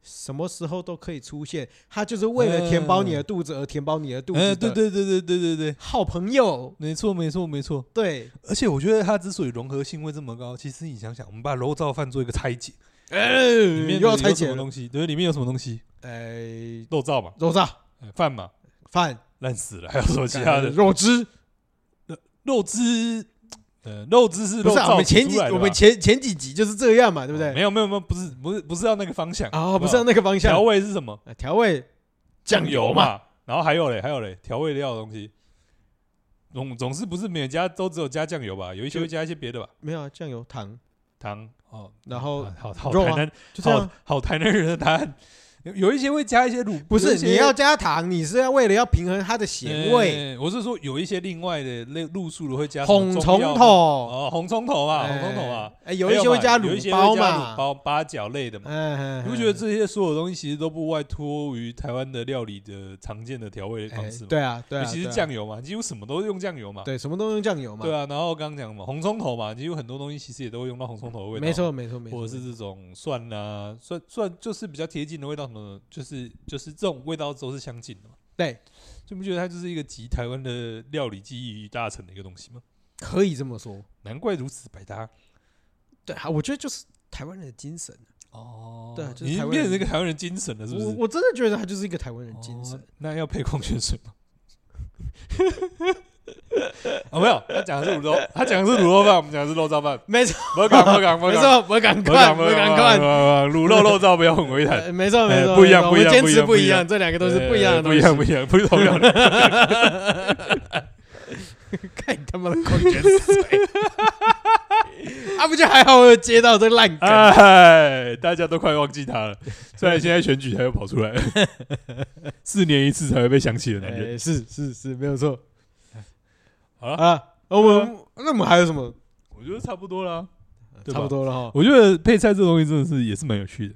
[SPEAKER 1] 什么时候都可以出现，它就是为了填饱你的肚子而填饱你的肚
[SPEAKER 2] 呃，
[SPEAKER 1] 子
[SPEAKER 2] 对
[SPEAKER 1] 的
[SPEAKER 2] 对对对对对对，
[SPEAKER 1] 好朋友。
[SPEAKER 2] 没错没错没错。
[SPEAKER 1] 对，
[SPEAKER 2] 而且我觉得它之所以融合性会这么高，其实你想想，我们把肉燥饭做一个拆解，里面
[SPEAKER 1] 又要拆
[SPEAKER 2] 有什
[SPEAKER 1] 解
[SPEAKER 2] 么
[SPEAKER 1] 了，
[SPEAKER 2] 东西？对，里面有什么东西？
[SPEAKER 1] 哎，
[SPEAKER 2] 肉燥嘛，
[SPEAKER 1] 肉燥
[SPEAKER 2] 呃饭嘛，
[SPEAKER 1] 饭，
[SPEAKER 2] 烂死了，还有什么其他的？
[SPEAKER 1] 肉汁，
[SPEAKER 2] 肉汁，呃，肉汁是
[SPEAKER 1] 不
[SPEAKER 2] 肉
[SPEAKER 1] 是啊？
[SPEAKER 2] 燥
[SPEAKER 1] 我们前几
[SPEAKER 2] 煮出来的吧
[SPEAKER 1] 我们前前几集就是这样嘛，对不
[SPEAKER 2] 哦
[SPEAKER 1] 对？
[SPEAKER 2] 没有没有没有，不是不是不是要那个方向
[SPEAKER 1] 啊，不是按那个方向
[SPEAKER 2] 调，味是什么？
[SPEAKER 1] 啊调味酱油嘛，
[SPEAKER 2] 嘛，然后还有嘞还有嘞调味料的东西，总总是不是每家都只有加酱油吧？有一些会加一些别的吧，
[SPEAKER 1] 没有啊酱油糖，
[SPEAKER 2] 糖哦，
[SPEAKER 1] 然后
[SPEAKER 2] 啊哦好好
[SPEAKER 1] 肉
[SPEAKER 2] 台
[SPEAKER 1] 啊
[SPEAKER 2] 南
[SPEAKER 1] 就这样
[SPEAKER 2] 好。好台南人的答案，有有一些会加一些乳，
[SPEAKER 1] 不
[SPEAKER 2] 有一
[SPEAKER 1] 是
[SPEAKER 2] 些
[SPEAKER 1] 你要加糖，你是要为了要平衡它的咸味，
[SPEAKER 2] 呃我是说有一些另外的类路数的会加什么
[SPEAKER 1] 红
[SPEAKER 2] 中
[SPEAKER 1] 葱
[SPEAKER 2] 药
[SPEAKER 1] 头，
[SPEAKER 2] 哦，红葱头啊，
[SPEAKER 1] 哎
[SPEAKER 2] 红葱头啊，，
[SPEAKER 1] 哎，有一些会加
[SPEAKER 2] 还有嘛有一
[SPEAKER 1] 卤
[SPEAKER 2] 些
[SPEAKER 1] 包
[SPEAKER 2] 会加
[SPEAKER 1] 嘛
[SPEAKER 2] 卤，包八角类的嘛。
[SPEAKER 1] 嗯，
[SPEAKER 2] 你不觉得这些所有东西其实都不外脱于台湾的料理的常见的调味
[SPEAKER 1] 哎
[SPEAKER 2] 方式嘛？
[SPEAKER 1] 对啊，对啊，
[SPEAKER 2] 尤其是
[SPEAKER 1] 对啊，
[SPEAKER 2] 酱油嘛，几乎什么都用酱油嘛。
[SPEAKER 1] 对，什么都用酱油嘛，
[SPEAKER 2] 对啊，然后刚刚讲嘛，红葱头嘛，几乎很多东西其实也都会用到红葱头的味道，
[SPEAKER 1] 没，错，没错，没错，
[SPEAKER 2] 或者是这种蒜啊，蒜蒜就是比较贴近的味道，什么就是就是这种味道都是相近的嘛。
[SPEAKER 1] 对，
[SPEAKER 2] 所以不觉得它就是一个集台湾的料理技艺于大成的一个东西吗？
[SPEAKER 1] 可以这么说，
[SPEAKER 2] 难怪如此百搭
[SPEAKER 1] 对啊，我觉得就是台湾人的精神，
[SPEAKER 2] 哦
[SPEAKER 1] 对啊就是
[SPEAKER 2] 你已
[SPEAKER 1] 台湾
[SPEAKER 2] 经变成一
[SPEAKER 1] 人
[SPEAKER 2] 个台湾人精神了，是不
[SPEAKER 1] 我
[SPEAKER 2] 是？
[SPEAKER 1] 我真的觉得他就是一个台湾人的精神
[SPEAKER 2] 哦，那要配矿泉水吗？ 哦，没有，他讲的是卤肉，他讲的是卤肉饭，我们讲的是肉燥饭。
[SPEAKER 1] 没错，
[SPEAKER 2] 不敢，不敢，不
[SPEAKER 1] 没
[SPEAKER 2] 敢，
[SPEAKER 1] 错，我敢
[SPEAKER 2] 不敢，
[SPEAKER 1] 看，
[SPEAKER 2] 不
[SPEAKER 1] 我敢看。
[SPEAKER 2] 看，卤肉肉燥不要混为一谈。
[SPEAKER 1] 呃没错
[SPEAKER 2] 哎
[SPEAKER 1] 没错，
[SPEAKER 2] 不一样
[SPEAKER 1] 没错
[SPEAKER 2] 不一样
[SPEAKER 1] 我们坚持
[SPEAKER 2] 不
[SPEAKER 1] 不
[SPEAKER 2] 一样不一
[SPEAKER 1] 一
[SPEAKER 2] 样
[SPEAKER 1] 样，这两个都是不一样的
[SPEAKER 2] 不
[SPEAKER 1] 东
[SPEAKER 2] 一
[SPEAKER 1] 西，
[SPEAKER 2] 样，不一样，不是同样的。
[SPEAKER 1] 看你他妈的矿泉水，啊，不就还好我有接到这个烂梗，
[SPEAKER 2] 哎，大家都快忘记他了。 虽然现在选举他又跑出 来了，四年一次才会被想起的男人。
[SPEAKER 1] 哎是是是，没有错。
[SPEAKER 2] 好了
[SPEAKER 1] 啊，我们那我们还有什么？
[SPEAKER 2] 我觉得差不多啦，对吧
[SPEAKER 1] 差不。多了哈。
[SPEAKER 2] 我觉得配菜这东西真的是也是蛮有趣的。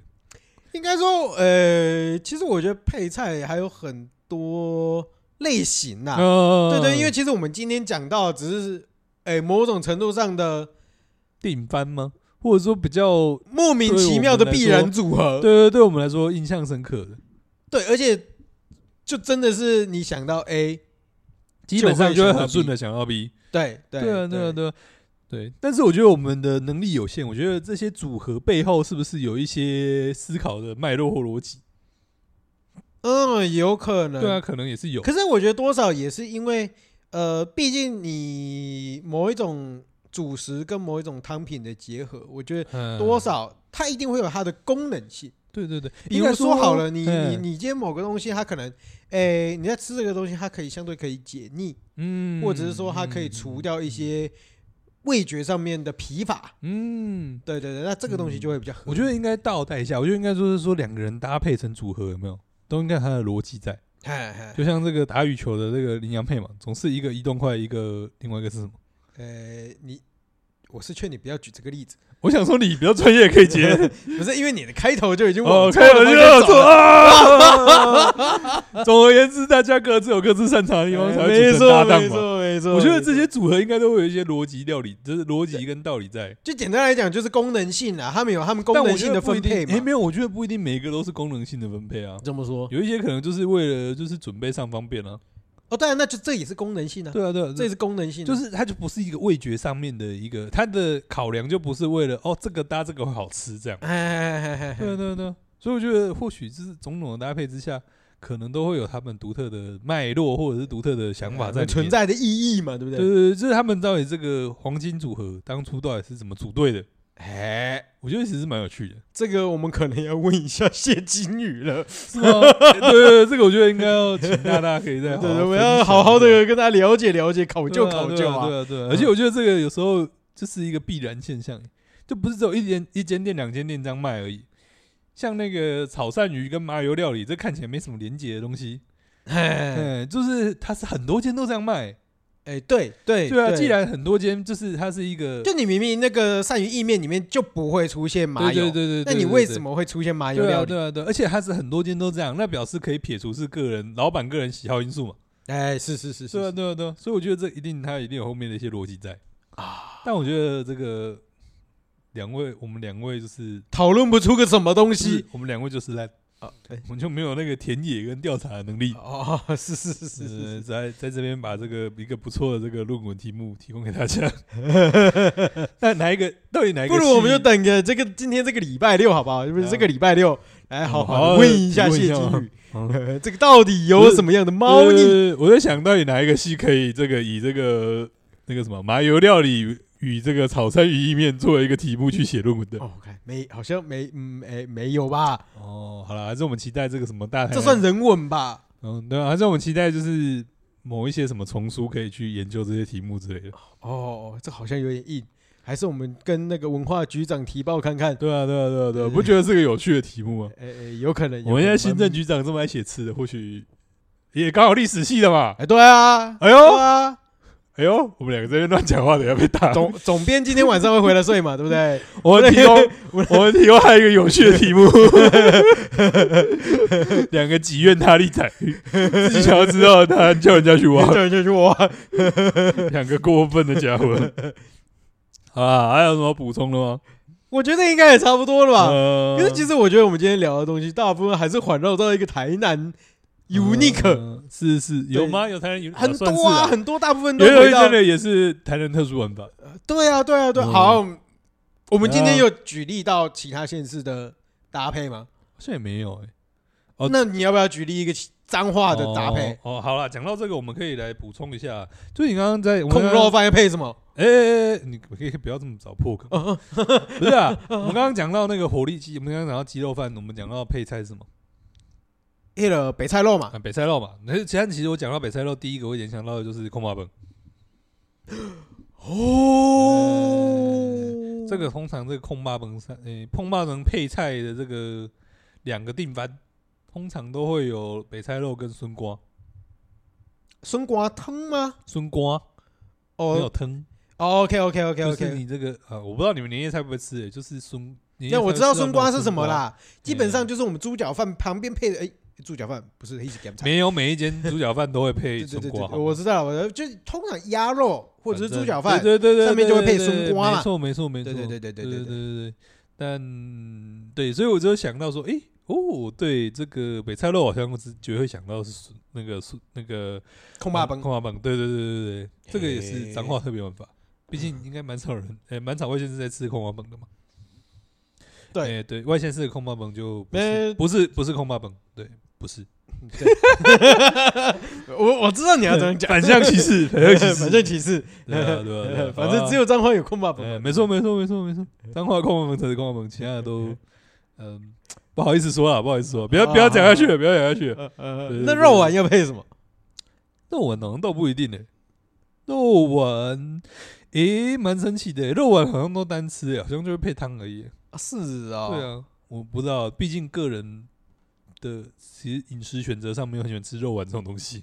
[SPEAKER 1] 应该说，呃，其实我觉得配菜还有很多类型呐、
[SPEAKER 2] 嗯
[SPEAKER 1] 对对，因为其实我们今天讲到的只是，哎，某种程度上的
[SPEAKER 2] 定番吗？或者说比较
[SPEAKER 1] 莫名其妙的必然组合。
[SPEAKER 2] 对对对我们来说印象深刻的，
[SPEAKER 1] 对，而且就真的是你想到哎 A，
[SPEAKER 2] 基本上
[SPEAKER 1] 就
[SPEAKER 2] 就
[SPEAKER 1] 会
[SPEAKER 2] 会
[SPEAKER 1] 想到
[SPEAKER 2] 很顺
[SPEAKER 1] B
[SPEAKER 2] 的想到 B。
[SPEAKER 1] 对对
[SPEAKER 2] 对啊，对啊，对啊，对。但是我觉得我们的能力有限，我觉得这些组合背后是不是有一些思考的脉络或逻辑？
[SPEAKER 1] 嗯，有可能。
[SPEAKER 2] 对啊，可能也是有。
[SPEAKER 1] 可是我觉得多少也是因为，呃，毕竟你某一种主食跟某一种汤品的结合，我觉得
[SPEAKER 2] 嗯
[SPEAKER 1] 多少它一定会有它的功能性。
[SPEAKER 2] 对对对，
[SPEAKER 1] 比
[SPEAKER 2] 应该
[SPEAKER 1] 如说好了，你你
[SPEAKER 2] 嗯
[SPEAKER 1] 你今天某个东西，它可能，诶、你在吃这个东西，它可以相对可以解腻，
[SPEAKER 2] 嗯，
[SPEAKER 1] 或者是说它可以除掉一些味觉上面的疲乏。
[SPEAKER 2] 嗯。嗯，
[SPEAKER 1] 对对对，那这个东西就会比较合理。
[SPEAKER 2] 我觉得应该倒带一下，我觉得应该说是说两个人搭配成组合有没有，都应该有它的逻辑在。
[SPEAKER 1] 嗨，嗨
[SPEAKER 2] 就像这个打羽球的这个羚羊配嘛，总是一个移动快，一个另外一个是什么？
[SPEAKER 1] 呃，你，我是劝你不要举这个例子，
[SPEAKER 2] 我想说你比较专业，可 以接。
[SPEAKER 1] 不是因为你的开头就已经
[SPEAKER 2] 哦，
[SPEAKER 1] 往
[SPEAKER 2] 开
[SPEAKER 1] 错的
[SPEAKER 2] 玩
[SPEAKER 1] 方
[SPEAKER 2] 笑
[SPEAKER 1] 向走
[SPEAKER 2] 错
[SPEAKER 1] 了。
[SPEAKER 2] 啊！总而言之，大家各自有各自擅长的地方，才会
[SPEAKER 1] 哎没
[SPEAKER 2] 组成搭
[SPEAKER 1] 错，没
[SPEAKER 2] 档嘛。
[SPEAKER 1] 错，没错。
[SPEAKER 2] 我觉得这
[SPEAKER 1] 没
[SPEAKER 2] 些
[SPEAKER 1] 错
[SPEAKER 2] 组合应该都会有一些逻辑料理，就是逻辑跟道理在。
[SPEAKER 1] 就简单来讲，就是功能性啊，他们有他们功
[SPEAKER 2] 但我
[SPEAKER 1] 能
[SPEAKER 2] 觉
[SPEAKER 1] 性的
[SPEAKER 2] 得不
[SPEAKER 1] 分
[SPEAKER 2] 一定
[SPEAKER 1] 配
[SPEAKER 2] 诶没
[SPEAKER 1] 嘛。
[SPEAKER 2] 有，我觉得不一定每一个都是功能性的分配啊。
[SPEAKER 1] 这么说，
[SPEAKER 2] 有一些可能就是为了就是准备上方 便啊。
[SPEAKER 1] 哦，当然，那就这也是功能性啊，
[SPEAKER 2] 对啊，对啊，
[SPEAKER 1] 这也是功能性啊，
[SPEAKER 2] 就是它就不是一个味觉上面的一个，它的考量就不是为了哦这个搭这个会好 吃这样。
[SPEAKER 1] 哎哎哎哎哎
[SPEAKER 2] 对啊对啊对啊，所以我觉得或许就是种种的搭配之下，可能都会有他们独特的脉络或者是独特的 想法在里面
[SPEAKER 1] 存。在的意义嘛，对不
[SPEAKER 2] 对
[SPEAKER 1] 对？
[SPEAKER 2] 对对，就是他们到底这个黄金组合当初到底是怎么组 队的？
[SPEAKER 1] 哎，
[SPEAKER 2] 我觉得其实蛮有趣的，
[SPEAKER 1] 这个我们可能要问一下谢金宇了，
[SPEAKER 2] 是吗？对对对，这个我觉得应该要请大家可以再
[SPEAKER 1] 对
[SPEAKER 2] 好
[SPEAKER 1] 对，
[SPEAKER 2] 好
[SPEAKER 1] 我们
[SPEAKER 2] 分
[SPEAKER 1] 要
[SPEAKER 2] 享
[SPEAKER 1] 好好
[SPEAKER 2] 一下
[SPEAKER 1] 的跟他了解了解，考究
[SPEAKER 2] 对啊
[SPEAKER 1] 考
[SPEAKER 2] 对
[SPEAKER 1] 究
[SPEAKER 2] 啊，
[SPEAKER 1] 啊。
[SPEAKER 2] 对啊对啊而且我觉得这个有时候就是一个必然现象，就不是只有一间一间店、两间店这样卖而已。像那个炒鳝鱼跟麻油料理，这看起来没什么连结的东西，
[SPEAKER 1] 哎
[SPEAKER 2] 嗯，就是它是很多间都这样卖。
[SPEAKER 1] 哎，对对
[SPEAKER 2] 对啊，既然很多间，就是它是一个
[SPEAKER 1] 就你明明那个鳝鱼意面里面就不会出现麻
[SPEAKER 2] 对对
[SPEAKER 1] 油，
[SPEAKER 2] 对对，
[SPEAKER 1] 那
[SPEAKER 2] 对
[SPEAKER 1] 你
[SPEAKER 2] 对
[SPEAKER 1] 为
[SPEAKER 2] 对
[SPEAKER 1] 什么会出现麻油
[SPEAKER 2] 对
[SPEAKER 1] 料
[SPEAKER 2] 啊
[SPEAKER 1] 理？
[SPEAKER 2] 对啊对啊，而且它是很多间都这样，那表示可以撇除是个人老板个人喜好因素嘛。
[SPEAKER 1] 哎，是是是是
[SPEAKER 2] 对啊
[SPEAKER 1] 是，
[SPEAKER 2] 对啊对啊，所以我觉得这一定它一定有后面的一些逻辑在啊。但我觉得这个两位，我们两位就是
[SPEAKER 1] 讨论不出个什么东
[SPEAKER 2] 是
[SPEAKER 1] 西
[SPEAKER 2] 我们两位就是烂，
[SPEAKER 1] 啊！哎
[SPEAKER 2] 我们就没有那个田野跟调查的能力。
[SPEAKER 1] 哦， 是是是是是
[SPEAKER 2] 呃，
[SPEAKER 1] 是，
[SPEAKER 2] 在在这边把这个一个不错的这个论文题目提供给大 家。那哪一个到底哪一个
[SPEAKER 1] 不
[SPEAKER 2] 系？
[SPEAKER 1] 如我们就等个这个今天这个礼拜六好不好？就是这个礼拜六来好
[SPEAKER 2] 哦
[SPEAKER 1] 好地问一下谢金宇，
[SPEAKER 2] 嗯。
[SPEAKER 1] 这个到底有什么样的猫腻？
[SPEAKER 2] 呃我在想到底哪一个系可以这个以这个那个什么麻油料理与这个炒鳝鱼意面作为一个题目去写论文的。
[SPEAKER 1] 哦，我看没，好像没，嗯，哎，没有吧？
[SPEAKER 2] 哦，好了，还是我们期待这个什么大台南
[SPEAKER 1] 这算人文吧？
[SPEAKER 2] 嗯，对啊，还是我们期待就是某一些什么丛书可以去研究这些题目之类的。
[SPEAKER 1] 哦，这好像有点硬，还是我们跟那个文化局长提报看看？
[SPEAKER 2] 对啊，对啊，对啊，对啊，
[SPEAKER 1] 对
[SPEAKER 2] 不觉得是个有趣的题目吗？
[SPEAKER 1] 哎哎，有可能。
[SPEAKER 2] 我们现在新政
[SPEAKER 1] 局，
[SPEAKER 2] 局长这么爱写吃的，或许也刚好历史系的嘛。
[SPEAKER 1] 哎，对啊，对
[SPEAKER 2] 哎呦，
[SPEAKER 1] 啊，
[SPEAKER 2] 哎呦，我们两个在这边乱讲话，等一下被打。
[SPEAKER 1] 总总编今天晚上会回来睡嘛？对不 对？
[SPEAKER 2] 我们提供，我们提供还有一个有趣的题目， 两个极怨他力仔，自己想要知道的答案，叫人家去挖，
[SPEAKER 1] 对，就是我。
[SPEAKER 2] 两个过分的家伙。 啊，还有什么补充的吗？
[SPEAKER 1] 我觉得应该也差不多了吧。
[SPEAKER 2] 呃
[SPEAKER 1] 啊可是其实我觉得我们今天聊的东西，大部分还是环绕到一个台南 unique，、
[SPEAKER 2] 嗯是是有吗？有台南有
[SPEAKER 1] 很多啊，，
[SPEAKER 2] 算
[SPEAKER 1] 很多大部分
[SPEAKER 2] 是
[SPEAKER 1] 都
[SPEAKER 2] 也有
[SPEAKER 1] 回
[SPEAKER 2] 一
[SPEAKER 1] 到
[SPEAKER 2] 真的也是台南特殊玩法。
[SPEAKER 1] 对啊，对啊，对啊
[SPEAKER 2] 嗯
[SPEAKER 1] 好，我们今天
[SPEAKER 2] 嗯
[SPEAKER 1] 又举例到其他县市的搭配吗？
[SPEAKER 2] 好像也没有哎、哦
[SPEAKER 1] 那你要不要举例一个脏话的搭配？
[SPEAKER 2] 哦。哦好了，讲到这个，我们可以来补充一下，就是你刚刚在我们
[SPEAKER 1] 控
[SPEAKER 2] 刚
[SPEAKER 1] 肉
[SPEAKER 2] 刚，
[SPEAKER 1] 饭要配什么？呃
[SPEAKER 2] 哎哎哎，你可以不要这么早 破梗，不是啊？我们刚刚讲到那个火力鸡，我们刚刚讲到鸡肉饭，我们讲到配菜是什么？
[SPEAKER 1] 那个北菜肉嘛，
[SPEAKER 2] 啊，北菜肉嘛。那其他其实我讲到北菜肉，第一个我联想到的就是空麻本，
[SPEAKER 1] 哦，
[SPEAKER 2] 这个通常这个控霸崩三，诶、碰霸能配菜的这个两个定番，通常都会有北菜肉跟笋瓜，
[SPEAKER 1] 生瓜汤吗？
[SPEAKER 2] 笋瓜没有
[SPEAKER 1] 哦
[SPEAKER 2] 汤，
[SPEAKER 1] ，OK OK OK
[SPEAKER 2] 就是
[SPEAKER 1] OK，
[SPEAKER 2] 你这个呃，我不知道你们年夜菜会不会吃、诶就是笋。年夜
[SPEAKER 1] 那我
[SPEAKER 2] 菜
[SPEAKER 1] 知道
[SPEAKER 2] 会吃到
[SPEAKER 1] 生
[SPEAKER 2] 那
[SPEAKER 1] 瓜
[SPEAKER 2] 种
[SPEAKER 1] 是什么啦，基本上
[SPEAKER 2] 嗯
[SPEAKER 1] 就是我们猪脚饭旁边配的，哎，猪脚饭不是一起给
[SPEAKER 2] 没有每一间猪脚饭都会
[SPEAKER 1] 对
[SPEAKER 2] 配
[SPEAKER 1] 对
[SPEAKER 2] 笋
[SPEAKER 1] 对
[SPEAKER 2] 瓜，
[SPEAKER 1] 对，
[SPEAKER 2] 好
[SPEAKER 1] 我知道，我就是通常鸭肉或者是猪脚饭，
[SPEAKER 2] 对对对对，
[SPEAKER 1] 上面就会配
[SPEAKER 2] 对对对
[SPEAKER 1] 松瓜嘛
[SPEAKER 2] 没错没错没错，
[SPEAKER 1] 对对对对对
[SPEAKER 2] 对
[SPEAKER 1] 对
[SPEAKER 2] 对
[SPEAKER 1] 对，
[SPEAKER 2] 对对。但对，所以我就想到说，诶，哦，对，这个北菜肉好像是绝会想到是笋那个笋那个
[SPEAKER 1] 空霸崩
[SPEAKER 2] 哦嗯空霸棒，对对对对对，这个也是脏话特别玩法，毕竟
[SPEAKER 1] 嗯
[SPEAKER 2] 应该蛮少人，诶，蛮少外县市在吃空霸棒的嘛。
[SPEAKER 1] 对
[SPEAKER 2] 诶对，外县市的空霸棒就不
[SPEAKER 1] 呃
[SPEAKER 2] 是不是不是空霸棒，对，不是
[SPEAKER 1] 我我知道你要这样讲，
[SPEAKER 2] 反向 歧视，反向歧视，
[SPEAKER 1] 反正歧视，嗯
[SPEAKER 2] 对啊对啊对啊，
[SPEAKER 1] 反正
[SPEAKER 2] 啊
[SPEAKER 1] 只有彰化有空霸
[SPEAKER 2] 呃，
[SPEAKER 1] 崩，
[SPEAKER 2] 没错，没错，没错，没错，脏话控门才是控门，其他的都，嗯，不好意思说了，不好意思说，不要不要讲下去了，不要讲下去了。
[SPEAKER 1] 呃呃
[SPEAKER 2] 对对
[SPEAKER 1] 那
[SPEAKER 2] 对
[SPEAKER 1] 肉丸要配什么？
[SPEAKER 2] 肉丸好像倒不一定呢、肉丸，诶、蛮神奇的欸、肉丸好像都单吃、欸，好像就会配汤而已欸、
[SPEAKER 1] 啊是啊，
[SPEAKER 2] 对啊，我不知道，毕竟个人的其实饮食选择上没有很喜欢吃肉丸这种东西。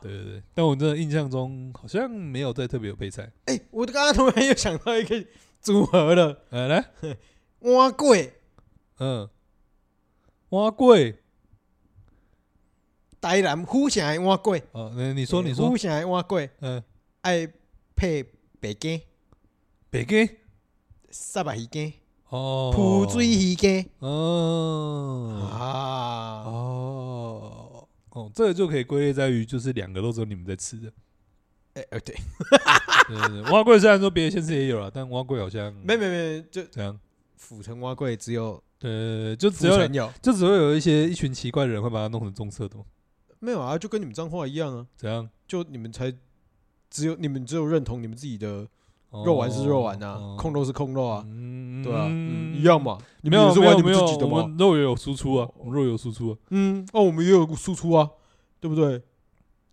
[SPEAKER 2] 对对对，但我真的印象中好像没有再特别有配菜。
[SPEAKER 1] 哎，我刚刚突然又想到一个组合了，
[SPEAKER 2] 呃，来，
[SPEAKER 1] 蛙桂
[SPEAKER 2] 嗯，蛙桂，
[SPEAKER 1] 台南呼城的蛙桂，
[SPEAKER 2] 哦、那你说，你说
[SPEAKER 1] 呼，城的蛙桂
[SPEAKER 2] 嗯、
[SPEAKER 1] 爱配白羹、
[SPEAKER 2] 北京
[SPEAKER 1] 沙白鱼羹、
[SPEAKER 2] 哦，
[SPEAKER 1] 浮水鱼羹嗯
[SPEAKER 2] 哦
[SPEAKER 1] 啊，
[SPEAKER 2] 哦哦，这个就可以归类在于就是两个都只有你们在吃的。
[SPEAKER 1] 哎呃对，
[SPEAKER 2] 对对对，蛙贵虽然说别的县市也有啦，但蛙贵好像
[SPEAKER 1] 没没没，就
[SPEAKER 2] 这样。
[SPEAKER 1] 府城蛙桂只有
[SPEAKER 2] 呃，就
[SPEAKER 1] 府
[SPEAKER 2] 只有
[SPEAKER 1] 城有。
[SPEAKER 2] 就只会有一些一群奇怪的人会把它弄成棕色的嘛，
[SPEAKER 1] 没有啊，就跟你们脏话一样啊，
[SPEAKER 2] 怎样？
[SPEAKER 1] 就你们才只有你们只有认同你们自己的
[SPEAKER 2] 哦
[SPEAKER 1] 肉丸是肉丸啊，
[SPEAKER 2] 哦
[SPEAKER 1] 控肉是控肉啊，
[SPEAKER 2] 嗯
[SPEAKER 1] 对啊，嗯一样。嘛，你
[SPEAKER 2] 没
[SPEAKER 1] 们
[SPEAKER 2] 有
[SPEAKER 1] 也是
[SPEAKER 2] 没
[SPEAKER 1] 为
[SPEAKER 2] 有
[SPEAKER 1] 你
[SPEAKER 2] 没
[SPEAKER 1] 们
[SPEAKER 2] 有
[SPEAKER 1] 自己，的
[SPEAKER 2] 我
[SPEAKER 1] 嘛，
[SPEAKER 2] 们肉也有输出啊，我们肉也有输出啊。
[SPEAKER 1] 嗯，哦，我们也有输出啊，对不对？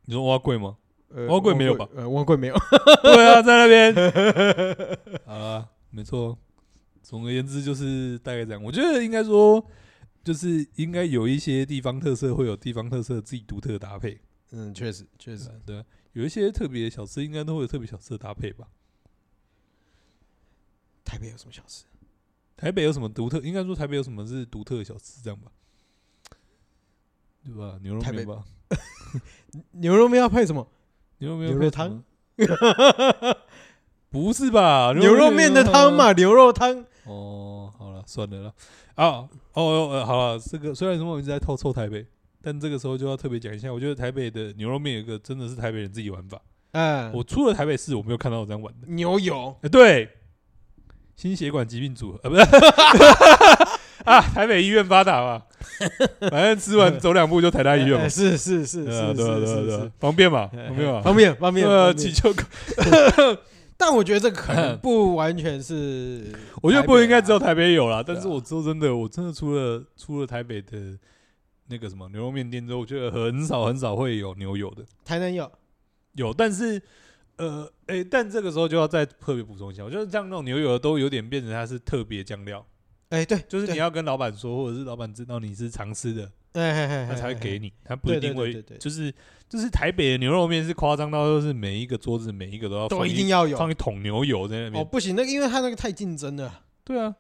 [SPEAKER 2] 你说蛙贵吗？
[SPEAKER 1] 呃，
[SPEAKER 2] 王贵没有
[SPEAKER 1] 王
[SPEAKER 2] 吧
[SPEAKER 1] 贵呃，王贵没有，
[SPEAKER 2] 对啊，在那边。 好啦，没错。总而言之，就是大概这样。我觉得应该说，就是应该有一些地方特色会有地方特色自己独特的搭配，
[SPEAKER 1] 嗯，确实确实，
[SPEAKER 2] 对啊，有一些特别的小吃应该都会有特别小吃的搭配吧。
[SPEAKER 1] 台北有什么小吃？
[SPEAKER 2] 台北有什么独特？应该说台北有什么是独特的小吃，这样吧，对吧？牛肉
[SPEAKER 1] 台
[SPEAKER 2] 面
[SPEAKER 1] 北
[SPEAKER 2] 吧，
[SPEAKER 1] 牛肉面要配什么？
[SPEAKER 2] 牛肉面
[SPEAKER 1] 牛
[SPEAKER 2] 配
[SPEAKER 1] 肉
[SPEAKER 2] 什么
[SPEAKER 1] 汤，
[SPEAKER 2] 不是吧？
[SPEAKER 1] 牛肉面啊的汤
[SPEAKER 2] 吗
[SPEAKER 1] 嘛，牛肉汤，
[SPEAKER 2] 哦，好了，算了啦。啊，哦哦，呃好了，这个虽然说我一直在偷臭台北，但这个时候就要特别讲一下，我觉得台北的牛肉面有一个真的是台北人自己玩法。
[SPEAKER 1] 嗯，
[SPEAKER 2] 我出了台北市，我没有看到有这样玩的。
[SPEAKER 1] 牛油，
[SPEAKER 2] 哎，对，心血管疾病组合，呃， 不是啊，台北医院发达 嘛，反正吃完走两步就台大医院
[SPEAKER 1] 哎
[SPEAKER 2] 嘛，
[SPEAKER 1] 是是是是
[SPEAKER 2] 对啊，
[SPEAKER 1] 是
[SPEAKER 2] 对啊，
[SPEAKER 1] 是
[SPEAKER 2] 对啊，对
[SPEAKER 1] 是
[SPEAKER 2] 啊，方便嘛，
[SPEAKER 1] 哎
[SPEAKER 2] 方便嘛，
[SPEAKER 1] 方便方便，
[SPEAKER 2] 呃，
[SPEAKER 1] 方
[SPEAKER 2] 祈
[SPEAKER 1] 便
[SPEAKER 2] 求，，
[SPEAKER 1] 但我觉得这个可能不完全是
[SPEAKER 2] 我觉得不应该只
[SPEAKER 1] 道。
[SPEAKER 2] 有台北有啦，但是
[SPEAKER 1] 对啊
[SPEAKER 2] 我说真的，我真的除了除了台北的那个什么牛肉面店之后，我觉得很少很少会有牛油的，
[SPEAKER 1] 啊台南有，
[SPEAKER 2] 有，但是呃，哎、但这个时候就要再特别补充一下，我觉得像那种牛油的都有点变成它是特别酱料，
[SPEAKER 1] 哎，对，
[SPEAKER 2] 就是你
[SPEAKER 1] 对，
[SPEAKER 2] 要跟老板说，或者是老板知道你是常吃的，
[SPEAKER 1] 哎哎哎，
[SPEAKER 2] 他才会给
[SPEAKER 1] 你。
[SPEAKER 2] 你，他不一
[SPEAKER 1] 对
[SPEAKER 2] 定
[SPEAKER 1] 对对
[SPEAKER 2] 会
[SPEAKER 1] 对对
[SPEAKER 2] 就是就是台北的牛肉面是夸张到就是每一个桌子每一个都要
[SPEAKER 1] 都
[SPEAKER 2] 放
[SPEAKER 1] 一定
[SPEAKER 2] 要
[SPEAKER 1] 要有
[SPEAKER 2] 放一桶牛油在那边
[SPEAKER 1] 哦，，不行，那个因为他那个太竞争了，
[SPEAKER 2] 对啊，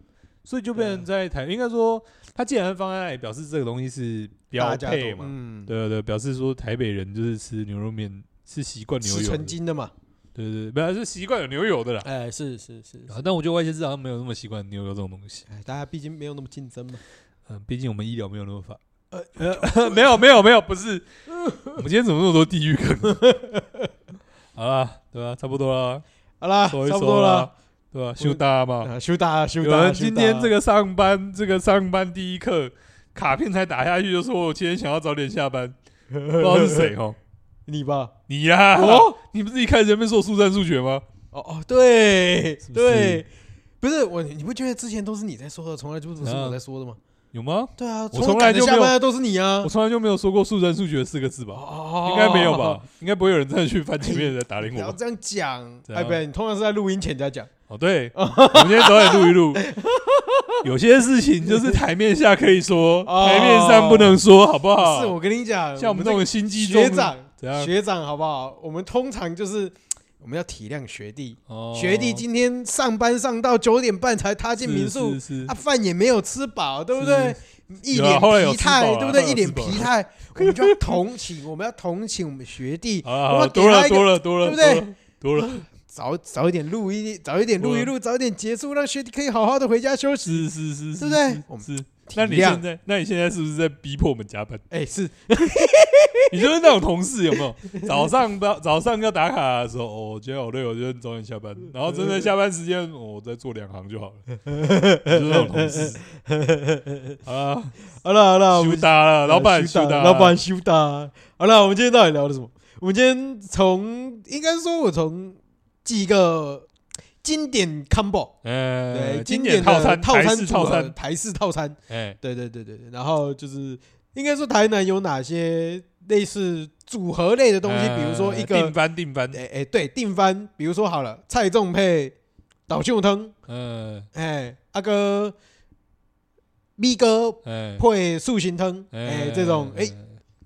[SPEAKER 2] 所以就变成在台，应该说他既然放在那里，表示这个东西是标
[SPEAKER 1] 大家
[SPEAKER 2] 配
[SPEAKER 1] 都
[SPEAKER 2] 嘛，
[SPEAKER 1] 嗯，
[SPEAKER 2] 对对对，表示说台北人就是吃牛肉面是习惯牛
[SPEAKER 1] 吃
[SPEAKER 2] 油的
[SPEAKER 1] 纯，金的 嘛，
[SPEAKER 2] 对对对，本来是习惯有牛油的啦。
[SPEAKER 1] 哎，是是是，
[SPEAKER 2] 啊，但我觉得外县市好像没有那么习惯牛油这种东西，
[SPEAKER 1] 哎，大家毕竟没有那么竞争嘛，
[SPEAKER 2] 嗯，毕竟我们医疗没有那么发，呃， 没有没有没有，不是，我们今天怎么那么多地域梗？ 好啦，对吧、差不多啦，
[SPEAKER 1] 好啦，
[SPEAKER 2] 收一
[SPEAKER 1] 差不
[SPEAKER 2] 收
[SPEAKER 1] 多
[SPEAKER 2] 啦
[SPEAKER 1] 了，，
[SPEAKER 2] 对吧、休大嘛，
[SPEAKER 1] 啊，休打休
[SPEAKER 2] 有
[SPEAKER 1] 打，
[SPEAKER 2] 人
[SPEAKER 1] 休
[SPEAKER 2] 今天
[SPEAKER 1] 打
[SPEAKER 2] 这个上班，这个上班第一课卡片才打下去，就说我今天想要早点下班， 不知道是谁哦，
[SPEAKER 1] 你吧，
[SPEAKER 2] 你啦，
[SPEAKER 1] 我
[SPEAKER 2] 你不是一开始前面说速战速决吗？
[SPEAKER 1] 哦哦，对
[SPEAKER 2] 是不是
[SPEAKER 1] 对，不是我，你不觉得之前都是你在说的，从来就不是
[SPEAKER 2] 啊
[SPEAKER 1] 我在说的吗？
[SPEAKER 2] 有吗？
[SPEAKER 1] 对啊，
[SPEAKER 2] 我从来就没有
[SPEAKER 1] 下班都是你啊
[SPEAKER 2] 我。从来就没有说过速战速决四个字吧？
[SPEAKER 1] 哦
[SPEAKER 2] 应该没有吧？应该不会有人真的去翻前面的打脸
[SPEAKER 1] 不
[SPEAKER 2] 我
[SPEAKER 1] 要
[SPEAKER 2] 吧？啊
[SPEAKER 1] 这样讲，
[SPEAKER 2] 怎样
[SPEAKER 1] 哎，不对，你通常是在录音前再讲。
[SPEAKER 2] 哦，对，我们今天早点录一 录。有些事情就是台面下可以说，
[SPEAKER 1] 哦
[SPEAKER 2] 台面上不能说，好不好？
[SPEAKER 1] 是我跟你讲，
[SPEAKER 2] 啊像我们这
[SPEAKER 1] 这
[SPEAKER 2] 种心机重
[SPEAKER 1] 学长
[SPEAKER 2] 怎样，
[SPEAKER 1] 学长好不好？我们通常就是我们要体谅学弟，
[SPEAKER 2] 哦
[SPEAKER 1] 学弟今天上班上到九点半才踏进民宿
[SPEAKER 2] 是，是
[SPEAKER 1] 啊，饭也没有吃饱，对不对？一
[SPEAKER 2] 有啊
[SPEAKER 1] 脸
[SPEAKER 2] 后来有
[SPEAKER 1] 疲
[SPEAKER 2] 吃饱啊
[SPEAKER 1] 态，对不对？
[SPEAKER 2] 后来有
[SPEAKER 1] 一脸
[SPEAKER 2] 吃饱
[SPEAKER 1] 疲态，我们就要同情，我们要同情我们学弟，
[SPEAKER 2] 好了
[SPEAKER 1] 我
[SPEAKER 2] 好了，
[SPEAKER 1] 们给
[SPEAKER 2] 啊多
[SPEAKER 1] 他
[SPEAKER 2] 了
[SPEAKER 1] 一个
[SPEAKER 2] 多了多
[SPEAKER 1] 对
[SPEAKER 2] 了，
[SPEAKER 1] 不对
[SPEAKER 2] 多了？多了，
[SPEAKER 1] 早早一点录一，早一点录一
[SPEAKER 2] 啊
[SPEAKER 1] 录，早一点结束，让学弟可以好好的回家休息。
[SPEAKER 2] 是是是，是
[SPEAKER 1] 对不对
[SPEAKER 2] 是
[SPEAKER 1] 我们
[SPEAKER 2] 是。
[SPEAKER 1] 体
[SPEAKER 2] 那你
[SPEAKER 1] 谅
[SPEAKER 2] 现在，那你现在是不是在逼迫我们加班？
[SPEAKER 1] 哎、是
[SPEAKER 2] 你就是那种同事有没有？早上不要早上要打卡的时候，哦，今天好累，我就早点下班。然后真的下班时间，哦我再做两行就好了。 你就是那种同事啊，
[SPEAKER 1] 好了好了，我
[SPEAKER 2] 休
[SPEAKER 1] 们
[SPEAKER 2] 打了，老板
[SPEAKER 1] 休
[SPEAKER 2] 休打，
[SPEAKER 1] 哎老板休打。好了，我们今天到底聊了什么？我们今天从应该说，我从几个经典 combo，
[SPEAKER 2] 呃，
[SPEAKER 1] 对，
[SPEAKER 2] 经
[SPEAKER 1] 经
[SPEAKER 2] 典
[SPEAKER 1] 典
[SPEAKER 2] 套
[SPEAKER 1] 的
[SPEAKER 2] 餐，
[SPEAKER 1] 套
[SPEAKER 2] 台
[SPEAKER 1] 餐
[SPEAKER 2] 式
[SPEAKER 1] 组
[SPEAKER 2] 套
[SPEAKER 1] 合
[SPEAKER 2] 餐，
[SPEAKER 1] 台式套餐，
[SPEAKER 2] 哎，
[SPEAKER 1] 对对对对对。然后就是应该说台南有哪些类似组合类的东西，
[SPEAKER 2] 呃
[SPEAKER 1] 比如说一
[SPEAKER 2] 定
[SPEAKER 1] 个，
[SPEAKER 2] 番定番，
[SPEAKER 1] 哎哎，对，定番，比如说好了，菜粽配倒秀汤，
[SPEAKER 2] 嗯
[SPEAKER 1] 哎，阿哥咪哥
[SPEAKER 2] 哎
[SPEAKER 1] 配素形汤，哎，这种哎
[SPEAKER 2] 呃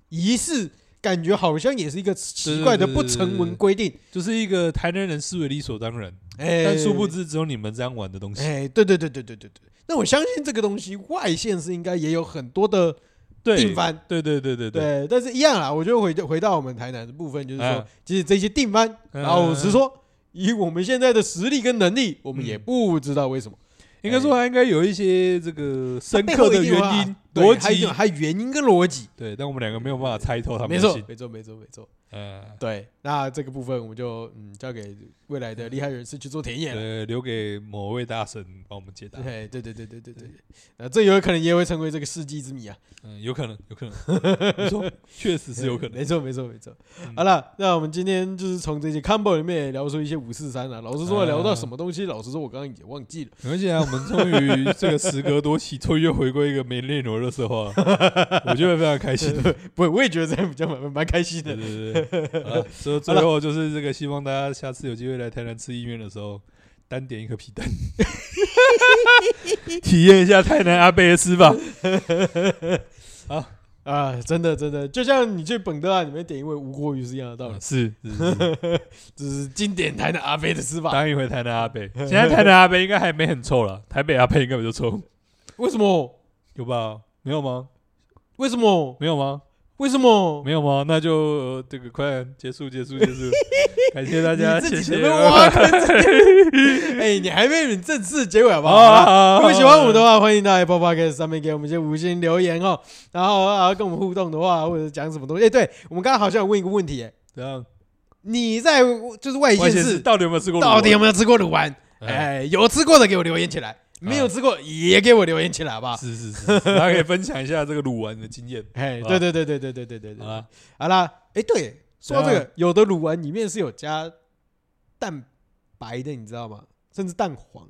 [SPEAKER 1] 仪式。感觉好像也是一个奇怪的
[SPEAKER 2] 对对对
[SPEAKER 1] 不
[SPEAKER 2] 对
[SPEAKER 1] 成文规定，
[SPEAKER 2] 就是一个台南人视为理所当然，
[SPEAKER 1] 哎，
[SPEAKER 2] 但殊不知只有你们这样玩的东西。
[SPEAKER 1] 哎，对对对对对对对。那我相信这个东西外县是应该也有很多的
[SPEAKER 2] 对
[SPEAKER 1] 定，番，
[SPEAKER 2] 对对对对，
[SPEAKER 1] 对，但是一样啦。我就回回到我们台南的部分，就是说
[SPEAKER 2] 嗯，
[SPEAKER 1] 其实这些定番，
[SPEAKER 2] 嗯
[SPEAKER 1] 然后我是说，以我们现在的实力跟能力，我们
[SPEAKER 2] 嗯
[SPEAKER 1] 也不知道为什么
[SPEAKER 2] 应该说它应该有一些这个深
[SPEAKER 1] 背
[SPEAKER 2] 刻
[SPEAKER 1] 后
[SPEAKER 2] 嗯的
[SPEAKER 1] 一定有
[SPEAKER 2] 原
[SPEAKER 1] 啊
[SPEAKER 2] 因
[SPEAKER 1] 对
[SPEAKER 2] 逻
[SPEAKER 1] 还有一
[SPEAKER 2] 辑
[SPEAKER 1] 种，还有原因跟逻辑。
[SPEAKER 2] 对，但我们两啊个没有办法猜透他们
[SPEAKER 1] 没
[SPEAKER 2] 的
[SPEAKER 1] 错
[SPEAKER 2] 心，，
[SPEAKER 1] 没错，没错，没错。
[SPEAKER 2] 嗯，
[SPEAKER 1] 对，那这个部分我们就嗯交给未来的厉害人士去做田野了。
[SPEAKER 2] 呃，留给某位大神帮我们解答，
[SPEAKER 1] 对对对对对对对，那这有可能也会成为这个世纪之谜啊。
[SPEAKER 2] 嗯，有可能，有可能，没错，确实是有可能
[SPEAKER 1] 没。错，没错，没错
[SPEAKER 2] 嗯。
[SPEAKER 1] 好了，那我们今天就是从这些 combo 里面也聊出一些五四三啊。老实说，
[SPEAKER 2] 嗯
[SPEAKER 1] 聊到什么东西，老实说，我刚刚也忘记了。
[SPEAKER 2] 没关系啊，我们终于这个时隔多期，终于又回归一个没内容的时候 了，我觉得非常开心。
[SPEAKER 1] 不，我也觉得这样比较蛮蛮开心
[SPEAKER 2] 对
[SPEAKER 1] 的。
[SPEAKER 2] 对 对对，好了所以最后就是这个，希望大家下次有机会来台南吃意面的时候，单点一 颗皮蛋，体验一下台南阿贝的吃法。
[SPEAKER 1] 啊，真的真的，就像你去本德啊里面点一位无锅鱼是一样的道理
[SPEAKER 2] 嗯，是，是是是
[SPEAKER 1] 这是经典台的阿飞的吃法。
[SPEAKER 2] 当一回台南阿贝。现在台南阿贝应该还没很臭了，台北阿贝应该比较臭，
[SPEAKER 1] 为什么？
[SPEAKER 2] 有吧？没有吗？
[SPEAKER 1] 为什么？
[SPEAKER 2] 没有吗？
[SPEAKER 1] 为什么？
[SPEAKER 2] 没有吗？那就、呃这个快结束，结束，结 束。感谢大家，
[SPEAKER 1] 你
[SPEAKER 2] 谢
[SPEAKER 1] 自己
[SPEAKER 2] 谢
[SPEAKER 1] 在。那边挖坑自己哎，你还没领正式结尾好不
[SPEAKER 2] 好
[SPEAKER 1] 好？
[SPEAKER 2] 好好
[SPEAKER 1] 如
[SPEAKER 2] 好
[SPEAKER 1] 果喜欢我们的话，
[SPEAKER 2] 哦
[SPEAKER 1] 欢迎到 Apple Podcast 上面给我们一些五星留言哦。然后啊，跟我们互动的话，或者讲什么东西。哎，对我们刚刚好像有问一个问题，哎，
[SPEAKER 2] 怎样？
[SPEAKER 1] 你在就是外
[SPEAKER 2] 外
[SPEAKER 1] 县
[SPEAKER 2] 县市
[SPEAKER 1] 市
[SPEAKER 2] 到底有没有吃过卤味？
[SPEAKER 1] 到底有没有吃过卤丸？
[SPEAKER 2] 哎？嗯
[SPEAKER 1] 哎，有吃过的给我留言起来，没有吃过也给我留言起来，好不好？
[SPEAKER 2] 是是是， 是大家可以分享一下这个卤丸的经验。
[SPEAKER 1] 哎，
[SPEAKER 2] 好
[SPEAKER 1] 对对对对对对对对对，
[SPEAKER 2] 好啊嗯啦，
[SPEAKER 1] 好啦，哎，对，说到这
[SPEAKER 2] 怎
[SPEAKER 1] 个，有的卤丸里面是有加蛋白的，你知道吗？甚至蛋黄。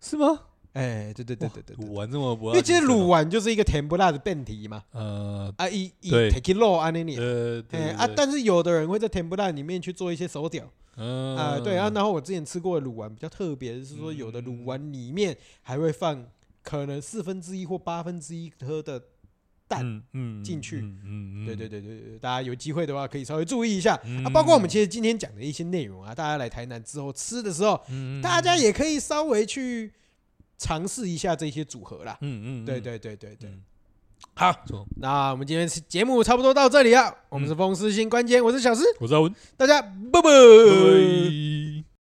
[SPEAKER 2] 是吗？
[SPEAKER 1] 哎，对对对对对对
[SPEAKER 2] 卤，丸这么不
[SPEAKER 1] 因
[SPEAKER 2] 要
[SPEAKER 1] 为
[SPEAKER 2] 紧
[SPEAKER 1] 其
[SPEAKER 2] 是
[SPEAKER 1] 实
[SPEAKER 2] 吗？
[SPEAKER 1] 卤丸就是一个甜不辣的变体嘛。
[SPEAKER 2] 呃
[SPEAKER 1] 啊，以以
[SPEAKER 2] 对
[SPEAKER 1] take it low 啊那里，
[SPEAKER 2] 呃对
[SPEAKER 1] 哎啊，但是有的人会在甜不辣里面去做一些手脚
[SPEAKER 2] 嗯嗯
[SPEAKER 1] 啊，对啊。然后我之前吃过的卤丸比较特别，是说有的卤丸里面还会放可能四分之一或八分之一颗的蛋。
[SPEAKER 2] 嗯嗯
[SPEAKER 1] 进去
[SPEAKER 2] 嗯嗯嗯
[SPEAKER 1] 对对对对对，大家有机会的话可以稍微注意一下
[SPEAKER 2] 嗯
[SPEAKER 1] 啊。包括我们其实今天讲的一些内容啊，大家来台南之后吃的时候，
[SPEAKER 2] 嗯嗯
[SPEAKER 1] 大家也可以稍微去尝试一下这些组合啦。
[SPEAKER 2] 嗯嗯
[SPEAKER 1] 对对对对对，
[SPEAKER 2] 嗯
[SPEAKER 1] 好，
[SPEAKER 2] 错，
[SPEAKER 1] 那我们今天节目差不啊
[SPEAKER 2] 嗯
[SPEAKER 1] 多到这里了。我们是风湿性关节，我是小诗，
[SPEAKER 2] 我是阿文，
[SPEAKER 1] 大家拜拜。
[SPEAKER 2] 拜拜。